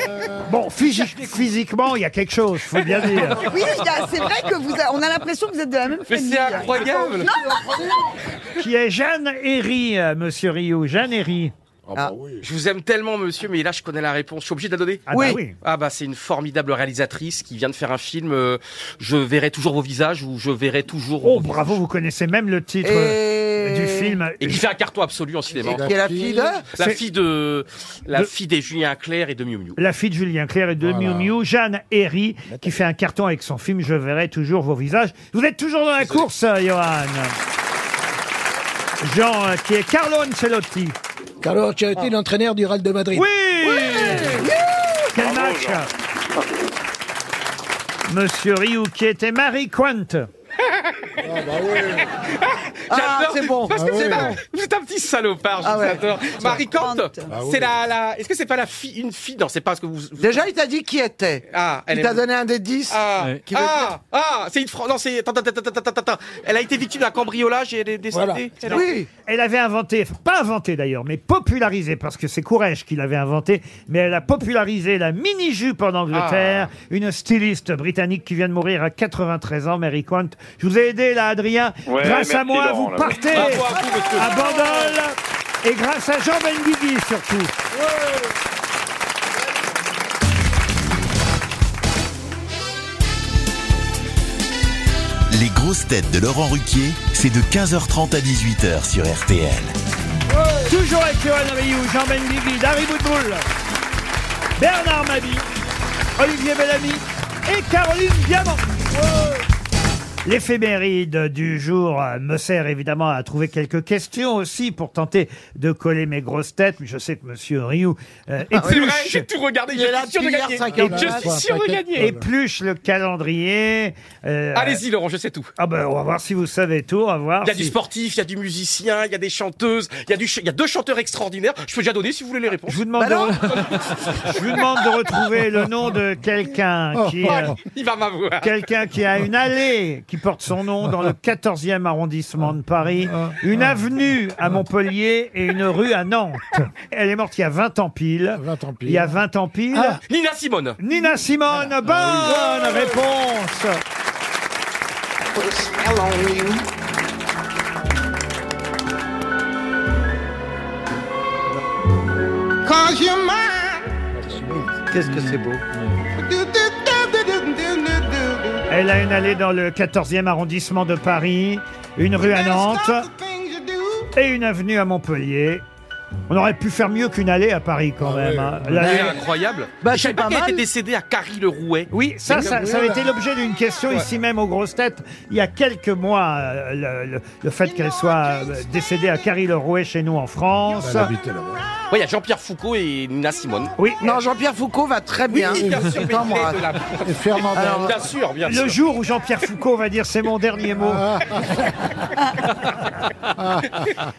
Speaker 2: Bon, physi- physiquement, il y a quelque chose, faut bien dire.
Speaker 6: Oui, il y a- c'est vrai que vous a- on a l'impression que vous êtes de la même
Speaker 2: Mais
Speaker 6: famille.
Speaker 2: c'est incroyable.
Speaker 6: Non, non, non.
Speaker 2: Qui est Jeanne Herry, euh, monsieur Rio. Jeanne Herry.
Speaker 3: Ah, Je vous aime tellement, monsieur, mais là, je connais la réponse. Je suis obligé de la donner
Speaker 2: Ah bah Oui. oui.
Speaker 3: Ah bah, c'est une formidable réalisatrice qui vient de faire un film. euh, je verrai toujours vos visages ou je verrai toujours.
Speaker 2: Oh, bravo, vous connaissez même le titre euh,
Speaker 3: Et-
Speaker 2: du film.
Speaker 3: Et qui fait un carton absolu en cinéma.
Speaker 2: Et qui est la fille de
Speaker 3: La
Speaker 2: C'est-
Speaker 3: fille de. La
Speaker 2: de-
Speaker 3: fille des Julien Clerc et de Miu Miu.
Speaker 2: La fille de Julien Clerc et de
Speaker 3: Voilà.
Speaker 2: Miu Miu, Jeanne Herry, qui fait un carton avec son film Je verrai toujours vos visages. Vous êtes toujours dans la course, euh, Johan. Jean, euh, qui est Carlo Ancelotti. Ah.
Speaker 5: Carlo Ancelotti, l'entraîneur du Real de Madrid.
Speaker 2: Oui, Quel
Speaker 5: Bravo,
Speaker 2: match Monsieur Rioux, qui était Marie Quant. Ah, bah
Speaker 3: J'adore,
Speaker 2: c'est bon.
Speaker 3: Parce que
Speaker 2: Ah
Speaker 3: c'est
Speaker 2: oui.
Speaker 3: un- vous êtes un petit salopard, je
Speaker 2: Ah
Speaker 3: vous
Speaker 2: ouais.
Speaker 3: adore. Marie Kant,
Speaker 8: oui.
Speaker 3: c'est la, la- Est-ce que c'est pas la fille, une fille Non, c'est pas ce que vous. vous-
Speaker 8: Déjà, il t'a dit qui était.
Speaker 3: Ah, elle
Speaker 8: il
Speaker 3: est-
Speaker 8: t'a donné un des dix.
Speaker 3: Ah,
Speaker 8: qui veut
Speaker 3: ah, ah, c'est une Fran- Non, c'est. Attends, attends, attends, attends, attends, attends. Elle a été victime d'un cambriolage et elle est décédée. Elle est-
Speaker 2: Elle avait inventé, enfin, pas inventé d'ailleurs, mais popularisé, parce que c'est Courage qui l'avait inventé, mais elle a popularisé la mini-jupe en Angleterre.
Speaker 20: Ah.
Speaker 2: Une styliste britannique qui vient de mourir à 93 ans, Mary Quant. Je vous ai aidé là, Adrien.
Speaker 20: Ouais,
Speaker 2: grâce à
Speaker 20: merci,
Speaker 2: moi,
Speaker 20: Laurent,
Speaker 2: vous
Speaker 20: là.
Speaker 2: partez
Speaker 20: Bravo à vous, monsieur.
Speaker 2: à Bandol. Et grâce à Jean Benguigui surtout.
Speaker 1: Les grosses têtes de Laurent Ruquier, c'est de 15h30 à 18h sur RTL.
Speaker 2: Toujours avec Johan Rioux, Jean Benguigui, Dari Boudboul, Bernard Mabi, Olivier Bellamy et Caroline Diamant. L'éphéméride du jour euh, me sert évidemment à trouver quelques questions aussi pour tenter de coller mes grosses têtes. Mais je sais que Monsieur Rioux euh,
Speaker 3: Ah, C'est vrai,
Speaker 2: épluche-
Speaker 3: j'ai tout regardé,
Speaker 2: Il
Speaker 3: je
Speaker 2: est là
Speaker 3: suis sûr de
Speaker 2: depuis
Speaker 3: gagner.
Speaker 2: hier cinq heures du
Speaker 3: Je
Speaker 2: matin,
Speaker 3: suis sûr de
Speaker 2: paquet
Speaker 3: gagner.
Speaker 2: Épluche le calendrier. euh,
Speaker 3: Allez-y, Laurent, je sais tout.
Speaker 2: Ah ben, on va voir si vous savez tout. On va voir.
Speaker 3: Il y a du
Speaker 2: si-
Speaker 3: sportif, il y a du musicien, il y a des chanteuses, il y a, du ch- il y a deux chanteurs extraordinaires. Je peux déjà donner si vous voulez les réponses. Bah
Speaker 2: Je vous demande, de... je vous demande de retrouver le nom de quelqu'un qui. euh,
Speaker 3: Oh, Il va m'avoir.
Speaker 2: Quelqu'un qui a une allée qui porte son nom dans le 14e arrondissement de Paris, une avenue à Montpellier et une rue à Nantes. Elle est morte il y a 20 ans pile. Ah Il y a 20 ans pile.
Speaker 3: Ah, Nina Simone.
Speaker 2: Nina Simone, bonne réponse
Speaker 21: Cause you're mine.
Speaker 8: Qu'est-ce que c'est beau.
Speaker 21: Do, do, do, do, do, do, do, do, do.
Speaker 2: Elle a une allée dans le 14e arrondissement de Paris, une rue à Nantes et une avenue à Montpellier. On aurait pu faire mieux qu'une allée à Paris quand même. hein. L'allée-
Speaker 3: C'est incroyable.
Speaker 2: Bah,
Speaker 3: je savais
Speaker 2: c'est
Speaker 3: pas
Speaker 2: pas
Speaker 3: qu'elle
Speaker 2: mal.
Speaker 3: était décédée à Carry-le-Rouet.
Speaker 2: Oui, ça, ça, ça avait été l'objet d'une question
Speaker 3: Ouais.
Speaker 2: ici même aux grosses têtes il y a quelques mois. euh, le, le- le fait qu'elle soit euh, décédée à Carry-le-Rouet chez nous en France.
Speaker 3: Ouais, il y a Jean-Pierre Foucault et Nina Simone.
Speaker 2: Oui.
Speaker 8: Non, Jean-Pierre Foucault va très
Speaker 3: Oui,
Speaker 8: bien.
Speaker 3: bien
Speaker 8: Il
Speaker 3: sûr, mais il est
Speaker 8: t'embrasse.
Speaker 3: de la-
Speaker 8: Et Fernandel.
Speaker 3: Alors, bien sûr, bien sûr.
Speaker 2: Ah, Le jour où Jean-Pierre Foucault va dire c'est mon dernier mot. Ah.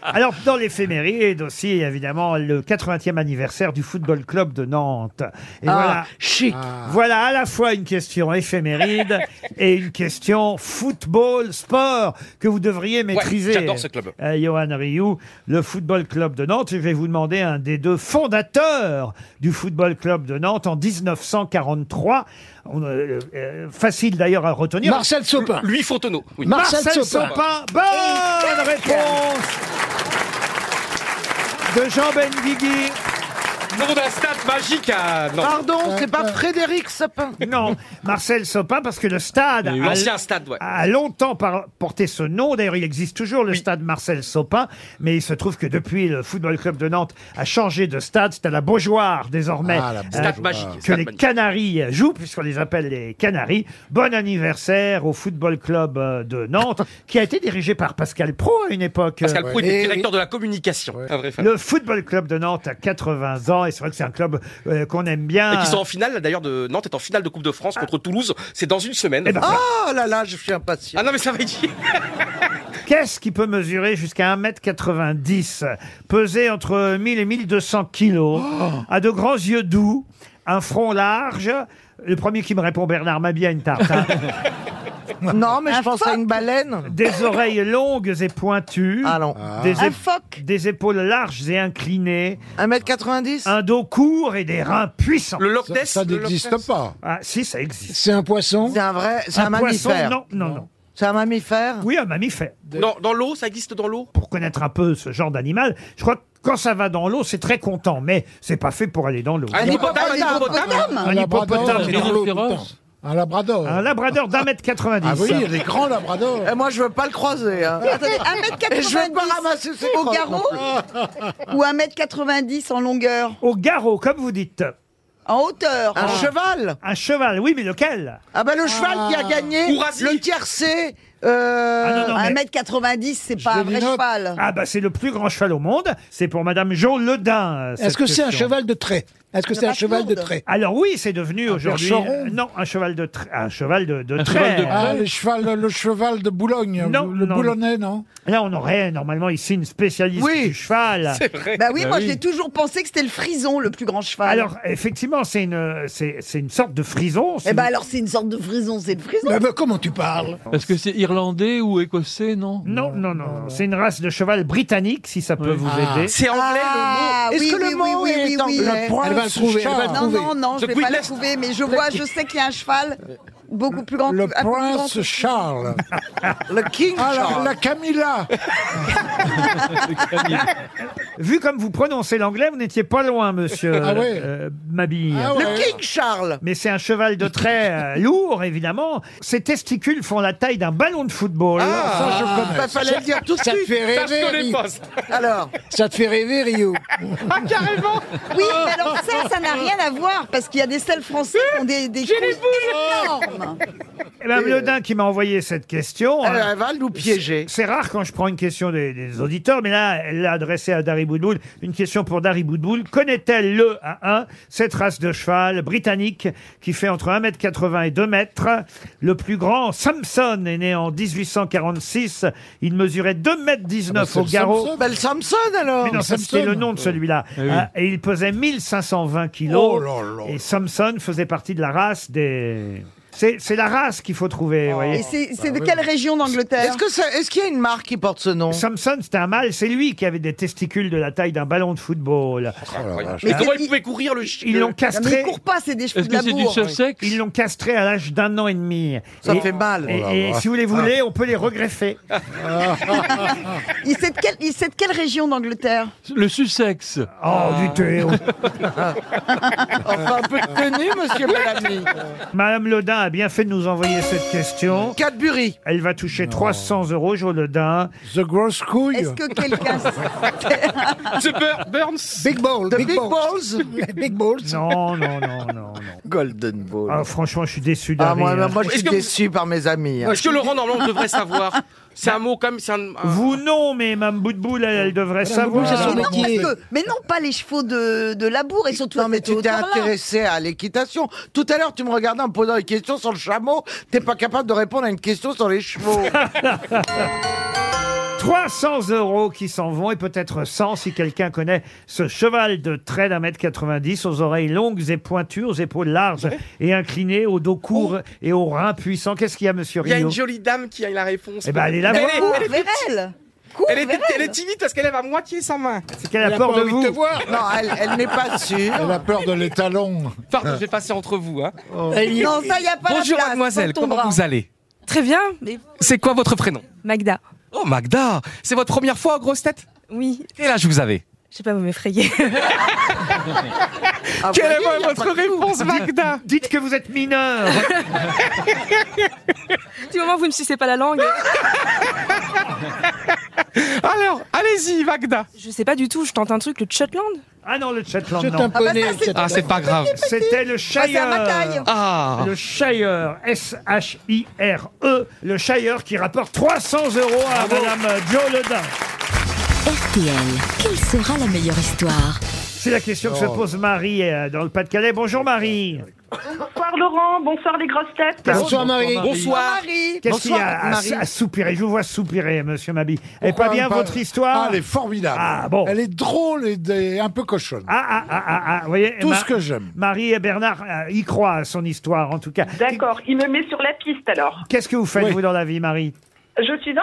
Speaker 2: Alors, dans l'éphéméride aussi, évidemment, le 80e anniversaire du Football Club de Nantes. Et
Speaker 8: Ah,
Speaker 2: voilà. Ah.
Speaker 8: chic.
Speaker 2: Voilà à la fois une question éphéméride et une question football, sport, que vous devriez maîtriser.
Speaker 3: j'adore ce club.
Speaker 2: Euh, Johan Rioux, le Football Club de Nantes. Je vais vous demander un des deux fondateurs du Football Club de Nantes en 1943. On, euh, euh, facile d'ailleurs à retenir.
Speaker 5: Marcel Sopin.
Speaker 3: Lui Fontenot. oui.
Speaker 2: Marcel, Sopin. Bonne réponse de Jean Benguigui.
Speaker 3: Nom d'un stade magique à Nantes.
Speaker 8: Pardon, c'est pas Frédéric Sapin.
Speaker 2: Non, Marcel Sopin, parce que le stade
Speaker 3: Oui, oui.
Speaker 2: a,
Speaker 3: Euh, L'ancien stade, ouais.
Speaker 2: a longtemps par- porté ce nom. D'ailleurs, il existe toujours le stade Marcel Sopin, mais il se trouve que depuis, le Football Club de Nantes a changé de stade. C'est à la Beaujoire désormais euh,
Speaker 3: Ah, la Stade magique,
Speaker 2: que
Speaker 3: stade
Speaker 2: les
Speaker 3: magique.
Speaker 2: Canaries jouent, puisqu'on les appelle les Canaries. Bon anniversaire au Football Club euh, de Nantes, qui a été dirigé par Pascal Pro à une époque.
Speaker 3: Pascal
Speaker 2: Euh,
Speaker 3: Proulx était
Speaker 2: et-
Speaker 3: directeur de la communication. Un vrai fan.
Speaker 2: le football club de Nantes a 80 ans et c'est vrai que c'est un club euh, qu'on aime bien.
Speaker 3: Et qui sont en finale, là, d'ailleurs, de Nantes est en finale de Coupe de France contre Toulouse. C'est dans une semaine.
Speaker 2: Ah. Eh ben,
Speaker 8: Oh là là, je suis impatient.
Speaker 3: Ah non, mais ça va être.
Speaker 2: Qu'est-ce qui peut mesurer jusqu'à 1m90, peser entre 1000 et 1200 kilos,
Speaker 13: Oh
Speaker 2: a de grands yeux doux, un front large Le premier qui me répond, Bernard Mabie, a une tarte. hein.
Speaker 8: Non, mais je pense à une baleine. Ah,
Speaker 2: Des oreilles longues et pointues. Ah. Des
Speaker 8: Un
Speaker 2: ép- Des épaules larges et inclinées. 1m90 Un dos court et des reins puissants.
Speaker 13: Le Loch Ness Ça- ça Le Loch n'existe Ness pas.
Speaker 2: Ah, si, ça existe.
Speaker 5: C'est un poisson
Speaker 8: C'est un vrai, c'est un,
Speaker 2: poisson,
Speaker 8: mammifère.
Speaker 2: Non, non, non.
Speaker 8: C'est un mammifère
Speaker 2: Oui, un mammifère.
Speaker 3: Dans, dans l'eau, ça existe dans l'eau
Speaker 2: Pour connaître un peu ce genre d'animal, je crois que quand ça va dans l'eau, c'est très content, mais c'est pas fait pour aller dans l'eau.
Speaker 3: Un hippopotame, un hippopotame
Speaker 2: Un hippopotame,
Speaker 13: labrador,
Speaker 2: dans l'eau,
Speaker 13: dans l'eau,
Speaker 2: putain.
Speaker 13: Un labrador.
Speaker 2: Un labrador d'un mètre 90.
Speaker 13: Ah oui, il y a des grands labradors.
Speaker 8: Et moi, je veux pas le croiser. hein.
Speaker 6: Attendez, 1m90
Speaker 8: Et je veux pas ramasser ses
Speaker 6: au
Speaker 8: crottes
Speaker 6: garrot
Speaker 8: non
Speaker 6: ou 1m90 en longueur
Speaker 2: Au garrot, comme vous dites. Ah.
Speaker 6: En hauteur.
Speaker 8: Un cheval
Speaker 2: Un cheval, oui, mais lequel
Speaker 8: Ah ben le cheval qui a gagné
Speaker 2: Ourasi.
Speaker 8: le tiercé. Euh...
Speaker 2: Ah non, non, mais-
Speaker 6: 1m90, c'est pas un vrai cheval.
Speaker 2: Ah bah c'est le plus grand cheval au monde, c'est pour Madame Jo Ledin. euh, cette
Speaker 5: Est-ce que c'est un
Speaker 2: question.
Speaker 5: cheval de trait Est-ce que c'est un cheval de trait
Speaker 2: Alors oui, c'est devenu aujourd'hui.
Speaker 5: percheron
Speaker 2: euh, Non, un cheval de trait. Un cheval de, de
Speaker 5: Un
Speaker 2: trait.
Speaker 5: cheval de
Speaker 13: Ah, le cheval, le cheval de Boulogne.
Speaker 2: Non,
Speaker 13: le
Speaker 2: non.
Speaker 13: boulonnais, non
Speaker 2: Là, on aurait normalement ici une spécialiste du cheval.
Speaker 6: Bah oui, moi j'ai toujours pensé que c'était le frison, le plus grand cheval.
Speaker 2: Alors, effectivement, c'est une, c'est, c'est une sorte de frison.
Speaker 6: Eh ben alors c'est une sorte de frison, c'est le frison.
Speaker 2: comment tu parles
Speaker 7: Est-ce que c'est irlandais ou écossais, non
Speaker 2: Non, non, non. C'est une race de cheval britannique, si ça peut vous
Speaker 7: Ah.
Speaker 2: aider.
Speaker 7: C'est
Speaker 6: anglais
Speaker 8: Ah,
Speaker 6: le mot.
Speaker 8: Est-ce que le mot est anglais
Speaker 6: oui.
Speaker 8: Le prince
Speaker 5: Elle va le trouver, elle va le
Speaker 6: non,
Speaker 5: trouver.
Speaker 6: Non, non, je
Speaker 5: The
Speaker 6: vais pas le
Speaker 5: Queenless.
Speaker 6: trouver, mais je vois, je sais qu'il y a un cheval beaucoup plus grand.
Speaker 13: Le
Speaker 6: un peu plus grand
Speaker 13: prince
Speaker 6: que-
Speaker 13: Charles.
Speaker 6: Le King
Speaker 13: Ah, la,
Speaker 6: Charles.
Speaker 13: la Camilla.
Speaker 2: Vu comme vous prononcez l'anglais, vous n'étiez pas loin, monsieur
Speaker 13: Ah ouais.
Speaker 2: euh, Mabille.
Speaker 13: Ah ouais. Le
Speaker 8: King Charles
Speaker 2: Mais c'est un cheval de trait euh, lourd, évidemment. Ses testicules font la taille d'un ballon de football.
Speaker 5: Ah,
Speaker 8: Bah, fallait le dire tout de
Speaker 5: Ça te
Speaker 8: suite.
Speaker 5: fait
Speaker 8: Ça, je
Speaker 5: rêver,
Speaker 8: connais
Speaker 5: Rio.
Speaker 8: pas, ça. Alors
Speaker 5: Ça te fait rêver, Rio.
Speaker 6: Ah, carrément Oui, mais alors ça, ça n'a rien à voir, parce qu'il y a des selles français qui ont des, des couilles énormes.
Speaker 2: Et Mme Ledin qui m'a envoyé cette question.
Speaker 8: Elle-
Speaker 2: euh,
Speaker 8: elle va nous piéger.
Speaker 2: C'est c'est rare quand je prends une question des, des auditeurs, mais là, elle l'a adressée à Dari Boudboul. Une question pour Dari Boudboul. Connaît-elle le 1 cette race de cheval britannique qui fait entre 1m80 et 2m Le plus grand, Samson, est né en 1846. Il mesurait 2m19 au garrot.
Speaker 8: Bah, le Samson alors
Speaker 2: Mais non, ça, c'était le nom de celui-là.
Speaker 8: Eh oui.
Speaker 2: Ah, et il pesait 1520 kilos.
Speaker 8: Oh là là.
Speaker 2: Et Samson faisait partie de la race des... C'est c'est la race qu'il faut trouver, vous voyez.
Speaker 6: Et c'est c'est de quelle région d'Angleterre
Speaker 8: Est-ce que ça- est-ce qu'il y a une marque qui porte ce nom
Speaker 2: Samson, c'était un mâle, c'est lui qui avait des testicules de la taille d'un ballon de football.
Speaker 3: Mais
Speaker 2: Ah.
Speaker 3: comment il pouvait courir le chien
Speaker 2: Ils l'ont castré.
Speaker 6: pas, c'est des
Speaker 2: Ils l'ont castré à l'âge d'un an et demi.
Speaker 8: Ça
Speaker 2: Et-
Speaker 8: fait mal.
Speaker 2: Et,
Speaker 8: Oh là
Speaker 2: et
Speaker 8: là.
Speaker 2: si vous les voulez, on peut les regreffer.
Speaker 6: il, sait de quelle, il sait de quelle région d'Angleterre
Speaker 7: Le Sussex.
Speaker 2: Oh, du thé.
Speaker 8: Enfin, un peu de tenue, monsieur Bellamy.
Speaker 2: Madame Lodin a bien fait de nous envoyer cette question.
Speaker 8: Cadbury.
Speaker 2: Elle va toucher 300 euros, Jo Lodin.
Speaker 13: The Gross Couille.
Speaker 6: Est-ce que
Speaker 2: Ah,
Speaker 6: quelqu'un...
Speaker 3: Ah, The Bur- Burns
Speaker 5: Big Ball.
Speaker 8: The
Speaker 5: big,
Speaker 8: Big
Speaker 5: balls.
Speaker 8: Balls.
Speaker 5: big Balls.
Speaker 2: Non, non, non, non.
Speaker 8: Golden Ball.
Speaker 2: Ah, franchement, je suis déçu
Speaker 8: Ah,
Speaker 2: d'arriver.
Speaker 8: moi, moi, je
Speaker 3: Est-ce
Speaker 8: suis
Speaker 3: que vous-
Speaker 8: déçu par mes amis. hein.
Speaker 3: Est-ce que Laurent, normalement, on devrait savoir C'est un mot comme. c'est Un, un-
Speaker 2: Vous non, mais Mme Boutboul, elle, elle devrait
Speaker 5: Boutboul,
Speaker 2: savoir.
Speaker 5: c'est son
Speaker 6: mais, non,
Speaker 5: métier.
Speaker 6: parce que- mais non, pas les chevaux de, de labour, et surtout
Speaker 8: Non, mais
Speaker 6: à cette
Speaker 8: tu t'es
Speaker 6: hauteur-là.
Speaker 8: intéressé à l'équitation. Tout à l'heure, tu me regardais en me posant une question sur le chameau. T'es pas capable de répondre à une question sur les chevaux.
Speaker 2: 300 euros qui s'en vont et peut-être 100 si quelqu'un connaît ce cheval de trait d'un mètre 90 aux oreilles longues et pointues, aux épaules larges et inclinées, au dos court et aux reins puissants. Qu'est-ce qu'il y a, monsieur
Speaker 3: Oh. Il y a
Speaker 2: Rio
Speaker 3: une jolie dame qui a la réponse.
Speaker 2: Eh ben, allez la
Speaker 3: elle
Speaker 2: voir.
Speaker 3: est-
Speaker 6: Cours
Speaker 3: elle est
Speaker 6: vers
Speaker 3: petite.
Speaker 6: elle Cours
Speaker 3: Elle est,
Speaker 6: vers
Speaker 3: elle est
Speaker 6: elle
Speaker 3: timide parce qu'elle lève à moitié sa main.
Speaker 2: C'est qu'elle a peur de vous.
Speaker 8: non, elle, elle n'est pas sûre.
Speaker 13: Elle a peur de l'étalon. Oh.
Speaker 3: Pardon, je vais passer entre vous. hein.
Speaker 6: Non, ça, y a pas la
Speaker 3: Bonjour
Speaker 6: place,
Speaker 3: mademoiselle,
Speaker 6: porte ton
Speaker 3: comment
Speaker 6: bras.
Speaker 3: vous allez
Speaker 10: Très bien, mais
Speaker 3: C'est quoi votre prénom
Speaker 10: Magda,
Speaker 3: Oh Magda, c'est votre première fois aux grosses têtes
Speaker 10: oui,
Speaker 3: Et là, je vous avais.
Speaker 10: je sais pas, vous m'effrayez.
Speaker 2: Ah,
Speaker 3: Quelle est votre réponse Magda
Speaker 2: Dites que vous êtes mineur.
Speaker 10: du moment où vous ne sucez pas la langue,
Speaker 3: Alors, allez-y Magda.
Speaker 10: je sais pas du tout, je tente un truc, le Shetland
Speaker 2: Ah non, le Shetland,
Speaker 5: C'est un
Speaker 2: non.
Speaker 5: poney.
Speaker 6: Ah bah ça, c'est-
Speaker 3: Ah, c'est pas grave.
Speaker 2: C'était le
Speaker 6: Ah, c'est à ma
Speaker 2: Shire.
Speaker 6: taille.
Speaker 3: Ah
Speaker 2: Le Shire, S-H-I-R-E, E, le Shire qui rapporte 300 euros à Madame Jo Ledin.
Speaker 9: RTL, quelle sera la meilleure histoire
Speaker 2: C'est la question que se pose Marie euh, dans le Pas-de-Calais. Bonjour Marie.
Speaker 22: Bonsoir
Speaker 14: Laurent, bonsoir les grosses têtes.
Speaker 2: Bonsoir. Qu'est-ce qu'il y a à, à soupirer Je vous vois soupirer, monsieur Mabi. Elle est pas bien votre histoire
Speaker 13: Ah, elle est formidable.
Speaker 2: Ah, bon.
Speaker 13: Elle est drôle et des- un peu cochonne.
Speaker 2: Ah, ah, ah, ah, ah, vous voyez,
Speaker 13: Tout
Speaker 2: Ma-
Speaker 13: ce que j'aime.
Speaker 2: Marie et Bernard euh, y croient à son histoire, en tout cas.
Speaker 14: D'accord, il me met sur la piste alors.
Speaker 2: Qu'est-ce que vous faites, vous, dans la vie, Marie
Speaker 14: Je suis infirmière.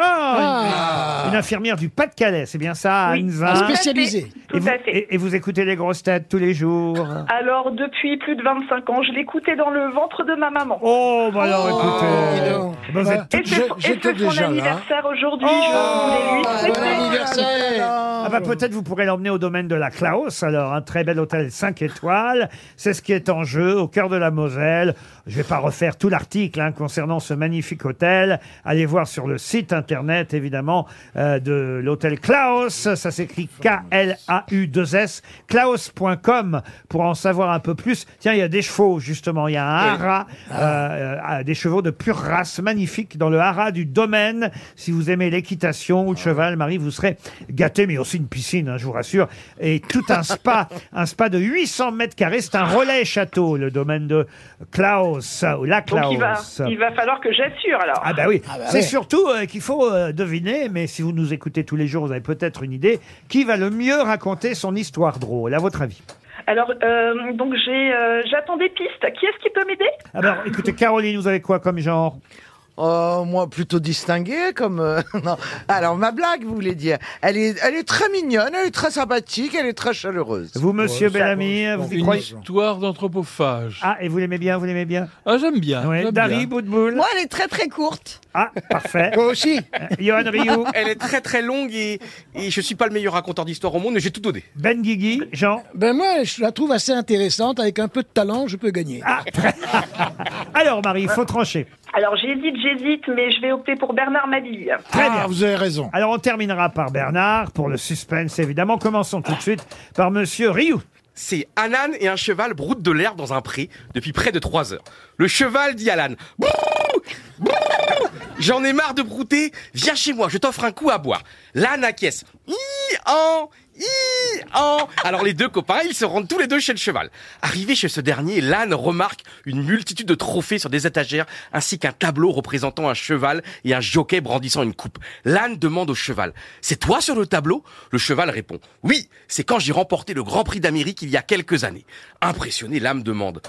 Speaker 2: Ah, Une infirmière du Pas-de-Calais, c'est bien ça,
Speaker 14: Oui,
Speaker 2: Anne
Speaker 14: tout
Speaker 2: Zin
Speaker 14: à fait, Spécialisée. tout
Speaker 2: Et vous,
Speaker 14: à fait.
Speaker 2: et- et vous écoutez les grosses têtes tous les jours
Speaker 14: Alors, depuis plus de 25 ans, je l'écoutais dans le ventre de ma maman.
Speaker 2: Oh, bah alors, écoutez. Bah, vous êtes
Speaker 14: Et
Speaker 2: toutes-
Speaker 14: c'est et c'est son anniversaire
Speaker 2: Oh,
Speaker 14: aujourd'hui. je voulais lui
Speaker 11: Oh,
Speaker 14: souhaiter-
Speaker 2: Ah bah peut-être vous pourrez l'emmener au domaine de la Klaus, alors un très bel hôtel 5 étoiles. C'est ce qui est en jeu au cœur de la Moselle. Je vais pas refaire tout l'article hein, concernant ce magnifique hôtel. Allez voir sur le site internet évidemment euh, de l'hôtel Klaus. Ça s'écrit K-L-A-U-2-S. Klaus.com pour en savoir un peu plus. Tiens, il y a des chevaux justement. Il y a un haras, euh, euh, des chevaux de pure race magnifique dans le haras du domaine. Si vous aimez l'équitation ou le cheval, Marie, vous serez gâté, mais aussi une piscine, hein, je vous rassure, et tout un spa, un spa de 800 mètres carrés. C'est un relais château, le domaine de Klaus ou la Klaus.
Speaker 14: Donc, il va, il va falloir que j'assure alors.
Speaker 2: Ah bah oui, c'est
Speaker 14: ouais.
Speaker 2: surtout euh, qu'il faut euh, deviner, mais si vous nous écoutez tous les jours, vous avez peut-être une idée, qui va le mieux raconter son histoire drôle, à votre avis
Speaker 14: Alors, euh, donc j'ai, euh, j'attends des pistes. Qui est-ce qui peut m'aider
Speaker 2: Alors, écoutez, Caroline, vous avez quoi comme genre
Speaker 8: Oh, moi, plutôt distinguée, comme... euh, non. Alors, ma blague, vous voulez dire. Elle est, elle est très mignonne, elle est très sympathique, elle est très chaleureuse.
Speaker 2: Vous, monsieur Bellamy, vous y
Speaker 7: Une
Speaker 2: croyez
Speaker 7: histoire d'anthropophage.
Speaker 2: Ah, et vous l'aimez bien, vous l'aimez bien
Speaker 7: Ah, j'aime bien.
Speaker 2: Ouais,
Speaker 7: j'aime
Speaker 2: Dari
Speaker 7: bien.
Speaker 2: Boudboul.
Speaker 6: Moi, elle est très très courte.
Speaker 2: Ah, parfait.
Speaker 3: Moi
Speaker 2: aussi. Johan Rioux.
Speaker 3: Elle est très très longue et, et je suis pas le meilleur raconteur d'histoire au monde, mais j'ai tout donné.
Speaker 2: Ben Guigui, Jean
Speaker 5: Ben moi, je la trouve assez intéressante. Avec un peu de talent, je peux gagner.
Speaker 2: Alors, Marie, il faut trancher.
Speaker 14: Alors, j'hésite, j'hésite, mais je vais opter pour Bernard Mabille.
Speaker 5: Ah,
Speaker 6: Ah.
Speaker 2: Très bien. Vous avez raison. Alors, on terminera par Bernard, pour le suspense, évidemment. Commençons tout de suite par monsieur Rioux.
Speaker 3: C'est Anan et un cheval broutent de l'herbe dans un pré depuis près de 3 heures. Le cheval dit à l'âne Bouh Bouh J'en ai marre de brouter, viens chez moi, je t'offre un coup à boire. L'âne acquiesce Hi en hi en Alors les deux copains, ils se rendent tous les deux chez le cheval. Arrivé chez ce dernier, l'âne remarque une multitude de trophées sur des étagères ainsi qu'un tableau représentant un cheval et un jockey brandissant une coupe. L'âne demande au cheval C'est toi sur le tableau Le cheval répond Oui, c'est quand j'ai remporté le Grand Prix d'Amérique il y a quelques années. Impressionné, l'âne demande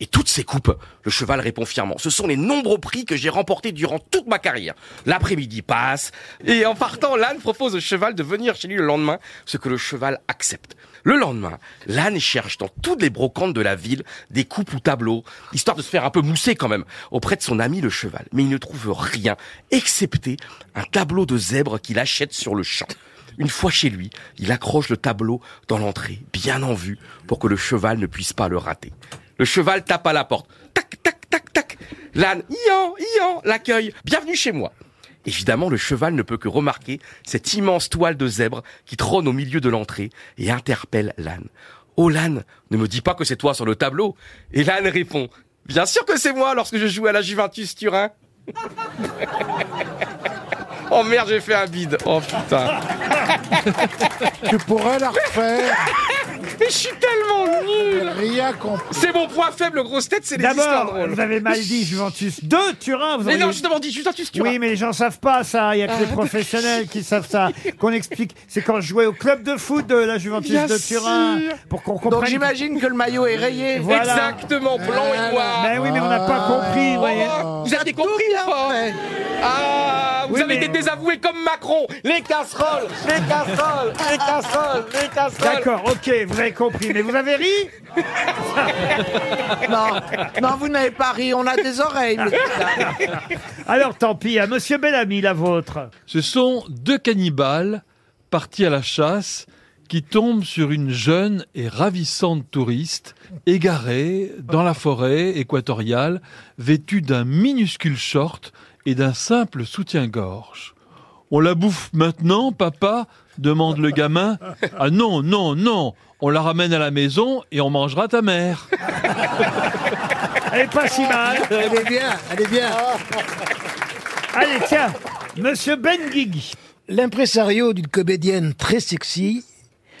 Speaker 3: et toutes ces coupes, le cheval répond fièrement, ce sont les nombreux prix que j'ai remportés durant toute ma carrière. L'après-midi passe, et en partant, l'âne propose au cheval de venir chez lui le lendemain, ce que le cheval accepte. Le lendemain, l'âne cherche dans toutes les brocantes de la ville des coupes ou tableaux, histoire de se faire un peu mousser quand même, auprès de son ami le cheval. Mais il ne trouve rien, excepté un tableau de zèbre qu'il achète sur le champ. Une fois chez lui, il accroche le tableau dans l'entrée, bien en vue, pour que le cheval ne puisse pas le rater. Le cheval tape à la porte. L'âne, ian, ian, l'accueille. Bienvenue chez moi. Évidemment, le cheval ne peut que remarquer cette immense toile de zèbre qui trône au milieu de l'entrée et interpelle l'âne. Oh l'âne, ne me dis pas que c'est toi sur le tableau. Et l'âne répond, bien sûr que c'est moi lorsque je jouais à la Juventus Turin. oh merde, j'ai fait un bide. Oh putain.
Speaker 13: Tu pourrais la refaire.
Speaker 3: Mais je suis tellement nul.
Speaker 13: Rien compris.
Speaker 3: C'est mon point faible, grosse tête, c'est les histoires
Speaker 2: D'abord,
Speaker 3: drôles.
Speaker 2: vous avez mal dit Juventus 2, Turin. Ah, Vous
Speaker 3: Mais
Speaker 2: auriez-
Speaker 3: non, justement, dit Juventus Turin.
Speaker 2: Oui, mais les gens savent pas ça. Il y a que les
Speaker 3: Ah.
Speaker 2: professionnels qui savent ça. Qu'on explique. C'est quand je jouais au club de foot de la Juventus
Speaker 8: Bien
Speaker 2: de
Speaker 8: sûr.
Speaker 2: Turin. Pour qu'on comprenne.
Speaker 8: Donc, j'imagine que le maillot est rayé. Ah.
Speaker 2: Voilà.
Speaker 3: Exactement, blanc et noir.
Speaker 2: Ben oui, mais on n'a pas compris, vous voyez.
Speaker 3: Ah, oh, Vous avez compris ou pas Ah, vous
Speaker 2: Oui,
Speaker 3: avez
Speaker 2: mais-
Speaker 3: été désavoué comme Macron. Les casseroles, les casseroles, les casseroles, les casseroles.
Speaker 2: D'accord, ok, vous avez compris, mais vous avez ri
Speaker 8: Non, non, vous n'avez pas ri, on a des oreilles. mais-
Speaker 2: Alors tant pis, à Monsieur Bellamy, la vôtre.
Speaker 7: Ce sont deux cannibales partis à la chasse qui tombent sur une jeune et ravissante touriste égarée dans la forêt équatoriale, vêtue d'un minuscule short et d'un simple soutien-gorge. On la bouffe maintenant, papa demande le gamin. Ah non, non, non, on la ramène à la maison et on mangera ta mère.
Speaker 2: Elle est pas si mal.
Speaker 5: Elle est bien, elle est bien.
Speaker 2: Allez, tiens, Monsieur Benguigui.
Speaker 5: L'impresario d'une comédienne très sexy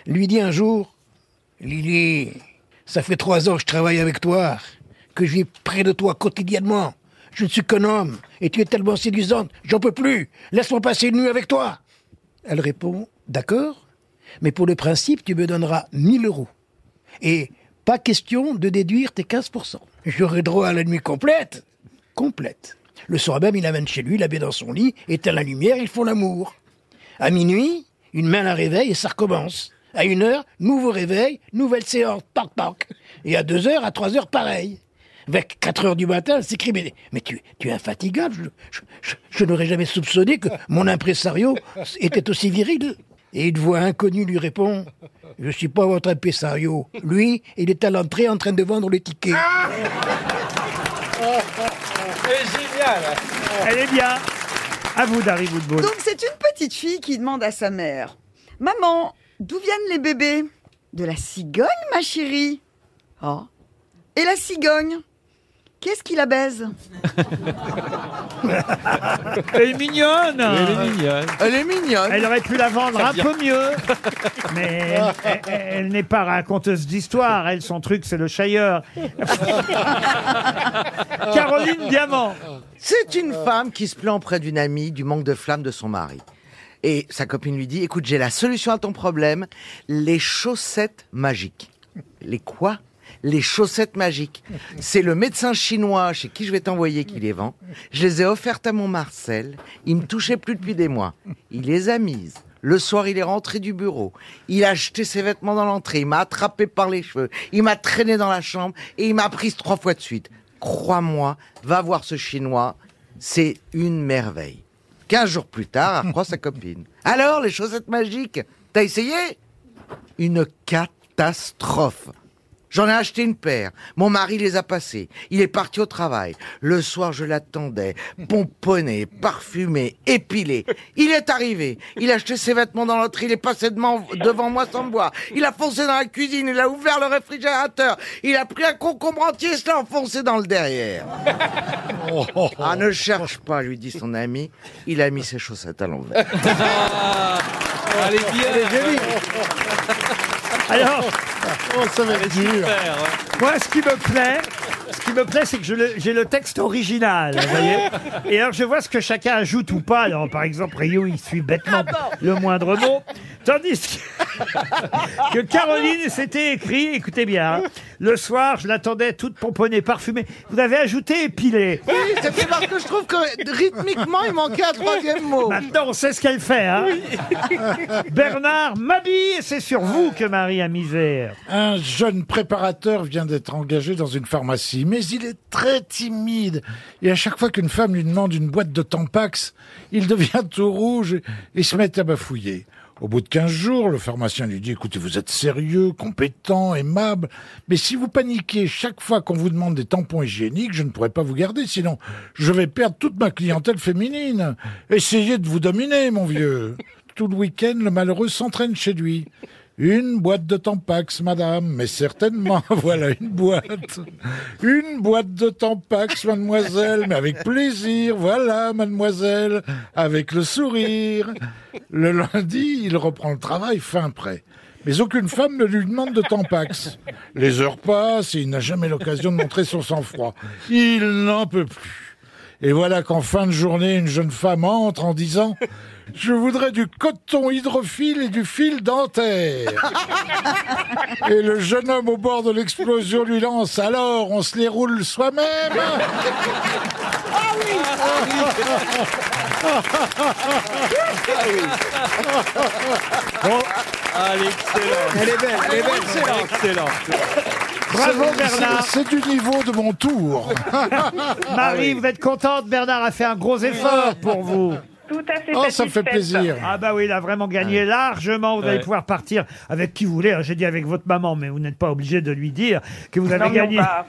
Speaker 5: lui dit un jour Lily, ça fait trois ans que je travaille avec toi. que j'ai près de toi quotidiennement. Je ne suis qu'un homme, et tu es tellement séduisante, j'en peux plus. Laisse-moi passer une nuit avec toi. Elle répond, d'accord, mais pour le principe, tu me donneras 1000 euros. Et pas question de déduire tes 15%. J'aurai droit à la nuit complète. Complète. Le soir même, il amène chez lui, la met dans son lit, éteint la lumière, ils font l'amour. À minuit, une main la réveille et ça recommence. À une heure, nouveau réveil, nouvelle séance, parc parc. Et à deux heures, à trois heures, pareil. Vers quatre heures du matin, elle s'écrie mais, mais tu, tu es infatigable, je, je- je- je n'aurais jamais soupçonné que mon impresario était aussi viril. Et une voix inconnue lui répond Je suis pas votre impresario. Lui, il est à l'entrée en train de vendre le ticket.
Speaker 11: Ah
Speaker 3: C'est génial
Speaker 2: Elle est bien. À vous, Dari Woodbull.
Speaker 6: Donc c'est une petite fille qui demande à sa mère Maman, d'où viennent les bébés De la cigogne, ma chérie. Oh. Et la cigogne Qu'est-ce qui la baise
Speaker 2: Elle est mignonne.
Speaker 7: Elle est mignonne.
Speaker 2: Elle est mignonne. Elle aurait pu la vendre
Speaker 7: Ça
Speaker 2: un
Speaker 7: vient.
Speaker 2: peu mieux. Mais elle, elle- elle n'est pas raconteuse d'histoire. Elle, son truc, c'est le chailleur. Caroline Diamant.
Speaker 8: C'est une femme qui se plaint auprès d'une amie du manque de flamme de son mari. Et sa copine lui dit Écoute, j'ai la solution à ton problème, les chaussettes magiques. Les quoi les chaussettes magiques. C'est le médecin chinois chez qui je vais t'envoyer qui les vend. Je les ai offertes à mon Marcel. Il me touchait plus depuis des mois. Il les a mises. Le soir, il est rentré du bureau. Il a acheté ses vêtements dans l'entrée. Il m'a attrapé par les cheveux. Il m'a traîné dans la chambre et il m'a prise trois fois de suite. Crois-moi, va voir ce chinois. C'est une merveille. Quinze jours plus tard, elle croit sa copine. Alors, les chaussettes magiques, t'as essayé Une catastrophe. J'en ai acheté une paire. Mon mari les a passées. Il est parti au travail. Le soir, je l'attendais, pomponné, parfumé, épilé. Il est arrivé. Il a acheté ses vêtements dans l'entrée. Il est passé de man- devant moi sans me voir. Il a foncé dans la cuisine. Il a ouvert le réfrigérateur. Il a pris un concombre entier et se l'a enfoncé dans le derrière. Ah, ne cherche pas, lui dit son ami. Il a mis ses chaussettes à l'envers.
Speaker 7: Allez, bien.
Speaker 2: Alors, Oh,
Speaker 13: ça va être dur.
Speaker 2: Moi, ce qui me plaît, ce qui me plaît, c'est que je le- j'ai le texte original, vous voyez. Et alors, je vois ce que chacun ajoute ou pas. Alors, par exemple, Rio, il suit
Speaker 8: Ah
Speaker 2: bêtement le moindre mot. Tandis que, que Caroline s'était écrit, écoutez bien, hein, le soir, je l'attendais toute pomponnée, parfumée. Vous avez ajouté épilé.
Speaker 8: Oui, c'était parce que je trouve que rythmiquement, il manquait un troisième mot.
Speaker 2: Maintenant, on sait ce qu'elle fait. Hein Bernard m'habille, et c'est sur vous que Marie a misé.
Speaker 13: Un jeune préparateur vient d'être engagé dans une pharmacie, mais il est très timide. Et à chaque fois qu'une femme lui demande une boîte de Tampax, il devient tout rouge et se met à bafouiller. Au bout de 15 jours, le pharmacien lui dit, écoutez, vous êtes sérieux, compétent, aimable, mais si vous paniquez chaque fois qu'on vous demande des tampons hygiéniques, je ne pourrai pas vous garder, sinon je vais perdre toute ma clientèle féminine. Essayez de vous dominer, mon vieux. Tout le week-end, le malheureux s'entraîne chez lui. Une boîte de Tampax, madame, mais certainement, voilà une boîte. Une boîte de Tampax, mademoiselle, mais avec plaisir, voilà, mademoiselle, avec le sourire. Le lundi, il reprend le travail fin prêt. Mais aucune femme ne lui demande de Tampax. Les heures passent et il n'a jamais l'occasion de montrer son sang-froid. Il n'en peut plus. Et voilà qu'en fin de journée, une jeune femme entre en disant Je voudrais du coton hydrophile et du fil dentaire. Et le jeune homme au bord de l'explosion lui lance Alors, on se les roule soi-même
Speaker 2: Ah Ah
Speaker 11: Allez, excellent. Elle est belle, elle est belle, excellent.
Speaker 2: Bravo,
Speaker 13: C'est-
Speaker 2: Bernard.
Speaker 13: C'est c'est du niveau de mon tour. Ah
Speaker 2: Marie, vous êtes contente Bernard a fait un gros effort pour vous.
Speaker 14: Tout à fait.
Speaker 13: ça
Speaker 2: Oh,
Speaker 13: me fait
Speaker 14: satisfaite.
Speaker 13: plaisir.
Speaker 2: Ah bah oui, il a vraiment gagné
Speaker 13: Ouais.
Speaker 2: largement. Vous allez
Speaker 13: Ouais.
Speaker 2: pouvoir partir avec qui vous voulez. Alors, J'ai dit avec votre maman, mais vous n'êtes pas obligé de lui dire que vous avez
Speaker 14: Non, mais
Speaker 2: gagné.
Speaker 14: On va,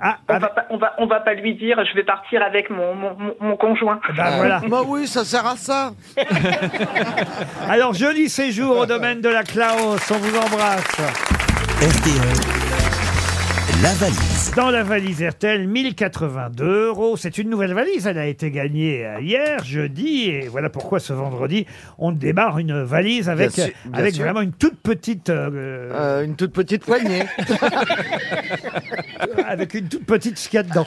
Speaker 2: Ah,
Speaker 14: on, va pas, on, va, on va pas lui dire, je vais partir avec mon, mon, mon- mon conjoint.
Speaker 2: Bah voilà.
Speaker 8: Bah oui, ça sert à ça.
Speaker 2: Alors joli séjour au domaine de la Claos. On vous embrasse.
Speaker 1: RTL, la valise.
Speaker 2: Dans la valise RTL, 1082 euros. C'est une nouvelle valise. Elle a été gagnée euh, hier, jeudi. Et voilà pourquoi ce vendredi, on démarre une valise avec, euh,
Speaker 8: Bien sûr, bien
Speaker 2: avec
Speaker 8: sûr. Euh,
Speaker 2: vraiment une toute petite. euh, une toute petite poignée. avec une toute petite ce qu'il y a dedans.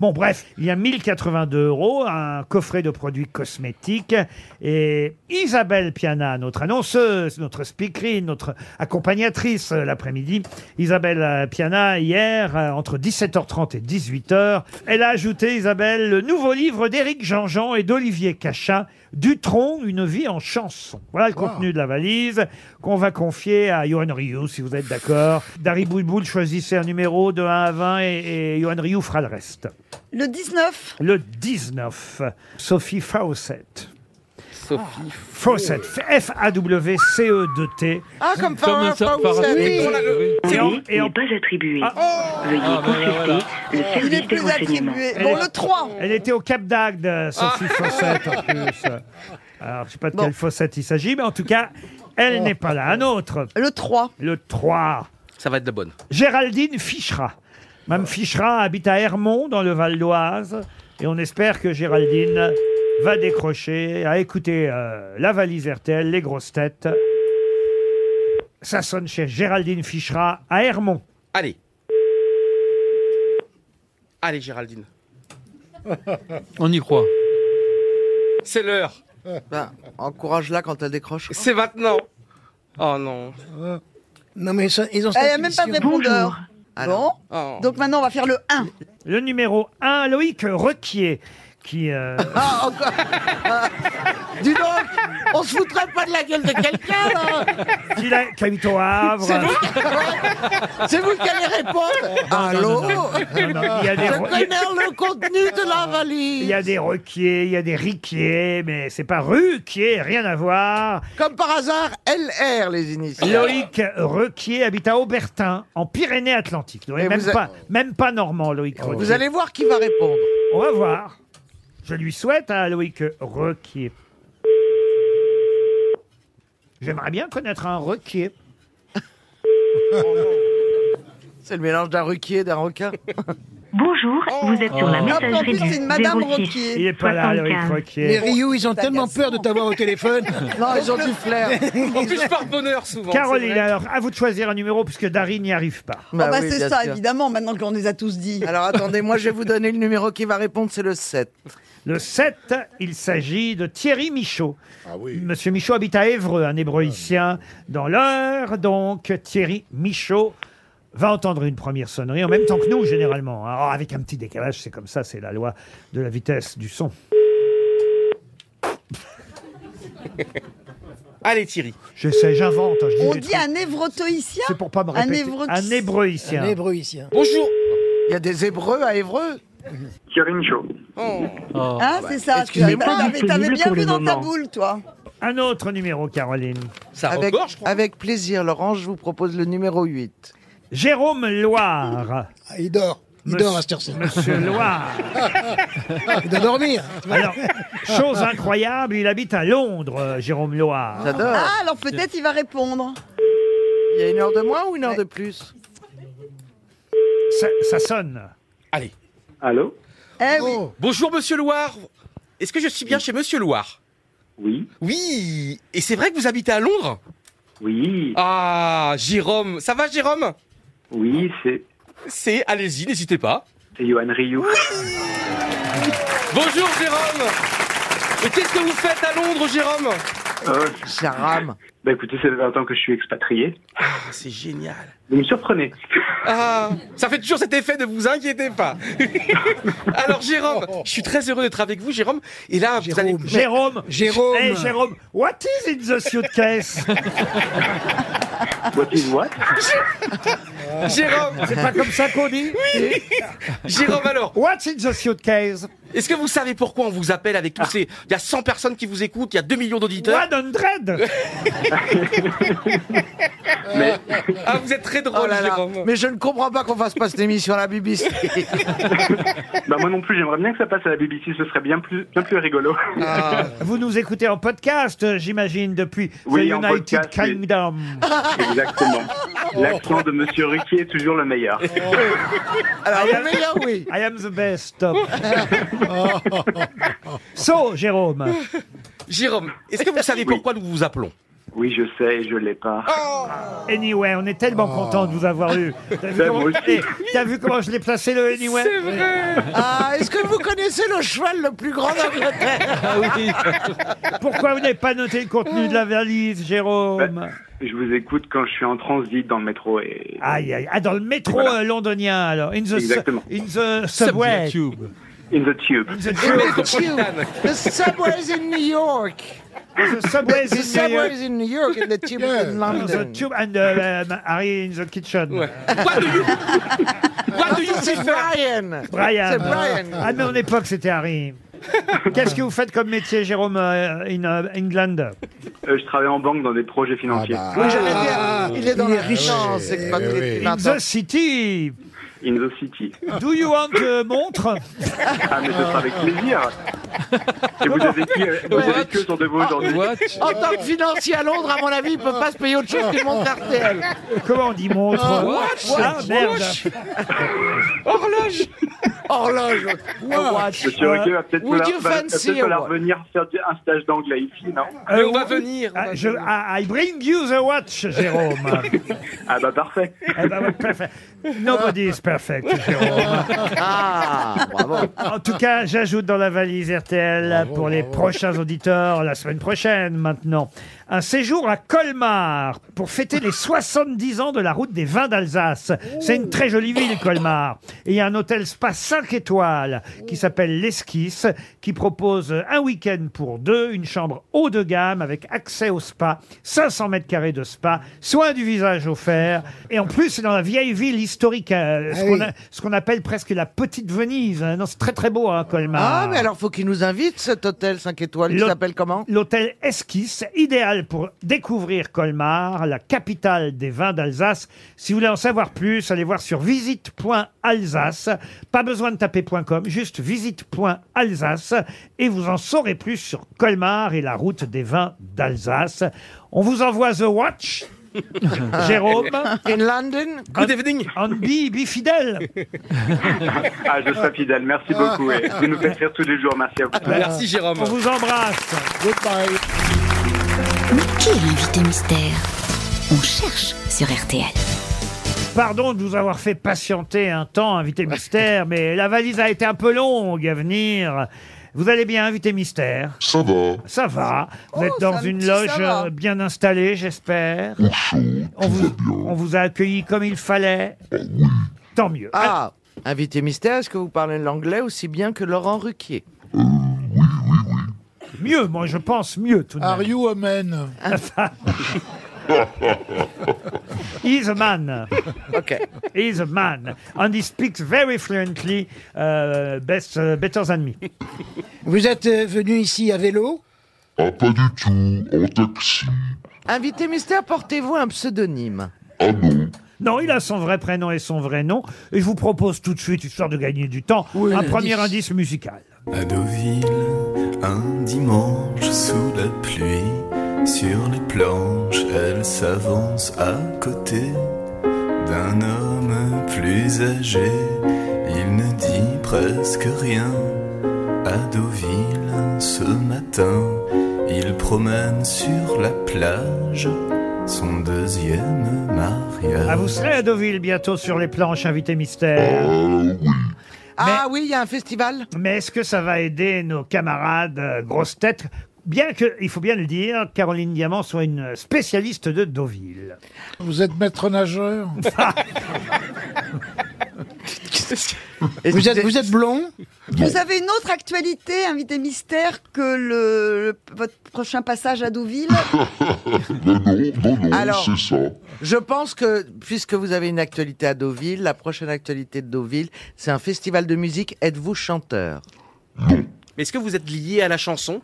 Speaker 2: Bon, bref, il y a 1082 euros, un coffret de produits cosmétiques. Et Isabelle Piana, notre annonceuse, notre speakerine, notre accompagnatrice euh, l'après-midi, Isabelle euh, Piana, hier, euh, entre 17h30 et 18h, elle a ajouté, Isabelle, le nouveau livre d'Éric Jean-Jean et d'Olivier Cachin, Dutron, une vie en chanson. Voilà le contenu de la valise qu'on va confier à Johan Rioux, si vous êtes d'accord. Dari Boulboul, choisissez un numéro de 1 à 20 et, et Johan Rioux fera le reste.
Speaker 6: Le 19
Speaker 2: Le 19, Sophie Fawcett. Ah.
Speaker 3: Sophie.
Speaker 2: Fawcett, E F-A-W-C-E-T.
Speaker 3: Ah, comme Comme Farah un Fa- Fawcett. Farah Fawcett. On l'a le-
Speaker 2: pas attribué.
Speaker 3: Veuillez Ah, bah, consulter voilà. le service
Speaker 6: Il est des plus renseignements. attribué. Bon, le 3.
Speaker 2: Elle était au Cap d'Agde, euh, Sophie
Speaker 6: Ah.
Speaker 2: Fawcett, en plus. Alors, je sais pas de quelle Fawcett il s'agit, mais en tout cas, elle n'est pas là. Un autre.
Speaker 6: Le 3.
Speaker 2: Le 3.
Speaker 3: Ça va être la bonne.
Speaker 2: Géraldine Fichera. Mme Fichera habite à Hermont, dans le Val d'Oise. Et on espère que Géraldine va décrocher, à écouter euh, la valise RTL, les grosses têtes. Ça sonne chez Géraldine Fichera à Hermont.
Speaker 3: Allez. Allez, Géraldine.
Speaker 7: On y croit.
Speaker 3: C'est l'heure.
Speaker 8: Bah, Encourage-la quand elle décroche. Euh,
Speaker 3: C'est maintenant. Oh non.
Speaker 5: Non, mais ça,
Speaker 4: Eh,
Speaker 5: ils ont
Speaker 6: Elle n'a même pas de répondeur. Bon.
Speaker 3: Oh.
Speaker 6: Donc maintenant, on va faire le 1.
Speaker 2: Le numéro 1, Loïc Requier, qui... euh,
Speaker 4: Ah, encore Dis donc, on se foutrait pas de la gueule de quelqu'un, là
Speaker 2: qui l'a- qui habite au Havre.
Speaker 4: C'est vous, C'est vous qui allez répondre
Speaker 11: Ah,
Speaker 4: Allô
Speaker 2: Non, non, non, non, il y a des
Speaker 4: Je
Speaker 2: re-
Speaker 4: connais le contenu de la valise
Speaker 2: Il y a des requiers, il y a des riquiers, mais c'est pas ruquier, rien à voir.
Speaker 8: Comme par hasard, LR, les initiales.
Speaker 2: Loïc Requier habite à Aubertin, en Pyrénées-Atlantiques. Donc,
Speaker 8: Et
Speaker 2: Même,
Speaker 8: vous a- Oh.
Speaker 2: pas, même pas normand, Loïc Requier.
Speaker 8: Vous allez voir qui va répondre.
Speaker 2: On va voir. Je lui souhaite à Loïc Requier. J'aimerais bien connaître un requier.
Speaker 8: C'est le mélange d'un ruquier et d'un requin. Oh.
Speaker 17: Bonjour, vous êtes sur la messagerie du 06
Speaker 2: Il est pas là, Loïc
Speaker 17: 75.
Speaker 2: Requier.
Speaker 5: Les Rioux, ils ont tellement peur de t'avoir au téléphone.
Speaker 8: Non, ils ont du flair.
Speaker 3: En plus, par bonheur, souvent.
Speaker 2: Caroline,
Speaker 3: c'est vrai.
Speaker 2: alors, à vous de choisir un numéro, puisque Dari n'y arrive pas.
Speaker 6: Bah bah, c'est ça, évidemment, maintenant qu'on les a tous dit.
Speaker 8: Alors attendez, moi je vais vous donner le numéro qui va répondre, c'est le 7.
Speaker 2: Le 7, il s'agit de Thierry Michaud. Monsieur Michaud habite à Évreux, un Hébreuicien dans l'heure. Donc, Thierry Michaud va entendre une première sonnerie en même temps que nous, généralement. Alors, avec un petit décalage, c'est comme ça, c'est la loi de la vitesse du son.
Speaker 3: Allez, Thierry.
Speaker 2: J'essaie, j'invente. hein, je dis
Speaker 6: On
Speaker 2: des
Speaker 6: dit
Speaker 2: trucs.
Speaker 6: un évrotoïcien
Speaker 2: C'est pour pas me répéter.
Speaker 6: Un, évro...
Speaker 2: Un Hébreuicien.
Speaker 5: Hébreuicien.
Speaker 3: Bonjour.
Speaker 8: Il y a des Hébreux à Évreux
Speaker 12: Thierry Michaud.
Speaker 8: Oh. Ah,
Speaker 2: Ah.
Speaker 8: bah.
Speaker 6: Hein, c'est ça. tu avais- T'avais t'avais bien vu dans ta boule, toi.
Speaker 2: Un autre numéro, Caroline.
Speaker 3: Ça
Speaker 8: avec, avec plaisir, Laurent, je vous propose le numéro 8.
Speaker 2: Jérôme Loire.
Speaker 5: Ah, Il dort. Il
Speaker 2: Monsieur-
Speaker 5: dort à cette heure-ci.
Speaker 2: Monsieur Loire.
Speaker 5: Il doit dormir.
Speaker 2: Alors, chose incroyable, il habite à Londres, euh, Jérôme Loire.
Speaker 6: Ah, alors peut-être il va répondre.
Speaker 8: Il y a une heure de moins ou une heure de plus
Speaker 2: Ça, ça sonne.
Speaker 3: Allez.
Speaker 12: Allô
Speaker 6: Eh oui.
Speaker 3: Oh. Bonjour, monsieur Loire. Est-ce que je suis bien chez monsieur Loire
Speaker 12: Oui.
Speaker 3: Oui. Et c'est vrai que vous habitez à Londres
Speaker 12: Oui.
Speaker 3: Ah, Jérôme. Ça va, Jérôme
Speaker 12: Oui, c'est
Speaker 3: C'est, allez-y, n'hésitez pas.
Speaker 12: c'est Johan Rioux.
Speaker 3: Bonjour, Jérôme. Et qu'est-ce que vous faites à Londres, Jérôme
Speaker 8: Ça rame.
Speaker 12: Euh, Bah écoutez, ça fait 20 ans que je suis expatrié.
Speaker 3: Ah, C'est génial.
Speaker 12: Vous me surprenez.
Speaker 3: Ah, ça fait toujours cet effet de vous inquiétez pas. Alors Jérôme, je suis très heureux d'être avec vous Jérôme. Et là, vous allez...
Speaker 2: Jérôme.
Speaker 5: Jérôme.
Speaker 2: Hey, Jérôme. What is in the suitcase?
Speaker 12: What is what
Speaker 3: Jérôme.
Speaker 2: C'est pas comme ça qu'on dit?
Speaker 3: Oui. Jérôme alors,
Speaker 2: What's in the suitcase? Ah.
Speaker 3: est-ce que vous savez pourquoi on vous appelle avec tous ces... Il y a 100 personnes qui vous écoutent, il y a 2 millions d'auditeurs.
Speaker 2: 100!
Speaker 3: Mais... Ah, vous êtes très drôle,
Speaker 8: Oh là là.
Speaker 3: Jérôme.
Speaker 8: Mais je ne comprends pas qu'on fasse pas cette émission à la BBC.
Speaker 12: Bah moi non plus, j'aimerais bien que ça passe à la BBC, ce serait bien plus, bien plus rigolo. Ah.
Speaker 2: Vous nous écoutez en podcast, euh, j'imagine, depuis
Speaker 12: Oui,
Speaker 2: The
Speaker 12: en
Speaker 2: United
Speaker 12: podcast, oui.
Speaker 2: Kingdom.
Speaker 12: Exactement. L'accent de Monsieur Ruquier est toujours le meilleur.
Speaker 2: Alors,
Speaker 12: le meilleur,
Speaker 2: oui. I am the best. Top. so, Jérôme.
Speaker 3: Jérôme, est-ce que vous savez pourquoi nous vous appelons Ah,
Speaker 12: Oui, je sais, je l'ai pas.
Speaker 2: Anyway, on est tellement
Speaker 8: Oh.
Speaker 2: content de vous avoir eu. T'as vu,
Speaker 12: Ben,
Speaker 2: comment...
Speaker 12: moi aussi.
Speaker 2: Eh, t'as vu comment je l'ai placé le Anyway
Speaker 12: C'est
Speaker 2: vrai.
Speaker 8: Ah, est-ce que vous connaissez le cheval le plus grand d'Angleterre
Speaker 3: Ah
Speaker 2: Ah Pourquoi vous n'avez pas noté le contenu de la valise, Jérôme
Speaker 12: Je vous écoute quand je suis en transit dans le métro et.
Speaker 2: Aïe, aïe. Ah, dans le métro euh, londonien, alors. In the, su-
Speaker 12: Exactement.
Speaker 2: in the subway.
Speaker 12: In the tube.
Speaker 2: the
Speaker 8: The tube. The subway's in New York.
Speaker 2: The subway's
Speaker 8: The
Speaker 2: in New York.
Speaker 8: subway's in New York and the tube is in
Speaker 2: No, the
Speaker 8: London.
Speaker 2: tube and uh, um, Harry in the kitchen.
Speaker 3: Ah,
Speaker 8: What do you C'est Brian.
Speaker 2: Brian.
Speaker 8: C'est Brian.
Speaker 2: Ah, mais on n'est pas que c'était Harry. Qu'est-ce que vous faites comme métier, Jérôme, euh, in euh, England
Speaker 12: Euh, je travaille en banque dans des projets financiers.
Speaker 2: Ah, bah.
Speaker 8: Oui, j'allais dire, Ah, il est dans
Speaker 2: Eh
Speaker 8: la richesse. c'est pas-
Speaker 2: In the city.
Speaker 12: In the city.
Speaker 2: Do you want a montre
Speaker 12: Ah, mais ce sera avec plaisir. Et vous avez qui, euh, vous avez qui autour de vous aujourd'hui
Speaker 8: En tant que financier à Londres, à mon avis, il peut pas se payer autre chose qu'une montre RTL.
Speaker 2: Ah. Comment on dit montre
Speaker 8: Ah,
Speaker 2: Watch.
Speaker 8: watch.
Speaker 2: Ah, merde.
Speaker 8: Watch. Horloge. Horloge. Watch.
Speaker 12: Monsieur Ruquier va peut-être
Speaker 8: Would
Speaker 12: falloir,
Speaker 8: you
Speaker 12: va- va
Speaker 8: fancy
Speaker 12: peut-être
Speaker 8: a
Speaker 12: falloir
Speaker 8: watch
Speaker 12: venir faire du- un stage d'anglais ici, non
Speaker 2: Euh, oui. Ah, je- I I bring you the watch, Jérôme.
Speaker 12: Ah bah parfait.
Speaker 2: Eh ben, ouais, parfait. Nobody is perfect, Jérôme. En tout cas, j'ajoute dans la valise RTL pour les prochains auditeurs la semaine prochaine maintenant un séjour à Colmar pour fêter les 70 ans de la route des vins d'Alsace. C'est une très jolie ville, Colmar. Et il y a un hôtel spa 5 étoiles qui s'appelle l'Esquisse qui propose un week-end pour deux, une chambre haut de gamme avec accès au spa, 500 mètres carrés de spa, soin du visage offert. Et en plus, c'est dans la vieille ville historique, euh, ce
Speaker 8: Ah
Speaker 2: qu'on
Speaker 8: oui.
Speaker 2: a- ce qu'on appelle presque la petite Venise. Non, c'est très très beau, hein, Colmar.
Speaker 8: Ah, mais alors faut qu'il nous invite cet hôtel 5 étoiles. Il
Speaker 2: L'hôte-
Speaker 8: s'appelle comment
Speaker 2: L'hôtel Esquisse, idéal pour découvrir Colmar, la capitale des vins d'Alsace. Si vous voulez en savoir plus, allez voir sur visite.alsace. Pas besoin de taper .com, juste visite.alsace et vous en saurez plus sur Colmar et la route des vins d'Alsace. On vous envoie The Watch. Jérôme.
Speaker 8: In London.
Speaker 2: Good evening. Andy, be fidèle.
Speaker 12: Ah, je serai fidèle. Merci beaucoup. Et vous nous faites rire tous les jours. Merci à
Speaker 8: Ah, bah,
Speaker 12: vous.
Speaker 2: On vous embrasse. Goodbye.
Speaker 9: Mais qui est l'invité mystère On cherche sur RTL.
Speaker 2: Pardon de vous avoir fait patienter un temps, invité mystère, mais la valise a été un peu longue à venir. Vous allez bien, invité mystère
Speaker 15: Ça va.
Speaker 2: Ça va. Vous
Speaker 15: Oh,
Speaker 2: êtes dans
Speaker 15: c'est un
Speaker 2: une
Speaker 15: petit ça
Speaker 2: loge
Speaker 15: va.
Speaker 2: euh, bien installée, j'espère. On vous, on vous a accueilli comme il fallait. Tant mieux.
Speaker 8: Ah, invité mystère, est-ce que vous parlez l'anglais aussi bien que Laurent Ruquier
Speaker 2: Mieux, moi je pense mieux tout de même. Ah,
Speaker 13: Are you a man
Speaker 2: He's a man. Okay. He's a man. And he speaks very fluently, uh, best, uh, better than me.
Speaker 5: Vous êtes euh, venu ici à vélo
Speaker 15: Ah, pas du tout, en taxi.
Speaker 8: Invité mystère, portez-vous un pseudonyme.
Speaker 2: Non, il a son vrai prénom et son vrai nom. Et je vous propose tout de suite, histoire de gagner du temps, un premier indice musical.
Speaker 22: À Deauville, un dimanche sous la pluie, sur les planches, elle s'avance à côté d'un homme plus âgé. Il ne dit presque rien. À Deauville, ce matin, il promène sur la plage son deuxième mariage.
Speaker 2: Ah, vous serez à Deauville bientôt sur les planches, invité mystère.
Speaker 13: Euh,
Speaker 8: Ah oui, il y a un festival.
Speaker 2: Mais est-ce que ça va aider nos camarades euh, grosses têtes Bien que, il faut bien le dire, Caroline Diamant soit une spécialiste de Deauville. Ah,
Speaker 13: Vous êtes maître nageur
Speaker 5: vous êtes, vous êtes blond
Speaker 6: Vous avez une autre actualité, invité mystère, que le, le- votre prochain passage à Deauville
Speaker 15: Non, non, non, non,
Speaker 8: Alors-
Speaker 15: c'est ça.
Speaker 8: Je pense que, puisque vous avez une actualité à Deauville, la prochaine actualité de Deauville, c'est un festival de musique. Êtes-vous chanteur
Speaker 3: Mais est-ce que vous êtes lié à la chanson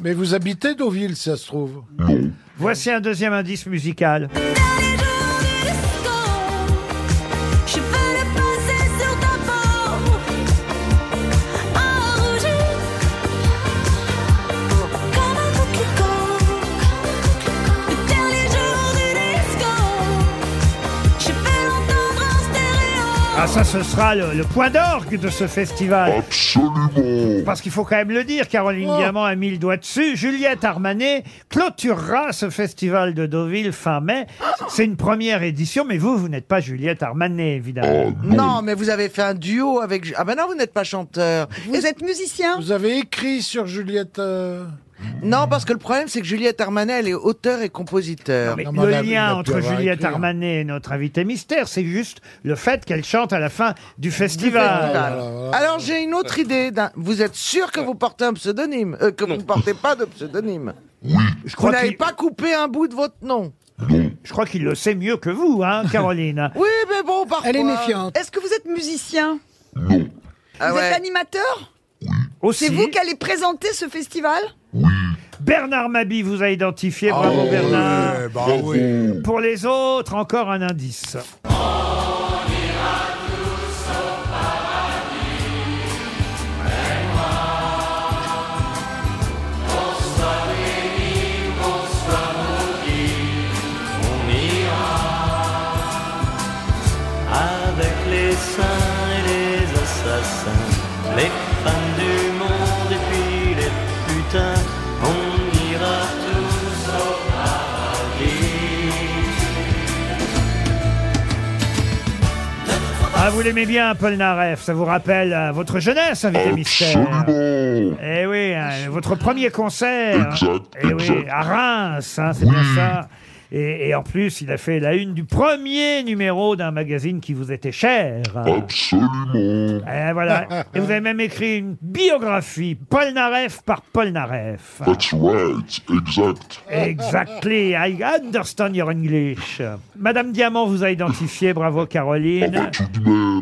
Speaker 13: Mais vous habitez Deauville, si ça se trouve.
Speaker 2: Voici un deuxième indice musical. Ah, ça, ce sera le, le point d'orgue de ce festival.
Speaker 15: Absolument.
Speaker 2: Parce qu'il faut quand même le dire,
Speaker 8: Oh.
Speaker 2: Caroline Diamant a mis le doigt dessus. Juliette Armanet clôturera ce festival de Deauville fin mai. C'est une première édition, mais vous, vous n'êtes pas Juliette Armanet, évidemment.
Speaker 8: Non, Oh, mais vous avez fait un duo avec. Ah ben non, vous n'êtes pas chanteur.
Speaker 6: Vous êtes musicien.
Speaker 8: Vous avez écrit sur Juliette. euh, Non, parce que le problème, c'est que Juliette Armanet, elle est auteur et compositeur.
Speaker 2: Mais le lien entre Juliette
Speaker 8: hein.
Speaker 2: Armanet et notre invité mystère, c'est juste le fait qu'elle chante à la fin du festival.
Speaker 8: Ah, Alors j'ai une autre idée. d'un- Vous êtes sûr que vous portez un pseudonyme euh, Que vous ne portez pas de pseudonyme
Speaker 2: Je
Speaker 8: Vous
Speaker 2: crois
Speaker 8: n'avez
Speaker 2: qu'il-
Speaker 8: pas coupé un bout de votre nom.
Speaker 2: je crois qu'il le sait mieux que vous, hein, Caroline.
Speaker 8: Oui, mais bon, parfois.
Speaker 6: Elle est méfiante. Est-ce que vous êtes musicien
Speaker 2: Ah
Speaker 6: Vous
Speaker 2: ouais.
Speaker 6: êtes animateur
Speaker 2: Aussi,
Speaker 6: C'est vous qui allez présenter ce festival
Speaker 2: Bernard Mabi vous a identifié. Bravo,
Speaker 16: Ah ouais,
Speaker 2: Bernard.
Speaker 16: bah oui.
Speaker 2: Pour les autres, encore un indice.
Speaker 16: On ira avec les saints et les assassins, les femmes du monde et puis les putains. On ira tous au paradis.
Speaker 2: Ah, vous l'aimez bien, Paul Naref. Ça vous rappelle euh, votre jeunesse, invité mystère. Eh oui, hein, votre premier concert.
Speaker 16: Exact,
Speaker 2: Eh oui,
Speaker 16: exact.
Speaker 2: à Reims, hein, c'est bien ça. Et, et en plus, il a fait la une du premier numéro d'un magazine qui vous était cher.
Speaker 15: Absolument.
Speaker 2: Et voilà. Et vous avez même écrit une biographie, Paul Naref par Paul Naref.
Speaker 15: That's right, exact.
Speaker 2: Exactly, I understand your English. Madame Diamant vous a identifié, bravo Caroline.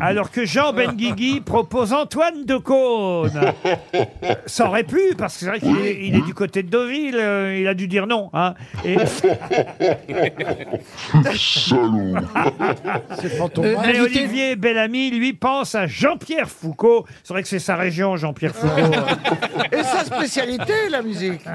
Speaker 2: Alors que Jean Benguigui propose Antoine de Caunes. Ça aurait pu, parce que c'est vrai qu'il est, il est du côté de Deauville, euh, il a dû dire non. hein. Et-
Speaker 15: Salaud.
Speaker 2: Ah, Euh,
Speaker 16: mal.
Speaker 2: mais
Speaker 16: Invité-
Speaker 2: Olivier Bellamy, lui, pense à Jean-Pierre Foucault. C'est vrai que c'est sa région, Jean-Pierre Foucault.
Speaker 8: Et sa spécialité, la musique.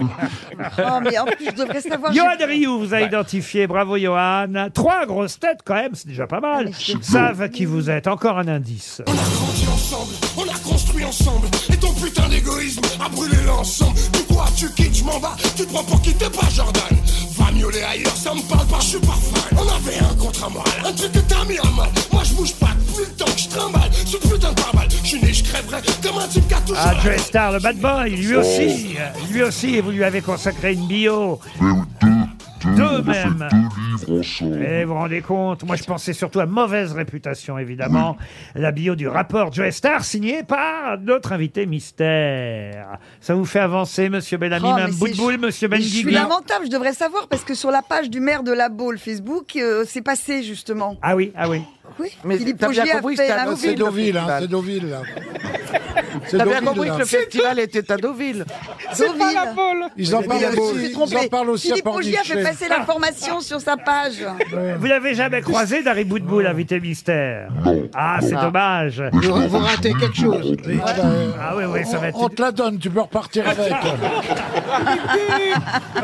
Speaker 6: Oh, mais en plus, je devrais savoir.
Speaker 2: Johan Rioux vous a identifié, bravo Johan. Trois grosses têtes quand même, c'est déjà pas mal. Savent qui vous êtes, encore un indice.
Speaker 21: grandi ensemble, on a construit ensemble. Et ton putain d'égoïsme a brûlé l'ensemble. Tu crois, tu quittes, je m'en bats. Tu te prends pour quitter pas Jordan. Va miauler ailleurs, ça me parle pas, je suis pas fan. On avait un contrat moral, un truc que t'as mis à mal. Moi je bouge pas depuis le temps que je trimballe. Ce putain de pare-balles, je suis né, je crèverai comme un type qui a toujours.
Speaker 2: Ah, Joe Star, le bad boy, lui aussi. euh, Lui aussi, vous lui avez consacré une bio. Deux même. Eh,
Speaker 15: Livre ensemble.
Speaker 2: Et vous vous rendez compte Moi, je pensais surtout à mauvaise réputation, évidemment. La bio du rapport Joe Star, signée par notre invité mystère. Ça vous fait avancer, monsieur Bellamy,
Speaker 6: Oh,
Speaker 2: même
Speaker 6: mais
Speaker 2: bout de
Speaker 6: c'est-
Speaker 2: boule, monsieur Ben
Speaker 6: mais Je suis
Speaker 2: Benguigui
Speaker 6: lamentable, je devrais savoir parce que sur la page du maire de la Baule Facebook, euh, c'est passé justement.
Speaker 2: Ah oui, ah oui.
Speaker 6: Oui.
Speaker 8: Mais
Speaker 6: Philippe
Speaker 8: t'as bien
Speaker 6: Augier a
Speaker 8: compris que
Speaker 6: fait
Speaker 8: c'était
Speaker 6: la
Speaker 8: à
Speaker 6: mobile,
Speaker 13: C'est
Speaker 6: le
Speaker 13: Deauville, hein,
Speaker 6: festival.
Speaker 13: c'est Deauville. là. C'est
Speaker 8: T'as bien
Speaker 13: Deauville,
Speaker 8: compris
Speaker 13: là.
Speaker 8: que le festival était à Deauville.
Speaker 6: Deauville.
Speaker 13: Ils en
Speaker 6: Mais
Speaker 13: parlent
Speaker 6: il a-
Speaker 13: aussi-
Speaker 6: il s'est
Speaker 13: ils
Speaker 6: trompé.
Speaker 13: en parlent aussi à
Speaker 6: Philippe Augier a fait
Speaker 13: Pornichet.
Speaker 6: passer l'information sur sa page.
Speaker 2: Vous l'avez jamais croisé, Dari Boudboul, invité mystère Ah, c'est
Speaker 13: Ah.
Speaker 2: dommage.
Speaker 13: Vous- vous ratez
Speaker 2: quelque chose. Ah oui, oui, ça va être...
Speaker 13: On te la donne, tu peux repartir avec.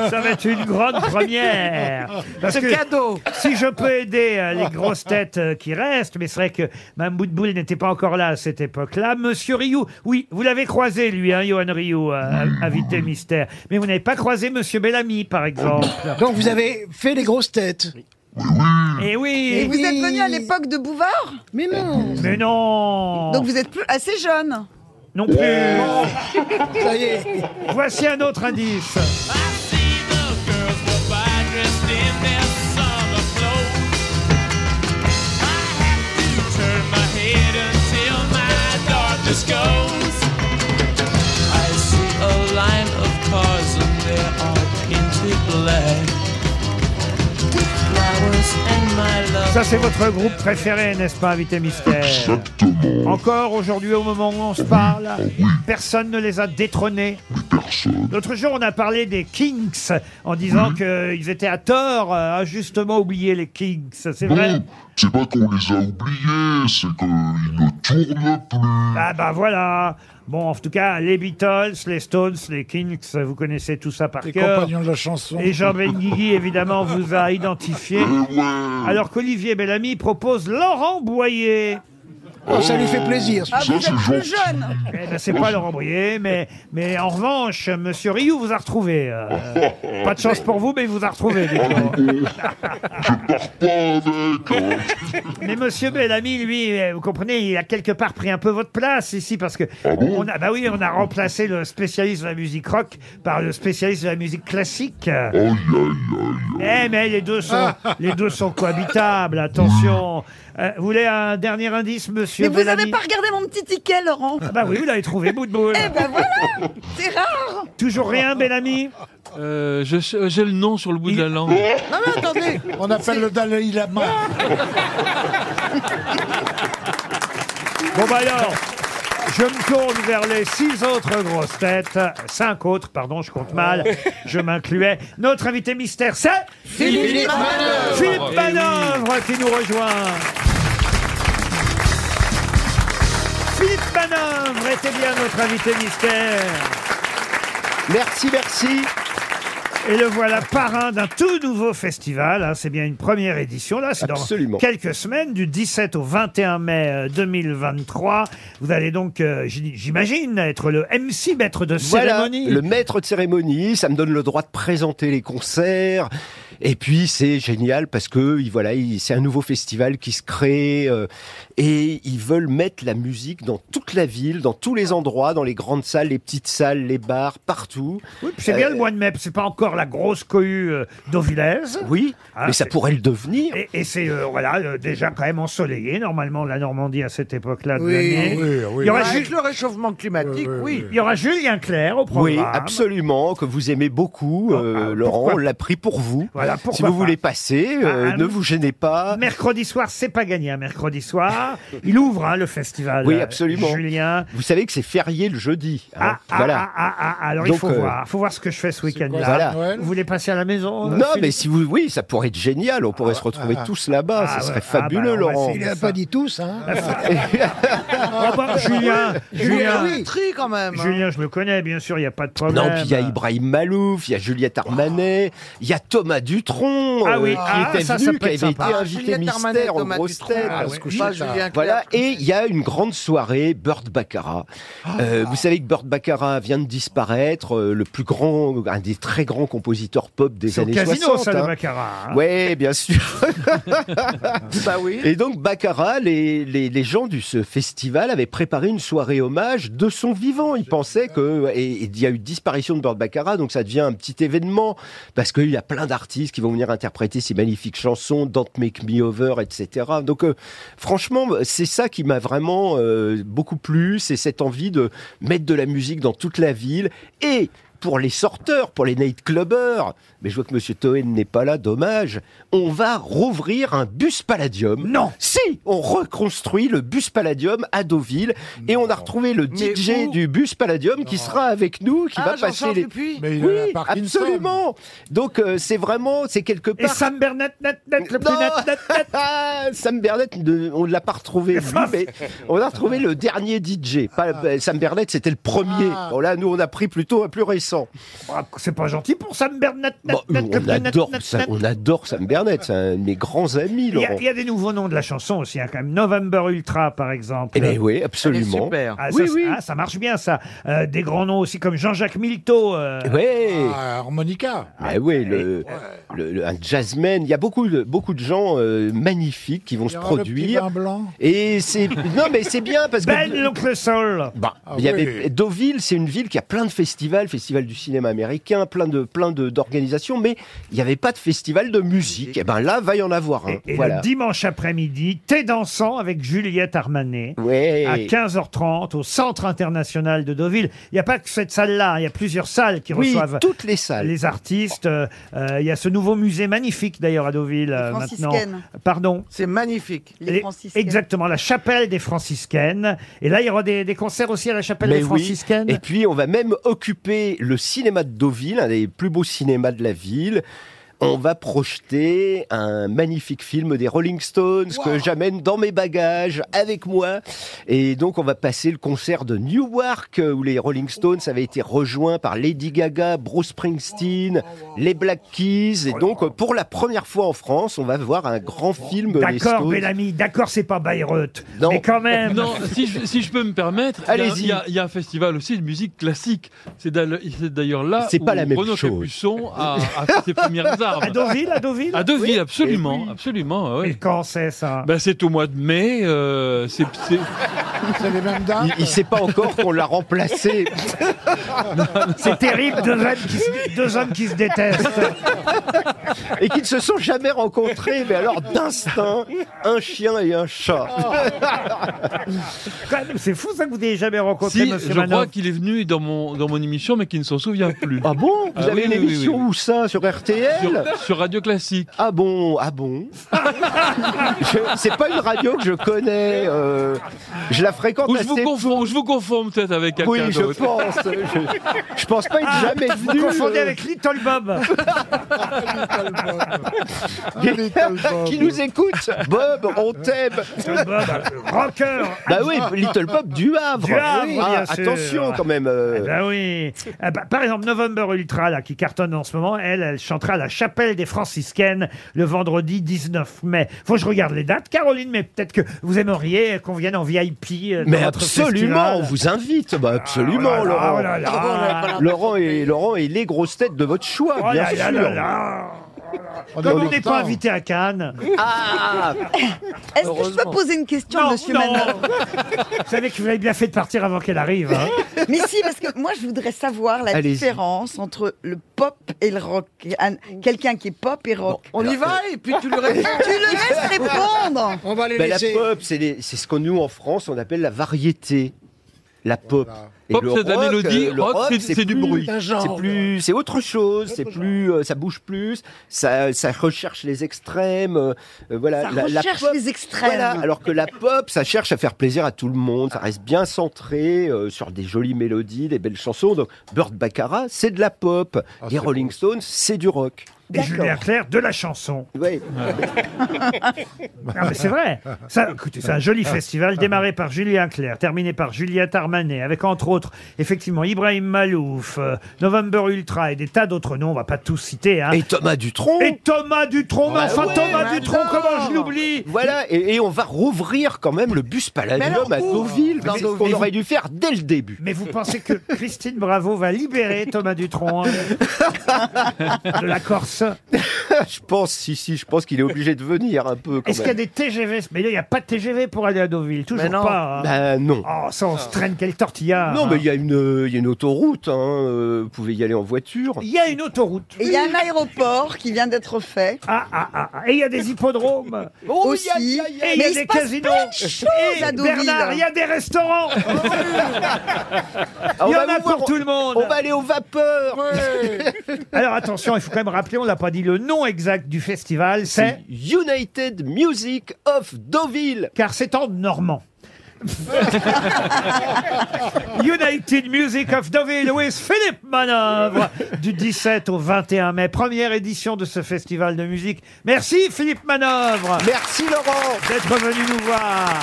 Speaker 2: Ça va être une grande première.
Speaker 8: Ce cadeau.
Speaker 2: Si je peux aider euh, les grosses têtes euh, qui restent, mais c'est vrai que Mme Boudboul n'était pas encore là à cette époque-là. Monsieur Rioux, oui, vous l'avez croisé, lui, hein, Johan Rioux, euh,
Speaker 5: Hmm.
Speaker 2: invité mystère. Mais vous n'avez pas croisé Monsieur Bellamy, par exemple.
Speaker 5: Donc vous avez fait les grosses têtes.
Speaker 2: Eh oui.
Speaker 6: Et vous êtes venu à l'époque de Bouvard
Speaker 5: Mais non.
Speaker 2: Mais non.
Speaker 6: Donc vous êtes plus assez jeune.
Speaker 2: Non plus.
Speaker 5: Ça y est.
Speaker 2: Voici un autre indice. Ça, c'est votre groupe préféré, n'est-ce pas, Invité Mystère Encore aujourd'hui, au moment où on se parle, personne ne les a détrônés. L'autre jour, on a parlé des Kinks en disant qu'ils étaient à tort, euh, injustement oubliés, les Kinks. C'est vrai
Speaker 15: Non, c'est pas qu'on les a oubliés, c'est qu'ils ne tournent plus.
Speaker 2: Ah bah voilà Bon, en tout cas, les Beatles, les Stones, les Kinks, vous connaissez tout ça par
Speaker 13: Les
Speaker 2: cœur.
Speaker 13: compagnons de la chanson.
Speaker 2: Et Jean Benguigui, évidemment, vous a identifié.
Speaker 15: Eh ouais.
Speaker 2: Hmm. Alors qu'Olivier Bellamy propose Laurent Boyer.
Speaker 5: Oh, ça lui fait plaisir.
Speaker 2: Ah, vous êtes plus
Speaker 6: jeune
Speaker 2: Eh ben, c'est pas Laurent Brouillet, mais, mais en revanche, Monsieur Rioux vous a retrouvé. euh, pas de chance pour vous, mais il vous a retrouvé. dites-donc. mais Monsieur Bellamy, lui, euh, vous comprenez, il a quelque part pris un peu votre place ici parce que on a, bah oui, on a remplacé le spécialiste de la musique rock par le spécialiste de la musique classique. Eh mais les deux sont, les deux sont cohabitables. Attention. Euh, vous voulez un dernier indice, Monsieur
Speaker 6: Mais vous n'avez
Speaker 2: Bellamy
Speaker 6: pas Eh ben, regardé mon petit ticket, Laurent
Speaker 2: Bah oui, vous l'avez trouvé, bout de boule.
Speaker 6: C'est rare
Speaker 2: Toujours rien, Bellamy
Speaker 7: Euh, je sais- euh, J'ai le nom sur le bout de la langue.
Speaker 13: Non mais attendez, on appelle le Dalai Lama.
Speaker 2: Bon bah alors, je me tourne vers les six autres grosses têtes, cinq autres, pardon, je compte mal, je m'incluais. Notre invité mystère, c'est
Speaker 16: Philippe Manœuvre.
Speaker 2: Philippe
Speaker 16: Eh oui.
Speaker 2: Manœuvre qui nous rejoint. Philippe Manœuvre était bien notre invité mystère. Merci, merci. Et le voilà parrain d'un tout nouveau festival. hein. C'est bien une première édition. Là, c'est dans
Speaker 18: Absolument.
Speaker 2: quelques semaines, du 17 au 21 mai euh, 2023. Vous allez donc, euh, j- j'imagine, être le MC maître de cérémonie.
Speaker 18: Voilà, le maître de cérémonie, ça me donne le droit de présenter les concerts. Et puis c'est génial parce que il- voilà, il- c'est un nouveau festival qui se crée euh, et ils veulent mettre la musique dans toute la ville, dans tous les endroits, dans les grandes salles, les petites salles, les bars, partout. Euh,
Speaker 2: Puis C'est bien le mois de mai, c'est pas encore la grosse cohue euh, d'Auvillaise.
Speaker 18: Oui, mais ça pourrait le devenir.
Speaker 2: Et, et c'est euh, voilà euh, déjà quand même ensoleillé normalement la Normandie à cette époque-là de
Speaker 18: Oui,
Speaker 2: l'année.
Speaker 18: oui, oui.
Speaker 2: Il y aura
Speaker 18: Avec
Speaker 2: Ju-
Speaker 8: Le réchauffement climatique, oui.
Speaker 2: Il y aura Julien Clerc au programme. Ah,
Speaker 18: Oui, absolument, que vous aimez beaucoup, euh, Laurent, on l'a pris pour vous.
Speaker 2: Voilà,
Speaker 18: si
Speaker 2: pourquoi
Speaker 18: vous
Speaker 2: pas.
Speaker 18: voulez passer, euh,
Speaker 2: Ah,
Speaker 18: ne
Speaker 2: ah,
Speaker 18: vous gênez pas.
Speaker 2: Mercredi soir, c'est pas gagné un mercredi soir. Il ouvre hein, le festival.
Speaker 18: Oui,
Speaker 2: euh,
Speaker 18: absolument.
Speaker 2: Julien.
Speaker 18: Vous savez que c'est férié le jeudi. hein,
Speaker 2: Ah, ah,
Speaker 18: voilà.
Speaker 2: ah, ah, ah, alors il
Speaker 18: Donc,
Speaker 2: faut
Speaker 18: euh,
Speaker 2: voir, faut voir ce que je fais ce week-end-là.
Speaker 18: Voilà.
Speaker 2: Vous voulez passer à la maison euh,
Speaker 18: Non,
Speaker 2: Philippe
Speaker 18: mais si vous, oui, ça pourrait être génial. On pourrait se retrouver
Speaker 2: ah.
Speaker 18: tous là-bas.
Speaker 2: Ah,
Speaker 18: ça
Speaker 2: ouais.
Speaker 18: serait
Speaker 2: Ah,
Speaker 18: fabuleux,
Speaker 2: bah, on va
Speaker 18: Laurent.
Speaker 2: essayer
Speaker 5: Il n'a pas dit tous, hein.
Speaker 2: Ah bah, Julien, Julien,
Speaker 8: Oui, tri quand même. hein.
Speaker 2: Julien, je le connais, Eh bien sûr, il n'y a pas de problème.
Speaker 18: Non, puis il y a Ibrahim Malouf, il y a Juliette Armanet, il y a Thomas Dutronc euh,
Speaker 2: Ah oui,
Speaker 18: qui
Speaker 2: ah,
Speaker 18: était
Speaker 2: ça, ça
Speaker 18: venu,
Speaker 2: peut
Speaker 18: qui
Speaker 2: être
Speaker 18: avait
Speaker 2: sympa.
Speaker 18: été
Speaker 2: Ah,
Speaker 18: invité
Speaker 2: Juliette
Speaker 18: mystère
Speaker 2: Armanet,
Speaker 18: en
Speaker 2: Thomas
Speaker 18: grosse
Speaker 2: Dutronc,
Speaker 18: tête.
Speaker 2: ah ouais. Pas Julien Clerc. Ah.
Speaker 18: Voilà, et il y a une grande soirée, Burt Baccarat. Euh, vous savez que Burt Baccarat vient de disparaître, euh, le plus grand, un des très grands compositeurs pop des
Speaker 2: C'est au
Speaker 18: années
Speaker 2: casino,
Speaker 18: 60.
Speaker 2: ça, le
Speaker 18: hein.
Speaker 2: Baccarat, hein.
Speaker 18: Ouais, bien sûr.
Speaker 8: Bah oui.
Speaker 18: Et donc, Baccarat, les, les, les gens de ce festival avaient préparé une soirée hommage de son vivant. Ils pensaient que. Et et il y a eu disparition de Bird Baccarat, donc ça devient un petit événement. Parce qu'il y a plein d'artistes qui vont venir interpréter ces magnifiques chansons, Don't Make Me Over, etc. Donc, euh, franchement, c'est ça qui m'a vraiment euh, beaucoup plu. C'est cette envie de mettre de la musique dans toute la ville. Et pour les sorteurs, pour les nightclubbers. Mais je vois que Monsieur Toen n'est pas là, dommage. On va rouvrir un bus Palladium.
Speaker 2: Non
Speaker 18: Si On reconstruit le bus Palladium à Deauville et on a retrouvé le
Speaker 8: Mais
Speaker 18: DJ
Speaker 8: où
Speaker 18: du bus Palladium qui sera avec nous, qui
Speaker 8: Ah,
Speaker 18: va
Speaker 8: Jean-Charles
Speaker 18: passer les...
Speaker 8: Dupuis
Speaker 13: Mais il a
Speaker 18: oui,
Speaker 13: la Parkinson.
Speaker 18: absolument Donc euh, c'est vraiment, c'est quelque
Speaker 2: Et
Speaker 18: part...
Speaker 2: Sam Bernet, net, net, le plus
Speaker 18: Non.
Speaker 2: net, net, net.
Speaker 18: Sam Bernet, ne- on ne l'a pas retrouvé, lui, mais on a retrouvé le dernier DJ. Pas, Sam Bernet, c'était le premier. Bon, là, nous, on a pris plutôt un plus récent.
Speaker 2: Ah, C'est pas gentil pour Sam Bernet, net,
Speaker 18: Bon,
Speaker 2: net, le
Speaker 18: on,
Speaker 2: plus net,
Speaker 18: adore,
Speaker 2: net,
Speaker 18: Sam-
Speaker 2: net.
Speaker 18: on adore Sam Bernet, c'est un de mes grands amis,
Speaker 2: Il y, a,
Speaker 18: Laurent.
Speaker 2: il y a des nouveaux noms de la chanson aussi, hein, quand même. November Ultra, par exemple.
Speaker 18: Eh ben oui, absolument. Elle est super.
Speaker 2: Ah,
Speaker 18: Oui,
Speaker 2: ça,
Speaker 18: oui.
Speaker 2: ah, ça marche bien, ça. Euh, des grands noms aussi, comme Jean-Jacques Milteau. euh,
Speaker 18: Ouais.
Speaker 13: harmonica.
Speaker 18: Ben ouais, le, le- le- un jazzman. Il y a beaucoup de, beaucoup de gens euh, magnifiques qui vont se
Speaker 13: aura le petit
Speaker 18: produire.
Speaker 13: vin blanc.
Speaker 18: Et c'est non mais c'est bien parce que
Speaker 2: Ben, l'oncle Sol.
Speaker 18: Bah,
Speaker 13: Ah
Speaker 18: il y
Speaker 13: oui.
Speaker 18: avait Deauville, c'est une ville qui a plein de festivals, festival du cinéma américain, plein de plein de d'organisations, mais il n'y avait pas de festival de musique. Et ben là, va y en avoir un.
Speaker 2: Et
Speaker 18: voilà.
Speaker 2: le dimanche après-midi, T'es dansant avec Juliette Armanet.
Speaker 18: Ouais.
Speaker 2: À 15h30 au Centre international de Deauville. Il n'y a pas que cette salle-là, hein, il y a plusieurs salles qui
Speaker 18: Oui,
Speaker 2: reçoivent
Speaker 18: toutes les salles.
Speaker 2: les artistes. Euh, euh, Il y a ce nouveau musée magnifique d'ailleurs à Deauville euh, maintenant.
Speaker 8: franciscaines.
Speaker 2: Pardon.
Speaker 8: C'est magnifique.
Speaker 2: Et- Exactement, la chapelle des franciscaines. Et là, il y aura des, des concerts aussi à la chapelle
Speaker 18: Mais
Speaker 2: des
Speaker 18: oui.
Speaker 2: franciscaines.
Speaker 18: Et puis on va même occuper le cinéma de Deauville, un des plus beaux cinémas de la ville. on va projeter un magnifique film des Rolling Stones que j'amène dans mes bagages avec moi. Et donc, on va passer le concert de Newark euh, où les Rolling Stones avaient été rejoints par Lady Gaga, Bruce Springsteen, les Black Keys. Et donc, euh, pour la première fois en France, on va voir un grand film des
Speaker 2: D'accord,
Speaker 18: Stones.
Speaker 2: Bellamy, d'accord, c'est pas Bayreuth. Mais quand même.
Speaker 7: Non, si je, si je peux me permettre, il y a-
Speaker 2: Allez-y.
Speaker 7: il y, a- il y a un festival aussi de musique classique. C'est d'ailleurs- c'est d'ailleurs là
Speaker 18: C'est
Speaker 7: où
Speaker 18: pas la même
Speaker 7: Renaud
Speaker 18: chose.
Speaker 7: Capuçon a, a fait ses premières armes.
Speaker 2: À Deauville, à Deauville
Speaker 7: À Deauville,
Speaker 2: Oui. Eh
Speaker 7: absolument,
Speaker 2: Oui.
Speaker 7: absolument. Ben,
Speaker 2: Et quand c'est ça
Speaker 7: C'est au mois de mai. euh, c'est- c'est-
Speaker 13: C'est les mêmes dames.
Speaker 18: Il ne sait pas encore qu'on l'a remplacé.
Speaker 2: C'est terrible, deux hommes, qui se, deux hommes qui se détestent.
Speaker 18: et qui ne se sont jamais rencontrés, mais alors d'instinct, un chien et un chat.
Speaker 7: Ah
Speaker 2: Quand même, C'est fou ça que vous n'ayez jamais rencontré,
Speaker 7: Si,
Speaker 2: monsieur
Speaker 7: je crois
Speaker 2: Manoff.
Speaker 7: qu'il est venu dans mon, dans mon émission, mais qu'il ne s'en souvient plus.
Speaker 18: Ah bon Vous avez une émission où ça Sur RTL
Speaker 7: Sur- sur Radio Classique.
Speaker 18: Ah bon Ah bon Je- C'est pas une radio que je connais. euh, je la fréquente
Speaker 7: Ou je
Speaker 18: assez
Speaker 7: vous confonds, ou je vous confonds peut-être avec quelqu'un
Speaker 18: Oui, je
Speaker 7: d'autre.
Speaker 18: pense. Je, je pense pas être jamais
Speaker 2: Ah, Vous
Speaker 18: venu.
Speaker 2: confondez
Speaker 18: euh,
Speaker 2: avec Little Bob.
Speaker 18: qui nous écoute. Bob, on t'aime.
Speaker 2: rocker.
Speaker 18: Bah oui, Little Bob du Havre.
Speaker 2: Du Havre,
Speaker 18: Oui.
Speaker 2: bien
Speaker 18: Ah,
Speaker 2: sûr.
Speaker 18: attention quand même. euh.
Speaker 2: Eh ben oui. Ah bah, par exemple, November Ultra, là, qui cartonne en ce moment, elle, elle chantera à la chapelle des franciscaines le vendredi 19 mai. Faut que je regarde les dates, Caroline, mais peut-être que vous aimeriez qu'on vienne en VIP. euh, dans
Speaker 18: Mais
Speaker 2: votre
Speaker 18: absolument,
Speaker 2: festival.
Speaker 18: on vous invite. Bah absolument,
Speaker 2: oh là là,
Speaker 18: Laurent.
Speaker 2: oh là là.
Speaker 18: Laurent et Laurent et les grosses têtes de votre choix,
Speaker 2: Oh
Speaker 18: bien
Speaker 2: là
Speaker 18: sûr.
Speaker 2: là là là. Comme on n'est pas invité à Cannes.
Speaker 6: Ah. Est-ce que je peux
Speaker 2: Heureusement.
Speaker 6: poser une question,
Speaker 2: Non,
Speaker 6: monsieur
Speaker 2: non.
Speaker 6: Manoff
Speaker 2: Vous savez que vous avez bien fait de partir avant qu'elle arrive. hein.
Speaker 6: Mais si, parce que moi, je voudrais savoir la
Speaker 2: Allez-y.
Speaker 6: différence entre le pop et le rock. Un- Quelqu'un qui est pop et rock.
Speaker 8: On y va et puis tu lui réponds.
Speaker 6: tu le laisses répondre.
Speaker 8: On va
Speaker 2: Bah,
Speaker 18: Ben, la pop, c'est les- c'est ce qu'on nous en France on appelle la variété. La pop. Et
Speaker 7: Pop,
Speaker 18: le
Speaker 7: c'est de la
Speaker 18: rock,
Speaker 7: mélodie,
Speaker 18: euh, le
Speaker 7: rock, c'est- c'est du
Speaker 18: plus-
Speaker 7: bruit. C'est un genre.
Speaker 18: C'est plus, c'est autre chose. C'est plus, euh, ça bouge plus. Ça, ça recherche les extrêmes. euh, euh, voilà.
Speaker 6: Ça
Speaker 18: la, la
Speaker 6: recherche
Speaker 18: pop-
Speaker 6: les extrêmes.
Speaker 18: voilà, alors que la pop, ça cherche à faire plaisir à tout le monde. Ça reste bien centré euh, sur des jolies mélodies, des belles chansons. Donc, Burt Baccarat, c'est de la pop. les Rolling Stones, c'est du rock.
Speaker 2: Et Julien Clerc de la chanson.
Speaker 18: Oui.
Speaker 2: Ah, mais c'est vrai. Ça, écoutez, c'est un joli festival démarré par Julien Clerc, terminé par Juliette Armanet, avec entre autres, effectivement, Ibrahim Malouf, euh, November Ultra et des tas d'autres noms. On va pas tous citer. Hein.
Speaker 18: Et Thomas Dutronc.
Speaker 2: Et Thomas Dutronc. mais
Speaker 18: Bah
Speaker 2: enfin,
Speaker 18: ouais,
Speaker 2: Thomas
Speaker 18: mais
Speaker 2: Dutronc,
Speaker 18: alors.
Speaker 2: comment je l'oublie
Speaker 18: Voilà, et, et on va rouvrir quand même le bus
Speaker 2: Mais alors
Speaker 18: Palladium à
Speaker 2: où
Speaker 18: Deauville,
Speaker 2: Dans
Speaker 18: c'est ce
Speaker 2: Deauville.
Speaker 18: qu'on aurait dû faire dès le début.
Speaker 2: Mais vous pensez que Christine Bravo va libérer Thomas Dutronc hein, de la Corse
Speaker 18: je pense, si, si, je pense qu'il est obligé de venir un peu quand
Speaker 2: Est-ce qu'il y a
Speaker 18: même.
Speaker 2: des TGV Mais là, il n'y a pas de TGV pour aller à Deauville, toujours
Speaker 18: non.
Speaker 2: pas. hein.
Speaker 18: Bah, non.
Speaker 2: Oh, ça, on se traîne, quelle tortilla
Speaker 18: Non,
Speaker 2: hein.
Speaker 18: mais il y, a une, euh, il y a une autoroute, hein, euh, vous pouvez y aller en voiture.
Speaker 2: Il y a une autoroute.
Speaker 6: Et il y a un aéroport qui vient d'être fait.
Speaker 2: Ah, ah, ah, ah. Et il y a des hippodromes.
Speaker 6: Oh,
Speaker 2: Aussi.
Speaker 6: il y a- il y a-
Speaker 2: Et
Speaker 6: Mais
Speaker 2: il y a
Speaker 6: il se
Speaker 2: des
Speaker 6: passe
Speaker 2: casinos.
Speaker 6: plein de choses
Speaker 2: Et
Speaker 6: à Deauville.
Speaker 2: Bernard, il y a des restaurants.
Speaker 18: Ah, on
Speaker 2: Il y en
Speaker 18: va
Speaker 2: a
Speaker 18: vous voir,
Speaker 2: pour tout le monde.
Speaker 18: On va aller aux vapeurs.
Speaker 2: Alors attention, il faut quand même rappeler, on l'a pas dit, le nom exact du festival, c'est
Speaker 18: United Music of Deauville.
Speaker 2: Car c'est en normand. United Music of Deauville with Philippe Manœuvre du 17 au 21 mai, première édition de ce festival de musique. Merci Philippe Manœuvre.
Speaker 18: Merci Laurent
Speaker 2: d'être venu nous voir.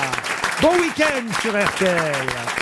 Speaker 2: Bon week-end sur RTL.